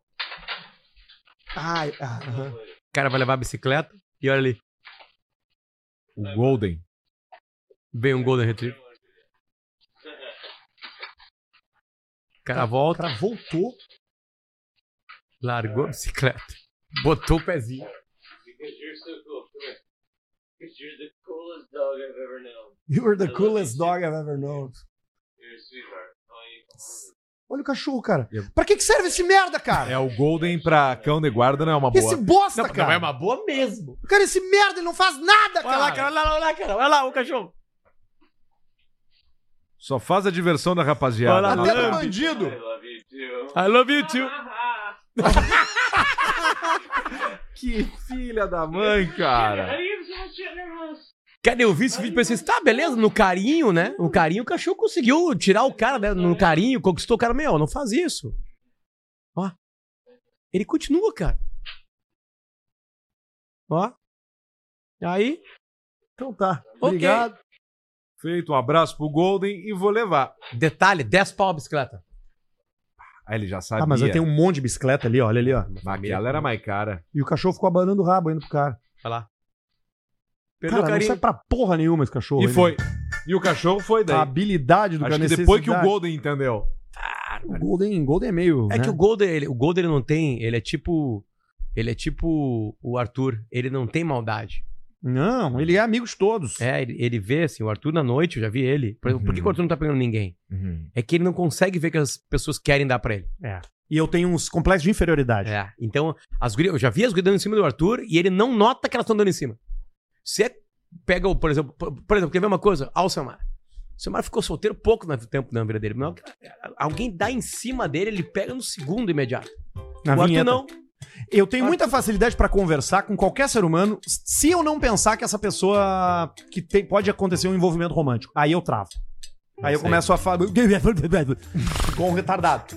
Speaker 1: Ai, ah, aham.
Speaker 3: O cara vai levar a bicicleta e olha ali.
Speaker 2: O Golden.
Speaker 3: Veio um Golden Retriever. O cara volta.
Speaker 1: O Tá, cara voltou.
Speaker 3: Largou a bicicleta. Botou o pezinho.
Speaker 4: Because you're so cool. Come here. Because you're the coolest dog I've ever known.
Speaker 1: You're the coolest dog I've ever known.
Speaker 4: You're a sweetheart. Oh, you
Speaker 1: Olha o cachorro, cara. Pra que, que serve esse merda, cara?
Speaker 2: É o Golden pra cão de guarda, não é uma boa.
Speaker 1: Esse bosta,
Speaker 2: Não, não
Speaker 1: cara.
Speaker 2: é uma
Speaker 3: boa mesmo.
Speaker 1: Cara, esse merda, ele não faz nada, cara.
Speaker 3: Olha lá, cara, olha lá, olha lá, cara. Olha lá o cachorro.
Speaker 2: Só faz a diversão da rapaziada.
Speaker 1: Tá
Speaker 3: Olha lá,
Speaker 2: Até
Speaker 3: lambe.
Speaker 2: do bandido.
Speaker 3: I love you too.
Speaker 2: Que filha da tá mãe, cara.
Speaker 3: Cara, eu vi esse vídeo e pensei assim, tá, beleza, no carinho, né? No carinho o cachorro conseguiu tirar o cara, né? No carinho, conquistou o cara. Meu, não faz isso. Ó. Ele continua, cara. Ó. Aí.
Speaker 1: Então tá.
Speaker 2: Obrigado. Feito, um abraço pro Golden e vou levar.
Speaker 3: Detalhe, 10 pau a bicicleta.
Speaker 2: Aí ele já sabia.
Speaker 1: Ah, mas eu tenho um monte de bicicleta ali, olha ali, ó.
Speaker 2: Aquela era mais cara.
Speaker 1: E o cachorro ficou abanando o rabo indo pro cara.
Speaker 3: Olha lá.
Speaker 1: Perdeu cara, não
Speaker 2: carinho.
Speaker 1: sai pra porra nenhuma esse cachorro.
Speaker 2: E
Speaker 1: ele-
Speaker 2: foi. E o cachorro foi daí.
Speaker 3: Ah,
Speaker 1: A habilidade do
Speaker 2: Acho
Speaker 1: cara, é
Speaker 2: que depois que o
Speaker 1: necessidade.
Speaker 2: Golden entendeu.
Speaker 1: O Golden, Golden é meio.
Speaker 2: Né?
Speaker 3: É que o Golden, ele, o Golden ele não tem, ele é tipo, ele é tipo o Arthur, ele não tem maldade.
Speaker 1: Não, ele é amigo de todos.
Speaker 3: É, ele, ele vê assim, o Arthur na noite, eu já vi ele. Por, exemplo, por que
Speaker 2: Uhum.
Speaker 3: que o Arthur não tá pegando ninguém?
Speaker 1: Uhum.
Speaker 3: É que ele não consegue ver que as pessoas querem dar pra ele.
Speaker 1: É. E eu tenho uns complexos de inferioridade.
Speaker 3: É. Então, as gurias, eu já vi as gurias dando em cima do Arthur e ele não nota que elas estão dando em cima. Se é, pega, o, por exemplo, por, por exemplo, quer ver uma coisa? Olha o Samar. O Samar ficou solteiro pouco no tempo na vida dele. Mas alguém dá em cima dele, ele pega no segundo imediato.
Speaker 1: Na
Speaker 3: o Arthur
Speaker 1: vinheta.
Speaker 3: não.
Speaker 1: Eu tenho muita facilidade pra conversar com qualquer ser humano se eu não pensar que essa pessoa que tem, pode acontecer um envolvimento romântico. Aí eu travo. Aí eu
Speaker 21: Sei.
Speaker 1: começo a falar. Igual um retardado.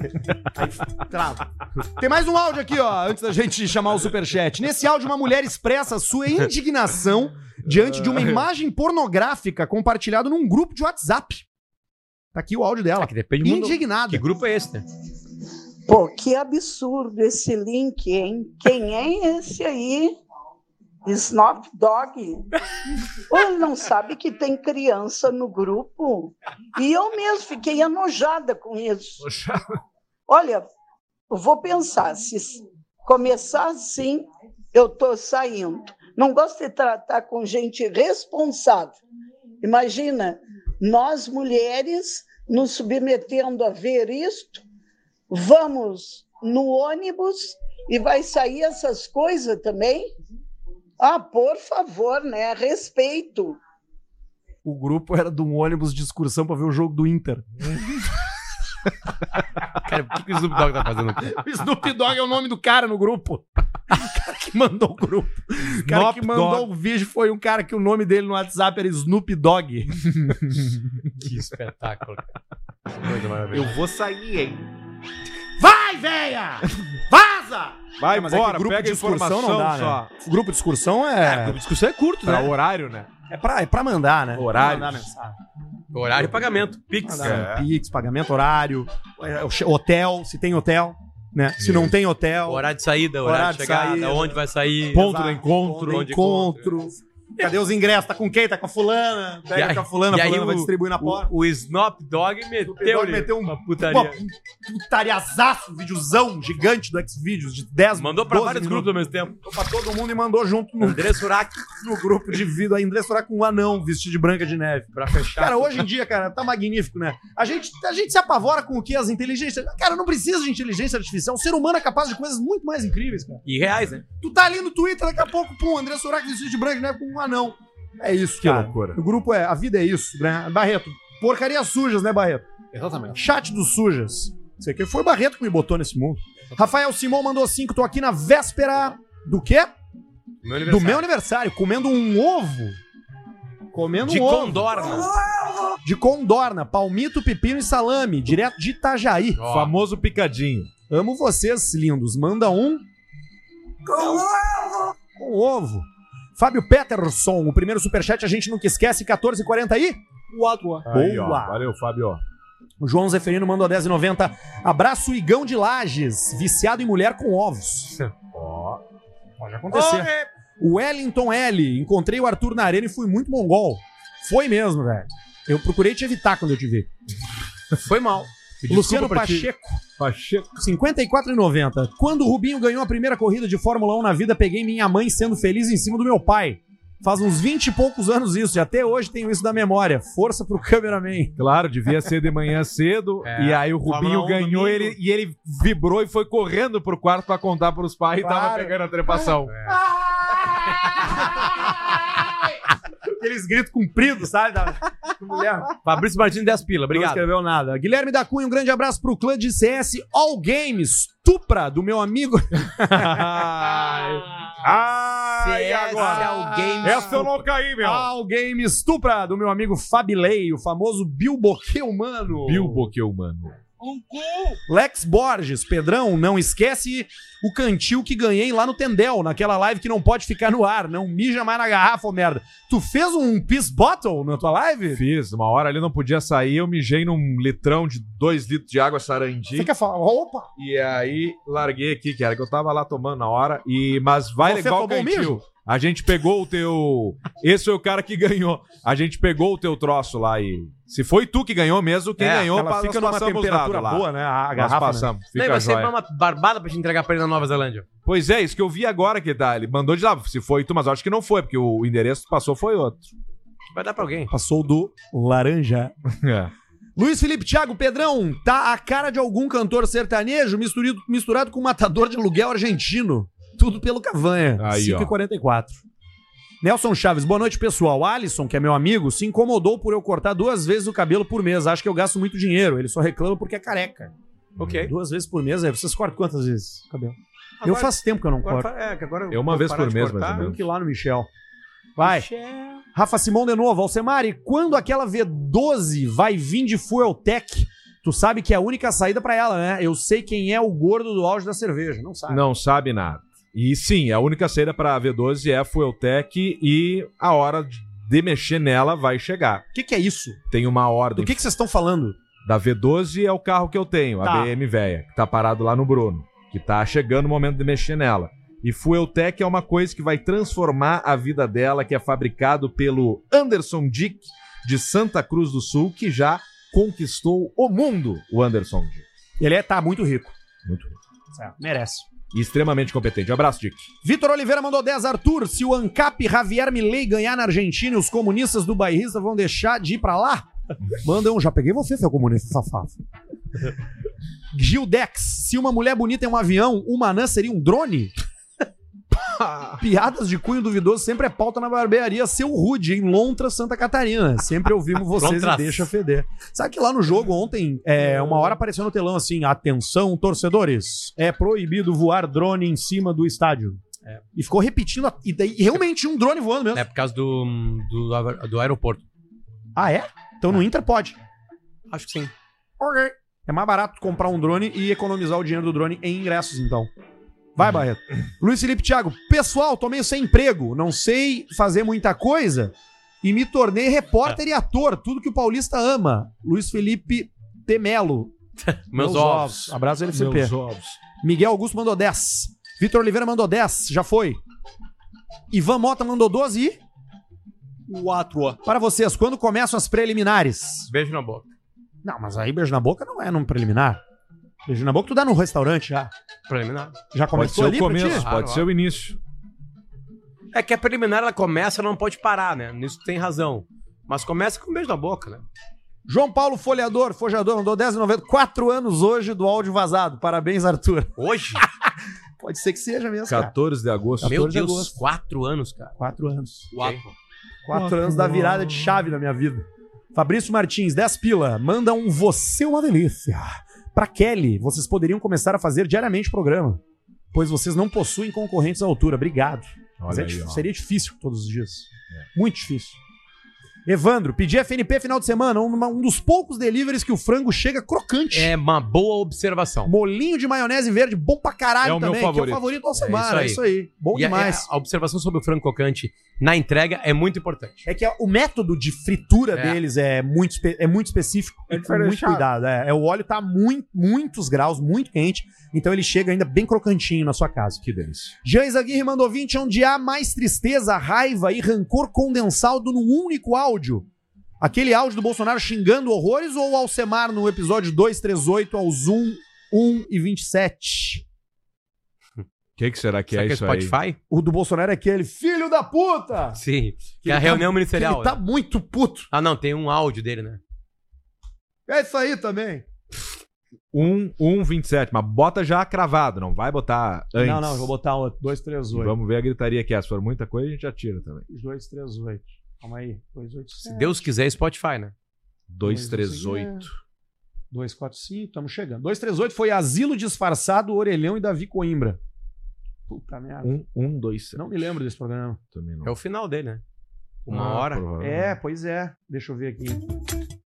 Speaker 1: Aí travo. Tem mais um áudio aqui, ó, antes da gente chamar o superchat. Nesse áudio, uma mulher expressa sua indignação diante de uma imagem pornográfica compartilhada num grupo de WhatsApp. Tá aqui o áudio dela.
Speaker 3: do mundo-
Speaker 1: Indignada.
Speaker 3: Que grupo é esse, né?
Speaker 23: Pô, que absurdo esse link, hein? Quem é esse aí? Snoop Dogg? Ou ele não sabe que tem criança no grupo? E eu mesmo fiquei enojada com isso. Olha, eu vou pensar, se s- começar assim, eu estou saindo. Não gosto de tratar com gente responsável. Imagina, nós mulheres nos submetendo a ver isto, vamos no ônibus e vai sair essas coisas também? Ah, por favor, né? Respeito.
Speaker 1: O grupo era de um ônibus de excursão pra ver o jogo do Inter.
Speaker 3: Cara, o que, que o Snoop Dogg tá fazendo aqui?
Speaker 1: O Snoop Dogg é o nome do cara no grupo. O cara que mandou o grupo. O cara que
Speaker 21: Snoop
Speaker 1: mandou
Speaker 21: Dogg.
Speaker 1: o vídeo foi um cara que o nome dele no WhatsApp era Snoop Dogg.
Speaker 3: Que espetáculo.
Speaker 2: Eu vou sair, hein?
Speaker 1: Vai! Sai, véia! Vaza!
Speaker 2: Vai
Speaker 1: Não, mas é que
Speaker 2: embora,
Speaker 1: grupo
Speaker 2: pega
Speaker 1: de excursão
Speaker 2: informação
Speaker 1: não dá,
Speaker 2: só.
Speaker 1: né? Grupo de excursão é...
Speaker 2: É, grupo de excursão é curto,
Speaker 1: Pra
Speaker 2: né? horário, né?
Speaker 1: É pra, é pra mandar, né?
Speaker 2: Horário.
Speaker 1: Pra mandar mensagem. É.
Speaker 3: Horário e pagamento. Pix.
Speaker 2: É.
Speaker 1: Mandar Pix, pagamento, horário, é, o che- hotel, se tem hotel, né? Se não tem hotel,
Speaker 3: Horário de saída, horário,
Speaker 1: Horário
Speaker 3: de
Speaker 1: de
Speaker 3: chegada,
Speaker 1: saída.
Speaker 3: onde vai sair.
Speaker 1: Ponto do
Speaker 2: encontro.
Speaker 1: tem encontro. Cadê os ingressos? Tá com quem? Tá com a fulana?
Speaker 3: E
Speaker 1: Pega
Speaker 3: aí-
Speaker 1: com a fulana,
Speaker 3: e
Speaker 1: a
Speaker 3: aí
Speaker 1: fulana vai
Speaker 3: o-
Speaker 1: distribuir na porta.
Speaker 3: O, o Snop Dogg meteu,
Speaker 1: Dogg meteu um,
Speaker 3: uma
Speaker 1: Pô, um
Speaker 3: putaria.
Speaker 1: putariazaço, videozão gigante do Xvideos de 10
Speaker 3: Mandou pra
Speaker 1: 12
Speaker 3: vários
Speaker 1: minutos.
Speaker 3: grupos ao mesmo tempo.
Speaker 1: Pra todo mundo e mandou junto no,
Speaker 3: André Surak.
Speaker 1: no grupo de vida. Aí André Surak com um anão vestido de branca de neve.
Speaker 3: Pra fechar.
Speaker 1: Cara, hoje em dia, cara, tá magnífico, né? A gente, a gente se apavora com o que as inteligências. Cara, não precisa de inteligência artificial. O ser humano é capaz de coisas muito mais incríveis, cara.
Speaker 3: E reais, né?
Speaker 1: Tu tá ali no Twitter, daqui a pouco, pum, André Surak vestido de branco de neve com um anão. É isso,
Speaker 2: Que
Speaker 1: cara.
Speaker 2: loucura.
Speaker 1: O grupo é, a vida é isso, né? Barreto, porcarias sujas, né, Barreto? Exatamente. Chat dos sujas. Isso aqui foi o Barreto que me botou nesse mundo. Rafael Simão mandou cinco, tô aqui na véspera do quê? Do meu aniversário, comendo um ovo. Comendo
Speaker 3: De
Speaker 1: um ovo.
Speaker 3: condorna.
Speaker 1: De condorna, palmito, pepino e salame, direto de Itajaí.
Speaker 2: Ó. Famoso picadinho.
Speaker 1: Amo vocês, lindos. Manda um com ovo. Fábio Peterson, o primeiro superchat a gente nunca esquece, 14h40 e... Boa.
Speaker 2: Aí, ó. Valeu, Fábio. ó.
Speaker 1: O João Zeferino mandou 10,90. Abraço, Igão de Lages, viciado em mulher com ovos.
Speaker 2: Ó.
Speaker 1: Pode acontecer. O Wellington L. Encontrei o Arthur na arena e fui muito mongol. Foi mesmo, velho. Eu procurei te evitar quando eu te vi.
Speaker 3: Foi mal.
Speaker 1: Luciano
Speaker 2: Desculpa, Tio.
Speaker 1: Pacheco,
Speaker 2: Pacheco.
Speaker 1: 54,90. Quando o Rubinho ganhou a primeira corrida de Fórmula 1 na vida, peguei minha mãe sendo feliz em cima do meu pai. Faz uns 20 e poucos anos isso, e até hoje tenho isso da memória. Força pro cameraman.
Speaker 2: Claro, devia ser de manhã cedo.
Speaker 3: É.
Speaker 2: E aí o
Speaker 3: Fórmula
Speaker 2: Rubinho
Speaker 3: um
Speaker 2: ganhou
Speaker 3: domingo.
Speaker 2: ele, e ele vibrou e foi correndo pro quarto pra contar pros pais e tava
Speaker 1: Claro.
Speaker 2: pegando a trepação.
Speaker 1: É.
Speaker 2: Ah,
Speaker 1: Aqueles gritos compridos, sabe? Da... da mulher.
Speaker 3: Fabrício Martins, 10 pila.
Speaker 1: Não
Speaker 3: Obrigado.
Speaker 1: escreveu nada. Guilherme da Cunha, um grande abraço pro clã de CS All Games. Tupra, do meu amigo.
Speaker 2: Ah, e agora?
Speaker 3: alguém.
Speaker 2: Essa eu não caí, meu.
Speaker 1: All Games Tupra, do meu amigo Fabilei, o famoso Bilbo Humano.
Speaker 2: Bilbo que eu, mano.
Speaker 1: Lex Borges, Pedrão, não esquece o cantil que ganhei lá no Tendel, naquela live que não pode ficar no ar. Não mija mais na garrafa, ô merda. Tu fez um Peace Bottle na tua live?
Speaker 2: Fiz, uma hora ali não podia sair, eu mijei num litrão de dois litros de água sarandi.
Speaker 1: Você quer falar? Opa!
Speaker 2: E aí larguei aqui, que era que eu tava lá tomando na hora. E mas vai
Speaker 1: Você
Speaker 2: legal
Speaker 1: tomou um
Speaker 2: cantil.
Speaker 1: mesmo?
Speaker 2: A gente pegou o teu. Esse foi o cara que ganhou. A gente pegou o teu troço lá e se foi tu que ganhou mesmo, quem
Speaker 1: É,
Speaker 2: ganhou
Speaker 1: ela
Speaker 2: pa-
Speaker 1: fica
Speaker 2: nós
Speaker 1: numa
Speaker 2: passamos dado
Speaker 1: temperatura
Speaker 2: lá.
Speaker 1: boa, né? A
Speaker 2: Nós
Speaker 1: garrafa, né?
Speaker 2: passamos.
Speaker 3: Não, e
Speaker 2: Fica
Speaker 3: vai ser
Speaker 2: jóia.
Speaker 3: uma barbada pra te entregar pra ele na Nova Zelândia.
Speaker 2: Pois é, isso que eu vi agora que tá. Ele mandou de lá. Se foi tu, mas eu acho que não foi, porque o endereço que passou foi outro.
Speaker 3: Vai dar pra alguém.
Speaker 1: Passou do laranja.
Speaker 2: É.
Speaker 1: Luiz Felipe Thiago Pedrão, tá a cara de algum cantor sertanejo misturido- misturado com matador de aluguel argentino. Tudo pelo Cavanha.
Speaker 2: Aí, ó.
Speaker 1: 5h44. Nelson Chaves, boa noite, pessoal. Alisson, que é meu amigo, se incomodou por eu cortar duas vezes o cabelo por mês. Acho que eu gasto muito dinheiro. Ele só reclama porque é careca.
Speaker 3: Ok.
Speaker 1: Duas vezes por mês, aí vocês cortam quantas vezes o cabelo? eu
Speaker 3: Agora-
Speaker 1: faço tempo que eu não
Speaker 3: Agora
Speaker 1: corto.
Speaker 3: fa- é, que agora eu
Speaker 2: É uma
Speaker 3: vou
Speaker 2: vez
Speaker 3: parar
Speaker 2: por
Speaker 3: de
Speaker 2: mês,
Speaker 3: cortar. é.
Speaker 2: mais ou
Speaker 1: Tenho
Speaker 2: menos.
Speaker 1: que ir lá no Michel. Vai. Rafa Simão de novo, Alcemari, quando aquela V12 vai vir de Fueltec, tu sabe que é a única saída pra ela, né? Eu sei quem é o gordo do auge da cerveja, não sabe.
Speaker 2: Não sabe nada. E sim, a única saída para a V12 é a Fueltec e a hora de- de mexer nela vai chegar.
Speaker 1: O que, que é isso?
Speaker 2: Tem uma
Speaker 1: Do
Speaker 2: ordem.
Speaker 1: que que vocês estão falando?
Speaker 2: Da V12 é o carro que eu tenho, a
Speaker 1: Tá.
Speaker 2: BM velha, que tá parado lá no Bruno, que tá chegando o momento de mexer nela. E Fueltec é uma coisa que vai transformar a vida dela, que é fabricado pelo Anderson Dick de Santa Cruz do Sul, que já conquistou o mundo, o Anderson Dick.
Speaker 1: Ele é, tá muito rico.
Speaker 2: Muito rico.
Speaker 1: Merece.
Speaker 2: E extremamente competente. Um Abraço, Dick.
Speaker 1: Vitor Oliveira mandou 10, Arthur. Se o ANCAP Javier Milei ganhar na Argentina, os comunistas do bairrista vão deixar de ir pra lá? Manda um, já peguei você, seu comunista safado. Gildex, se uma mulher bonita é um avião, uma anã seria um drone? Piadas de cunho duvidoso sempre é pauta na barbearia Seu Rude, em Lontra, Santa Catarina. Sempre ouvimos vocês e
Speaker 3: Lontras.
Speaker 1: deixa feder. Sabe que lá no jogo ontem, é, uma hora apareceu no telão assim: atenção, torcedores, é proibido voar drone em cima do estádio. E ficou repetindo, a- e daí realmente tinha um drone voando mesmo.
Speaker 3: É por causa do, do, aer- do aeroporto.
Speaker 1: Ah, é? Então no Inter pode.
Speaker 3: Acho que sim.
Speaker 1: Ok. É mais barato comprar um drone e economizar o dinheiro do drone em ingressos, então. Vai, Barreto. Luiz Felipe Thiago, pessoal, tô meio sem emprego, não sei fazer muita coisa e me tornei repórter e ator, tudo que o paulista ama. Luiz Felipe Temelo.
Speaker 3: Meus ovos.
Speaker 1: Abraço, LFP.
Speaker 3: Meus ovos.
Speaker 1: Miguel Augusto mandou 10. Vitor Oliveira mandou 10, já foi. Ivan Mota mandou 12 e... 4. Para vocês, quando começam as preliminares?
Speaker 3: Beijo na boca.
Speaker 1: Não, mas aí beijo na boca não é num preliminar. Beijo na boca tu dá num restaurante já.
Speaker 3: Preliminar.
Speaker 1: Já
Speaker 2: Pode ser
Speaker 1: começou
Speaker 2: o
Speaker 1: ali pra ti?
Speaker 2: começo, pode ser o início.
Speaker 3: É que a preliminar ela começa, ela não pode parar, né? Nisso tem razão. Mas começa com um beijo na boca, né?
Speaker 1: João Paulo Folhador, Folhador, mandou 10,90. Quatro anos hoje do áudio vazado. Parabéns, Arthur.
Speaker 3: Hoje?
Speaker 1: Pode ser que seja mesmo, cara.
Speaker 2: 14 de agosto.
Speaker 3: Meu Deus, quatro anos, cara.
Speaker 1: Quatro anos.
Speaker 3: Quatro.
Speaker 1: Quatro anos da virada de chave na minha vida. Fabrício Martins, 10 pila. Manda um você é uma delícia. Pra Kelly, vocês poderiam começar a fazer diariamente o programa, pois vocês não possuem concorrentes à altura. Obrigado. Mas é
Speaker 2: aí,
Speaker 1: dif-
Speaker 2: ó.
Speaker 1: seria difícil todos os dias. Muito difícil. Evandro, pedi FNP final de semana, um, um dos poucos deliveries que o frango chega crocante.
Speaker 3: É uma boa observação.
Speaker 1: Molinho de maionese verde, bom pra caralho
Speaker 3: É o meu
Speaker 1: também, que é
Speaker 3: favorito.
Speaker 1: o favorito da
Speaker 3: É
Speaker 1: semana. É isso aí. Bom
Speaker 3: E a-
Speaker 1: demais.
Speaker 3: A, observação sobre o frango crocante na entrega é muito importante.
Speaker 1: É que o método de fritura
Speaker 3: É.
Speaker 1: deles é muito, espe- é muito específico e com muito
Speaker 3: diferenciado.
Speaker 1: cuidado. É, É, o óleo tá muito, muitos graus, muito quente, então ele chega ainda bem crocantinho na sua casa.
Speaker 2: Que delícia.
Speaker 1: Jans Aguirre mandou 20, onde há mais tristeza, raiva e rancor condensado num único áudio. Aquele áudio do Bolsonaro xingando horrores ou o Alcemar no episódio 238 ao Zoom 1 e 27?
Speaker 2: O que, que será que
Speaker 3: Será
Speaker 2: é
Speaker 3: que é
Speaker 2: isso aí?
Speaker 3: Spotify?
Speaker 1: O do Bolsonaro é aquele, filho da puta!
Speaker 3: Sim. Que
Speaker 1: Que
Speaker 3: é a
Speaker 1: ele tá-
Speaker 3: reunião
Speaker 1: que
Speaker 3: ministerial.
Speaker 1: Ele tá
Speaker 3: né?
Speaker 1: muito puto.
Speaker 3: Ah, não, tem um áudio dele, né?
Speaker 1: É isso aí também.
Speaker 2: 1, 1, 27. Mas bota já cravado, não vai botar antes.
Speaker 1: Não, não, eu vou botar outro. 238.
Speaker 2: Vamos ver a gritaria que é. Se for muita coisa, a gente já tira também.
Speaker 1: 238. Calma aí. 287.
Speaker 3: Se Deus quiser, Spotify, né?
Speaker 2: 238.
Speaker 1: 245, estamos chegando. 238 foi Asilo Disfarçado, Orelhão e Davi Coimbra. Puta merda.
Speaker 2: 1, 1, 2,
Speaker 1: Não me lembro desse programa.
Speaker 2: um, Também não.
Speaker 3: É o final dele, né? Uma
Speaker 2: Ah,
Speaker 3: hora.
Speaker 2: provavelmente.
Speaker 1: É, pois é. Deixa eu ver aqui.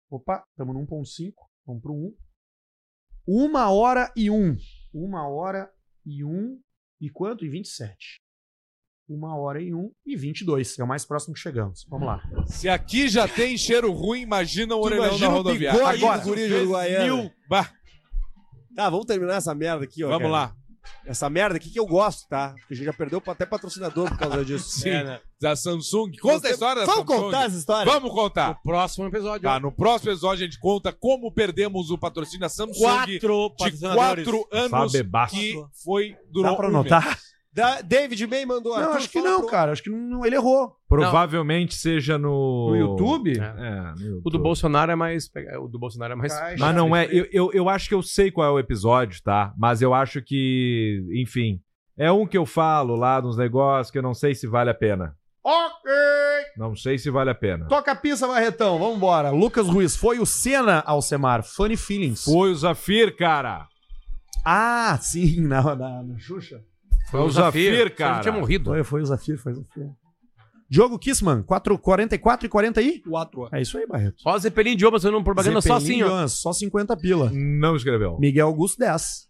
Speaker 1: Opa, estamos no 1.5. Vamos pro 1. Uma hora e um. Uma hora e um. E quanto? E 27. Uma hora e um e 22. É o mais próximo que chegamos. Vamos lá.
Speaker 20: Se aqui já tem cheiro ruim, imagina o orelhão
Speaker 24: imagina
Speaker 20: da
Speaker 24: o
Speaker 20: rodoviária.
Speaker 24: bigode do guri de Uruguaiana.
Speaker 20: mil... Bah.
Speaker 24: Tá, vamos terminar essa merda aqui, ó.
Speaker 20: Vamos
Speaker 24: cara.
Speaker 20: lá.
Speaker 24: Essa merda aqui que eu gosto, tá? Porque a gente já perdeu até patrocinador por causa disso.
Speaker 20: Sim,
Speaker 1: É, né?
Speaker 20: da Samsung. Conta a história da
Speaker 24: Vamos
Speaker 20: Samsung.
Speaker 24: contar essa história?
Speaker 20: Vamos contar. No
Speaker 3: próximo episódio.
Speaker 20: Tá, no próximo episódio a gente conta como perdemos o patrocínio da Samsung
Speaker 24: Quatro
Speaker 20: de
Speaker 24: patrocinadores.
Speaker 20: quatro anos
Speaker 2: Sabebaço.
Speaker 20: que foi durou
Speaker 1: Dá pra
Speaker 20: um
Speaker 1: anotar?
Speaker 20: mês.
Speaker 24: Da- David May mandou
Speaker 1: Não,
Speaker 24: Arthur,
Speaker 1: acho que
Speaker 24: fala
Speaker 1: não,
Speaker 24: pro-
Speaker 1: cara. Acho que não, ele errou.
Speaker 2: Provavelmente seja no.
Speaker 1: No YouTube?
Speaker 2: É, no YouTube.
Speaker 3: O do Bolsonaro é mais. O do Bolsonaro é mais.
Speaker 2: Mas não é. Eu, eu, eu acho que eu sei qual é o episódio, tá? Mas eu acho que. Enfim. É um que eu falo lá nos negócios que eu não sei se vale a pena.
Speaker 1: Ok!
Speaker 2: Não sei se vale a pena.
Speaker 1: Toca a pista, Barretão. Vambora. Lucas Ruiz, foi o Senna, Alcemar. Funny Feelings.
Speaker 2: Foi o Zafir, cara.
Speaker 1: Ah, sim, na, na, na Xuxa.
Speaker 2: Foi o Zafir, cara.
Speaker 1: Foi, foi o Zafir, foi o Zafir. Diogo Kissman, 4, 44 e 40 aí?
Speaker 24: 4.
Speaker 1: É isso aí, Barreto.
Speaker 3: Ó, Zeppelin de Omas fazendo uma propaganda só assim,
Speaker 1: Zeppelin
Speaker 3: ó.
Speaker 1: Jones, Só 50 pila.
Speaker 2: Não escreveu.
Speaker 1: Miguel Augusto, 10.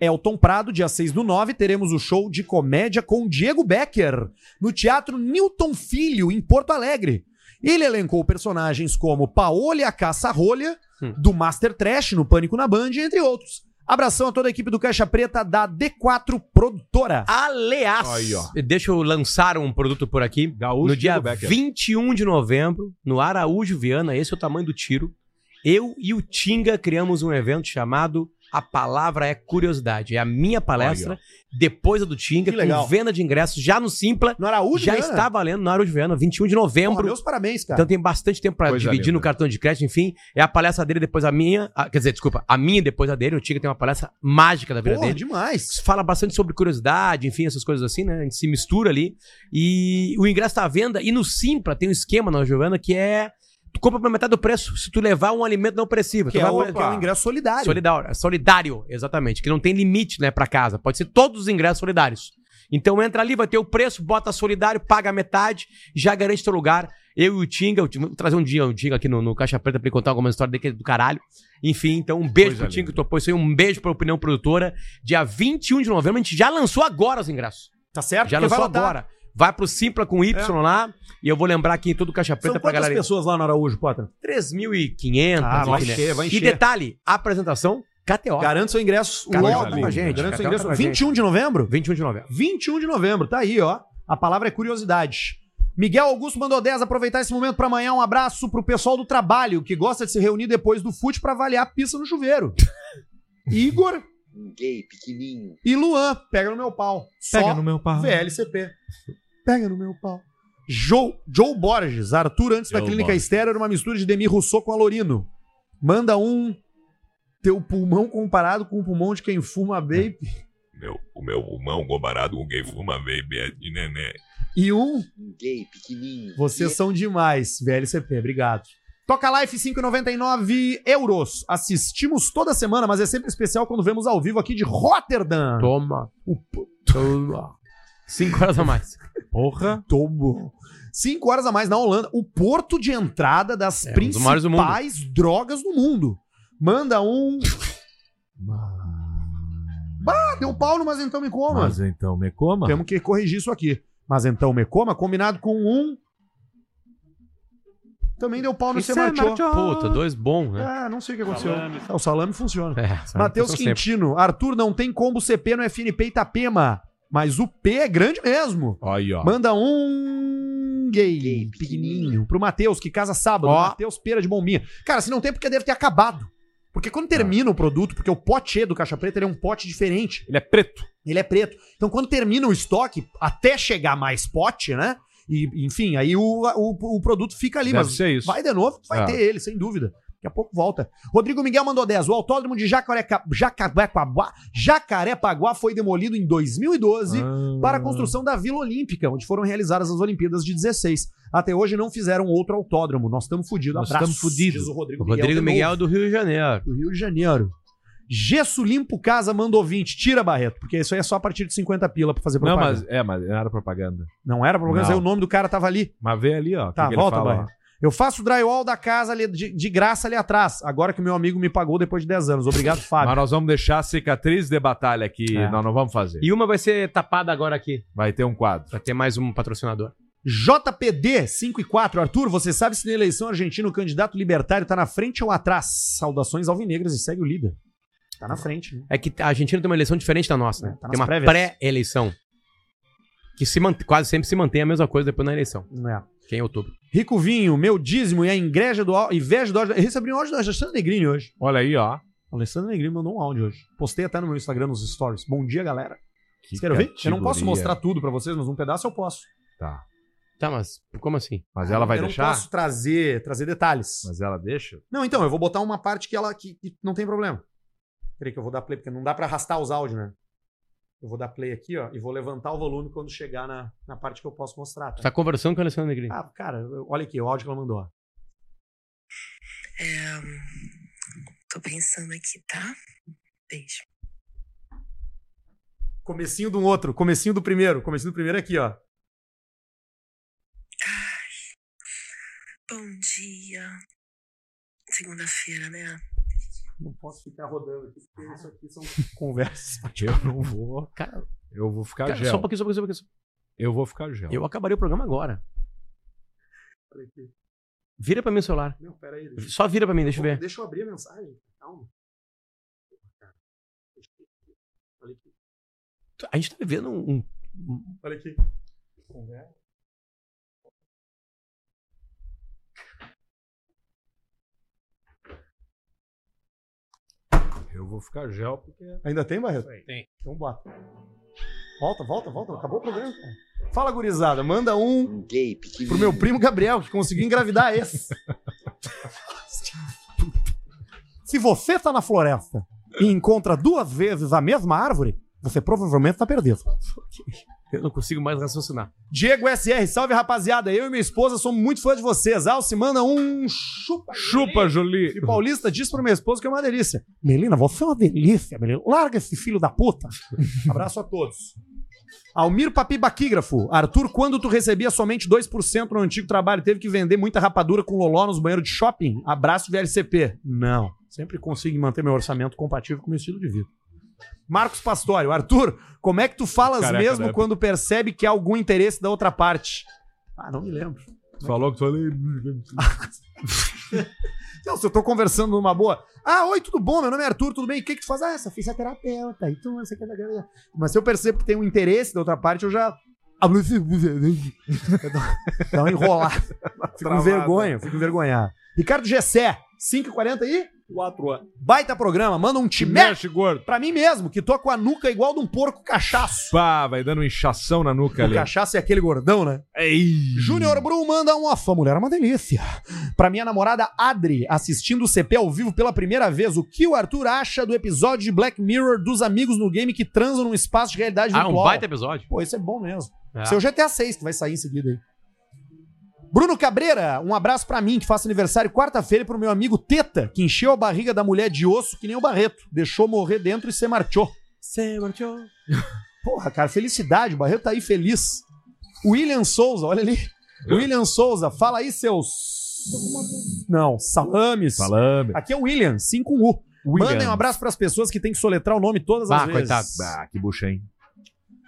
Speaker 1: Elton Prado, dia 6 do 9, teremos o show de comédia com Diego Becker no Teatro Newton Filho, em Porto Alegre. Ele elencou personagens como Paola a Caça-Rolha,
Speaker 3: Hum.
Speaker 1: do Master Trash no Pânico na Band, entre outros. Abração a toda a equipe do Caixa Preta da D4 Produtora.
Speaker 3: Aliás,
Speaker 1: Aí, ó.
Speaker 3: deixa eu lançar um produto por aqui. no dia
Speaker 1: Diego Becker.
Speaker 3: 21 de novembro, no Araújo Viana, esse é o tamanho do tiro. Eu e o Tinga criamos um evento chamado A Palavra é Curiosidade. É a minha palestra,
Speaker 1: Aí,
Speaker 3: depois a do Tinga,
Speaker 1: Que legal.
Speaker 3: com venda de ingressos já no Simpla.
Speaker 1: No Araújo
Speaker 3: Já
Speaker 1: Viana?
Speaker 3: está valendo no Araújo Viana, 21 de novembro.
Speaker 1: Porra, meus parabéns, cara.
Speaker 3: Então tem bastante tempo pra
Speaker 1: Coisa
Speaker 3: dividir
Speaker 1: linda.
Speaker 3: no cartão de crédito, enfim. É a palestra dele, depois a minha. a- quer dizer, desculpa, a minha depois a dele. O Tinga tem uma palestra mágica da vida
Speaker 1: Porra,
Speaker 3: dele
Speaker 1: demais.
Speaker 3: Fala bastante sobre curiosidade, enfim, essas coisas assim, né? A gente se mistura ali. E o ingresso tá à venda. E no Simpla tem um esquema, na Giovana, que é. Tu compra pela metade do preço se tu levar um alimento não perecível.
Speaker 1: Que
Speaker 3: Tu
Speaker 1: é,
Speaker 3: vai-
Speaker 1: o, que é um ingresso solidário.
Speaker 3: é Solidário, solidário, exatamente. Que não tem limite, né, pra casa. Pode ser todos os ingressos solidários. Então entra ali, vai ter o preço, bota solidário, paga a metade, já garante teu lugar. Eu e o Tinga, eu te- vou trazer um dia o Tinga aqui no, no Caixa Preta pra ele contar alguma história dele que é do caralho. Enfim, então um beijo pro Tinga que topou isso aí, um beijo pra Opinião Produtora. Dia 21 de novembro, a gente já lançou agora os ingressos.
Speaker 1: Tá certo?
Speaker 3: Já
Speaker 1: Porque
Speaker 3: lançou
Speaker 1: vai lotar. É.
Speaker 3: agora. Vai pro Simpla com Y lá, e eu vou lembrar aqui em todo o Caixa Preta
Speaker 1: São
Speaker 3: pra
Speaker 1: quantas
Speaker 3: galera.
Speaker 1: pessoas lá no Araújo, Potter?
Speaker 3: 3.500.
Speaker 1: Ah, vai
Speaker 3: enfim, né?
Speaker 1: encher, vai
Speaker 3: E
Speaker 1: encher.
Speaker 3: detalhe, apresentação KTO.
Speaker 1: Garante seu ingresso
Speaker 3: Garante
Speaker 1: logo
Speaker 3: ali.
Speaker 1: pra
Speaker 3: Garante
Speaker 1: gente. Garante seu
Speaker 3: pra
Speaker 1: ingresso.
Speaker 3: gente.
Speaker 1: 21 de novembro?
Speaker 3: 21 de novembro.
Speaker 1: 21 de novembro, tá aí, ó. A palavra é curiosidade. Miguel Augusto mandou 10 aproveitar esse momento pra amanhã. Um abraço pro pessoal do trabalho que gosta de se reunir depois do fute pra avaliar a pista no chuveiro. Igor
Speaker 5: Gay, pequenininho.
Speaker 1: e Luan, pega no meu pau.
Speaker 5: Pega no meu
Speaker 2: Ah.
Speaker 5: pau.
Speaker 1: VLCP. Pega no meu pau. Joe, Joe Borges, Arthur antes da
Speaker 4: Joe
Speaker 1: clínica
Speaker 4: Borges.
Speaker 1: estéreo era uma mistura de Demi Rousseau com Alorino. Manda um teu pulmão comparado com o pulmão de quem fuma vape
Speaker 25: Meu, o meu pulmão comparado com quem fuma baby é de neném.
Speaker 1: e um
Speaker 5: Gay, pequenininho.
Speaker 1: Vocês são demais, VLCP, obrigado. Toca Life 5,99 euros. Assistimos toda semana, mas é sempre especial quando vemos ao vivo aqui de
Speaker 3: Ah.
Speaker 1: Rotterdam.
Speaker 3: Toma. Toma. Cinco horas a mais.
Speaker 1: Porra. Tomo. Cinco horas a mais na Holanda. O porto de entrada das
Speaker 3: um dos maiores do mundo.
Speaker 1: principais drogas do mundo. Manda um. Bah, deu pau no mas então me coma.
Speaker 2: Mas então me coma.
Speaker 1: Temos que corrigir isso aqui. Mas então me coma, combinado com um. Também deu pau no
Speaker 3: Isso
Speaker 1: Você
Speaker 3: é
Speaker 1: marchou.
Speaker 3: marchou. Puta, dois bons, né?
Speaker 1: Ah, não sei o que aconteceu.
Speaker 3: Salame.
Speaker 1: Ah, o salame funciona.
Speaker 3: É, salame
Speaker 1: Matheus
Speaker 3: funciona
Speaker 1: Quintino, Arthur, não tem combo CP no FNP Itapema. Mas o P é grande mesmo.
Speaker 2: Aí, ó.
Speaker 1: Manda um gay, pequenininho pro Matheus, que casa sábado.
Speaker 3: Ó.
Speaker 1: Matheus Pera de Bombinha. Cara, se não tem, é porque deve ter acabado. Porque
Speaker 2: Ah.
Speaker 1: quando termina o produto, porque o pote E do Caixa Preta ele é um pote diferente.
Speaker 2: Ele é preto.
Speaker 1: Ele é preto. Então quando termina o estoque, até chegar mais pote, né? E, enfim, aí o, o, o produto fica ali.
Speaker 2: Deve
Speaker 1: mas
Speaker 2: ser isso.
Speaker 1: vai de novo, vai
Speaker 2: É.
Speaker 1: ter ele, sem dúvida. Daqui a pouco volta. Rodrigo Miguel mandou 10. O autódromo de Jacareca- Jacarepaguá, Jacarepaguá foi demolido em 2012 para
Speaker 2: Ah.
Speaker 1: a
Speaker 3: Hum.
Speaker 1: construção da Vila Olímpica, onde foram realizadas as Olimpíadas de 16. Até hoje não fizeram outro autódromo. Nós estamos fodidos.
Speaker 3: Nós
Speaker 1: Abraços,
Speaker 3: estamos fudidos.
Speaker 1: diz O Rodrigo,
Speaker 3: é O Rodrigo
Speaker 1: de
Speaker 3: Miguel
Speaker 1: novo.
Speaker 3: do Rio de Janeiro.
Speaker 1: Do Rio de Janeiro. Gesso Limpo Casa mandou 20. Tira, Barreto, porque isso aí é só a partir de 50 pila pra fazer
Speaker 2: Não,
Speaker 1: propaganda.
Speaker 2: mas é, mas não era propaganda.
Speaker 1: Não era propaganda,
Speaker 2: Não.
Speaker 1: aí o nome do cara tava ali.
Speaker 2: Mas vê ali, ó. o que
Speaker 1: Tá,
Speaker 2: que ele
Speaker 1: volta,
Speaker 2: fala,
Speaker 1: Barreto. Eu faço o drywall da casa ali de, de graça ali atrás, agora que o meu amigo me pagou depois de 10 anos. Obrigado,
Speaker 2: ó.
Speaker 1: Fábio.
Speaker 2: Mas nós vamos deixar a cicatriz de batalha aqui.
Speaker 1: É.
Speaker 2: Nós não vamos fazer.
Speaker 3: E uma vai ser tapada agora aqui.
Speaker 2: Vai ter um quadro.
Speaker 3: Vai ter mais um patrocinador.
Speaker 1: JPD 5 e 4. Arthur, você sabe se na eleição argentina o candidato libertário tá na frente ou atrás? Saudações alvinegras e segue o líder. Tá na frente, né?
Speaker 3: É que a Argentina tem uma eleição diferente da nossa, né?
Speaker 1: tá nas
Speaker 3: tem uma
Speaker 1: prévias.
Speaker 3: pré-eleição. Que se mant- quase sempre se mantém a mesma coisa depois na eleição. Que é em outubro.
Speaker 1: Rico Vinho, meu dízimo e a inveja do au- inveja do áudio. Esse abriu um áudio da Alessandra Negrini hoje.
Speaker 2: Olha aí, ó.
Speaker 1: Alessandra Negrini mandou um áudio hoje. Postei até no meu Instagram nos stories. Bom dia, galera. Vocês querem
Speaker 2: categoria.
Speaker 1: ver? Eu não posso mostrar tudo pra vocês, mas um pedaço eu posso.
Speaker 2: Tá.
Speaker 3: Tá, mas como assim?
Speaker 2: Mas ela vai
Speaker 1: Ah, eu
Speaker 2: deixar?
Speaker 1: Eu não posso trazer, trazer detalhes.
Speaker 2: Mas ela deixa?
Speaker 1: Não, então, eu vou botar uma parte que ela que, que não tem problema. Peraí que eu vou dar play, porque não dá pra arrastar os áudios, né? Eu vou dar play aqui, ó, e vou levantar o volume quando chegar na, na parte que eu posso mostrar.
Speaker 3: Tá conversando com a Alessandra Negrini.
Speaker 1: Ah, cara, eu- olha aqui, o áudio que ela mandou. ó.
Speaker 26: É, tô pensando aqui, tá? Beijo.
Speaker 1: Comecinho do outro, comecinho do primeiro, comecinho do primeiro aqui, ó.
Speaker 26: Bom dia. Segunda-feira, né?
Speaker 1: Não posso ficar rodando aqui, porque isso aqui são
Speaker 2: Conversa. Eu não vou.
Speaker 3: Cara,
Speaker 2: eu vou ficar
Speaker 3: Cara,
Speaker 2: gel.
Speaker 3: só um pouquinho, só um pouquinho, só um pouquinho.
Speaker 2: Eu vou ficar gel.
Speaker 3: Eu acabaria o programa agora.
Speaker 1: Peraí aqui.
Speaker 3: Vira pra mim o celular.
Speaker 1: Não, peraí.
Speaker 3: Só vira pra mim, deixa eu ver.
Speaker 1: Deixa eu abrir a mensagem. Calma. Olha aqui.
Speaker 3: A gente tá vivendo um. um-
Speaker 1: Olha aqui. Conversa.
Speaker 2: Eu vou ficar gel porque.
Speaker 1: Ainda tem, Barreto?
Speaker 3: Tem.
Speaker 1: Então bota. Volta, volta, volta. Acabou o programa. cara. Fala, gurizada. Manda um pro meu primo Gabriel, que conseguiu engravidar esse. Se você tá na floresta e encontra duas vezes a mesma árvore, você provavelmente tá perdido.
Speaker 3: Eu não consigo mais raciocinar.
Speaker 1: Diego SR, salve rapaziada. Eu e minha esposa somos muito fãs de vocês. Alce manda um chupa.
Speaker 2: Chupa, Jolie.
Speaker 1: E Paulista diz pra minha esposa que é uma delícia. Melina, você é uma delícia, Melina. Larga esse filho da puta. Abraço a todos. Almir Papi Baquígrafo. Arthur, quando tu recebia somente 2% no antigo trabalho, teve que vender muita rapadura com loló nos banheiros de shopping? Abraço VLCP. Não. Sempre consigo manter meu orçamento compatível com meu estilo de vida. Marcos Pastório. Arthur, como é que tu falas
Speaker 2: Careca da
Speaker 1: mesmo
Speaker 2: época.
Speaker 1: quando percebe que há algum interesse da outra parte? Ah, não me lembro.
Speaker 2: Falou que tu falei.
Speaker 1: Não, se eu tô conversando numa boa. Ah, oi, tudo bom? Meu nome é Arthur, tudo bem? O que que tu faz? Ah, sou fisioterapeuta. E tu, não sei o que da galera. Mas se eu percebo que tem um interesse da outra parte, eu já. Eu dou- Dá uma enrolada. Fico com
Speaker 4: Travada.
Speaker 1: vergonha, fico envergonhado. Ricardo Gessé, 5h40 e? 4 horas. Baita programa, manda um te mexe,
Speaker 2: gordo.
Speaker 1: Pra mim mesmo, que tô com a nuca igual de um porco cachaço.
Speaker 2: Pá, vai dando uma inchação na nuca
Speaker 1: O
Speaker 2: ali.
Speaker 1: cachaço é aquele gordão, né? Júnior Brum manda um off. A mulher é uma delícia. Pra minha namorada Adri, assistindo o CP ao vivo pela primeira vez, o que o Arthur acha do episódio de Black Mirror dos amigos no game que transam num espaço de realidade
Speaker 3: Ah,
Speaker 1: virtual?
Speaker 3: um baita episódio.
Speaker 1: Pô, isso é bom mesmo.
Speaker 3: É.
Speaker 1: Seu GTA 6 que vai sair em seguida aí. Bruno Cabreira, um abraço pra mim que faço aniversário quarta-feira e pro meu amigo Teta, que encheu a barriga da mulher de osso que nem o Barreto, deixou morrer dentro e se marchou. Se marchou. Porra, cara, felicidade, o Barreto tá aí feliz. William Souza, olha ali. William Souza, fala aí seus Não, salames.
Speaker 2: Salame.
Speaker 1: Aqui é o William, 5U.
Speaker 2: William.
Speaker 1: Mandem um abraço pras pessoas que tem que soletrar o nome todas as vezes.
Speaker 2: Bah, que bucha, hein?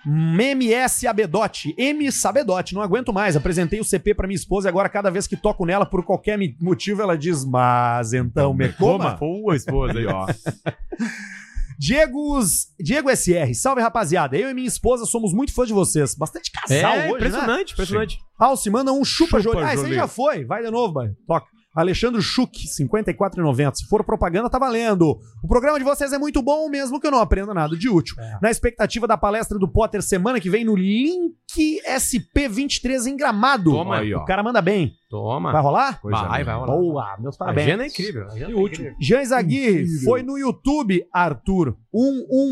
Speaker 1: MS Abedote, M Sabedote, não aguento mais. Apresentei o CP pra minha esposa e agora cada vez que toco nela por qualquer mi- motivo ela diz: "Mas então me coma".
Speaker 2: Boa esposa aí, ó.
Speaker 1: Diego, Diego SR, salve rapaziada. Eu e minha esposa somos muito fãs de vocês. Bastante casal
Speaker 3: É,
Speaker 1: hoje,
Speaker 3: impressionante,
Speaker 1: né?
Speaker 3: impressionante.
Speaker 1: Alce manda um
Speaker 3: Chupa,
Speaker 1: chupa, Jolie. Ah, esse aí
Speaker 3: Jolie.
Speaker 1: já foi. Vai de novo, mano. Toca. Alexandre Schuch, 54,90. Se for propaganda, tá valendo. O programa de vocês é muito bom, mesmo que eu não aprenda nada de útil.
Speaker 3: É.
Speaker 1: Na expectativa da palestra do Potter semana que vem no Link SP23 em Gramado.
Speaker 3: Toma aí, ó.
Speaker 1: O cara manda bem.
Speaker 3: Toma.
Speaker 1: Vai rolar?
Speaker 3: Coisa vai, vai rolar.
Speaker 1: Boa, meus parabéns.
Speaker 3: A agenda é incrível. A agenda
Speaker 1: E
Speaker 3: é
Speaker 1: último.
Speaker 3: incrível.
Speaker 1: Jean Zagui
Speaker 3: Incrível.
Speaker 1: foi no YouTube, Arthur,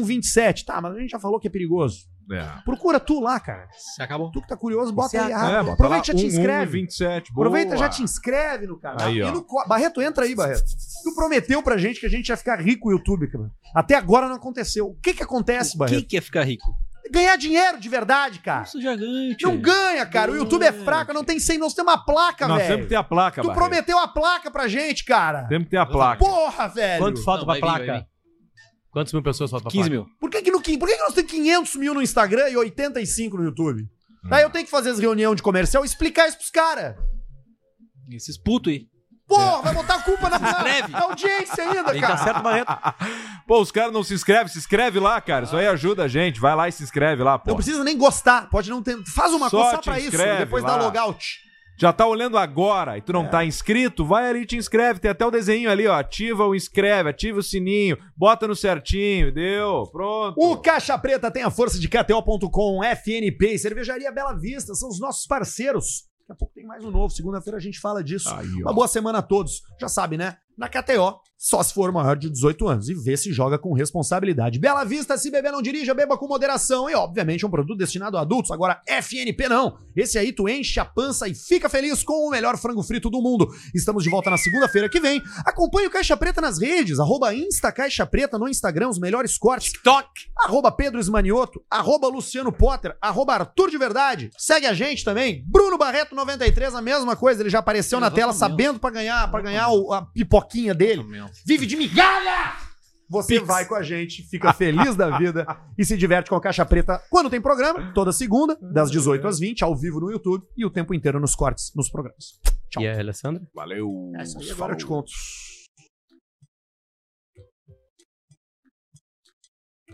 Speaker 1: 1127. Tá, mas a gente já falou que é perigoso.
Speaker 2: É.
Speaker 1: Procura tu lá, cara.
Speaker 3: acabou.
Speaker 1: Tu que tá curioso, bota
Speaker 2: Você
Speaker 1: aí.
Speaker 2: acaba.
Speaker 1: ah,
Speaker 2: É, bota
Speaker 1: aproveita e
Speaker 2: lá,
Speaker 1: já
Speaker 2: 11,
Speaker 1: te inscreve.
Speaker 2: 27, boa.
Speaker 1: aproveita e já te inscreve no canal.
Speaker 2: Aí,
Speaker 1: E
Speaker 2: ó.
Speaker 1: no co- Barreto, entra aí, Barreto. Tu prometeu pra gente que a gente ia ficar rico no YouTube, cara. Até agora não aconteceu. O que que acontece,
Speaker 8: O que,
Speaker 1: Barreto?
Speaker 8: que é ficar rico?
Speaker 1: Ganhar dinheiro de verdade, cara.
Speaker 8: Isso já ganha.
Speaker 1: Não ganha, cara. O YouTube é fraco, não tem 100, nós temos uma placa, velho.
Speaker 2: Nós temos que ter a placa,
Speaker 1: Tu
Speaker 2: Barreto.
Speaker 1: prometeu a placa pra gente, cara.
Speaker 2: Temos que ter a placa.
Speaker 1: Porra, velho.
Speaker 3: Quanto falta pra placa?
Speaker 1: Quantas mil pessoas
Speaker 3: pra
Speaker 1: faltam
Speaker 3: 15 placa? mil.
Speaker 1: Por que, que, no, quin- por que, que nós temos 500 mil no Instagram e 85 no YouTube?
Speaker 2: Ah.
Speaker 1: Daí eu tenho que fazer as reuniões de comercial e explicar isso pros caras.
Speaker 8: Esses putos aí.
Speaker 1: Porra,
Speaker 2: É.
Speaker 1: vai botar a culpa na,
Speaker 8: inscreve.
Speaker 1: na audiência ainda,
Speaker 8: Aí
Speaker 1: cara.
Speaker 8: tá certo, Barreto.
Speaker 2: Pô, os caras não se inscrevem, se inscreve lá, cara. Isso aí ajuda a gente. Vai lá e se inscreve lá, pô.
Speaker 1: Não precisa nem gostar, pode não ter. Faz uma
Speaker 2: Só
Speaker 1: coisa só
Speaker 2: te
Speaker 1: pra isso,
Speaker 2: inscreve
Speaker 1: depois
Speaker 2: lá.
Speaker 1: dá logout.
Speaker 2: Já tá olhando agora e tu não tá inscrito? Vai ali e te inscreve. Tem até o desenho ali, ó. Ativa o inscreve, ativa o sininho, bota no certinho, deu. Pronto.
Speaker 1: O Caixa Preta tem a força de KTO.com, FNP e Cervejaria Bela Vista, são os nossos parceiros. Daqui a pouco tem mais um novo, segunda-feira a gente fala disso. Uma boa semana a todos. Já sabe, né? Na KTO, só se for maior de 18 anos e vê se joga com responsabilidade. Bela Vista, se beber não dirija, beba com moderação. E, obviamente, é um produto destinado a adultos. Agora, FNP não. Esse aí tu enche a pança e fica feliz com o melhor frango frito do mundo. Estamos de volta na segunda-feira que vem. Acompanhe o Caixa Preta nas redes, arroba Insta Caixa Preta no Instagram, os melhores cortes. TikTok. Arroba Pedro Esmanioto, arroba Luciano Potter, arroba Arthur de Verdade. Segue a gente também. Bruno Barreto 93, a mesma coisa, ele já apareceu na tela sabendo pra ganhar, para ganhar o- a pipoquinha dele. Vive de migalha! Você vai com a gente, fica feliz da vida e se diverte com a Caixa Preta quando tem programa, toda segunda, das 18 às 20, ao vivo no YouTube e o tempo inteiro nos cortes, nos programas.
Speaker 3: E a Alessandra?
Speaker 2: Valeu.
Speaker 1: Agora eu te conto.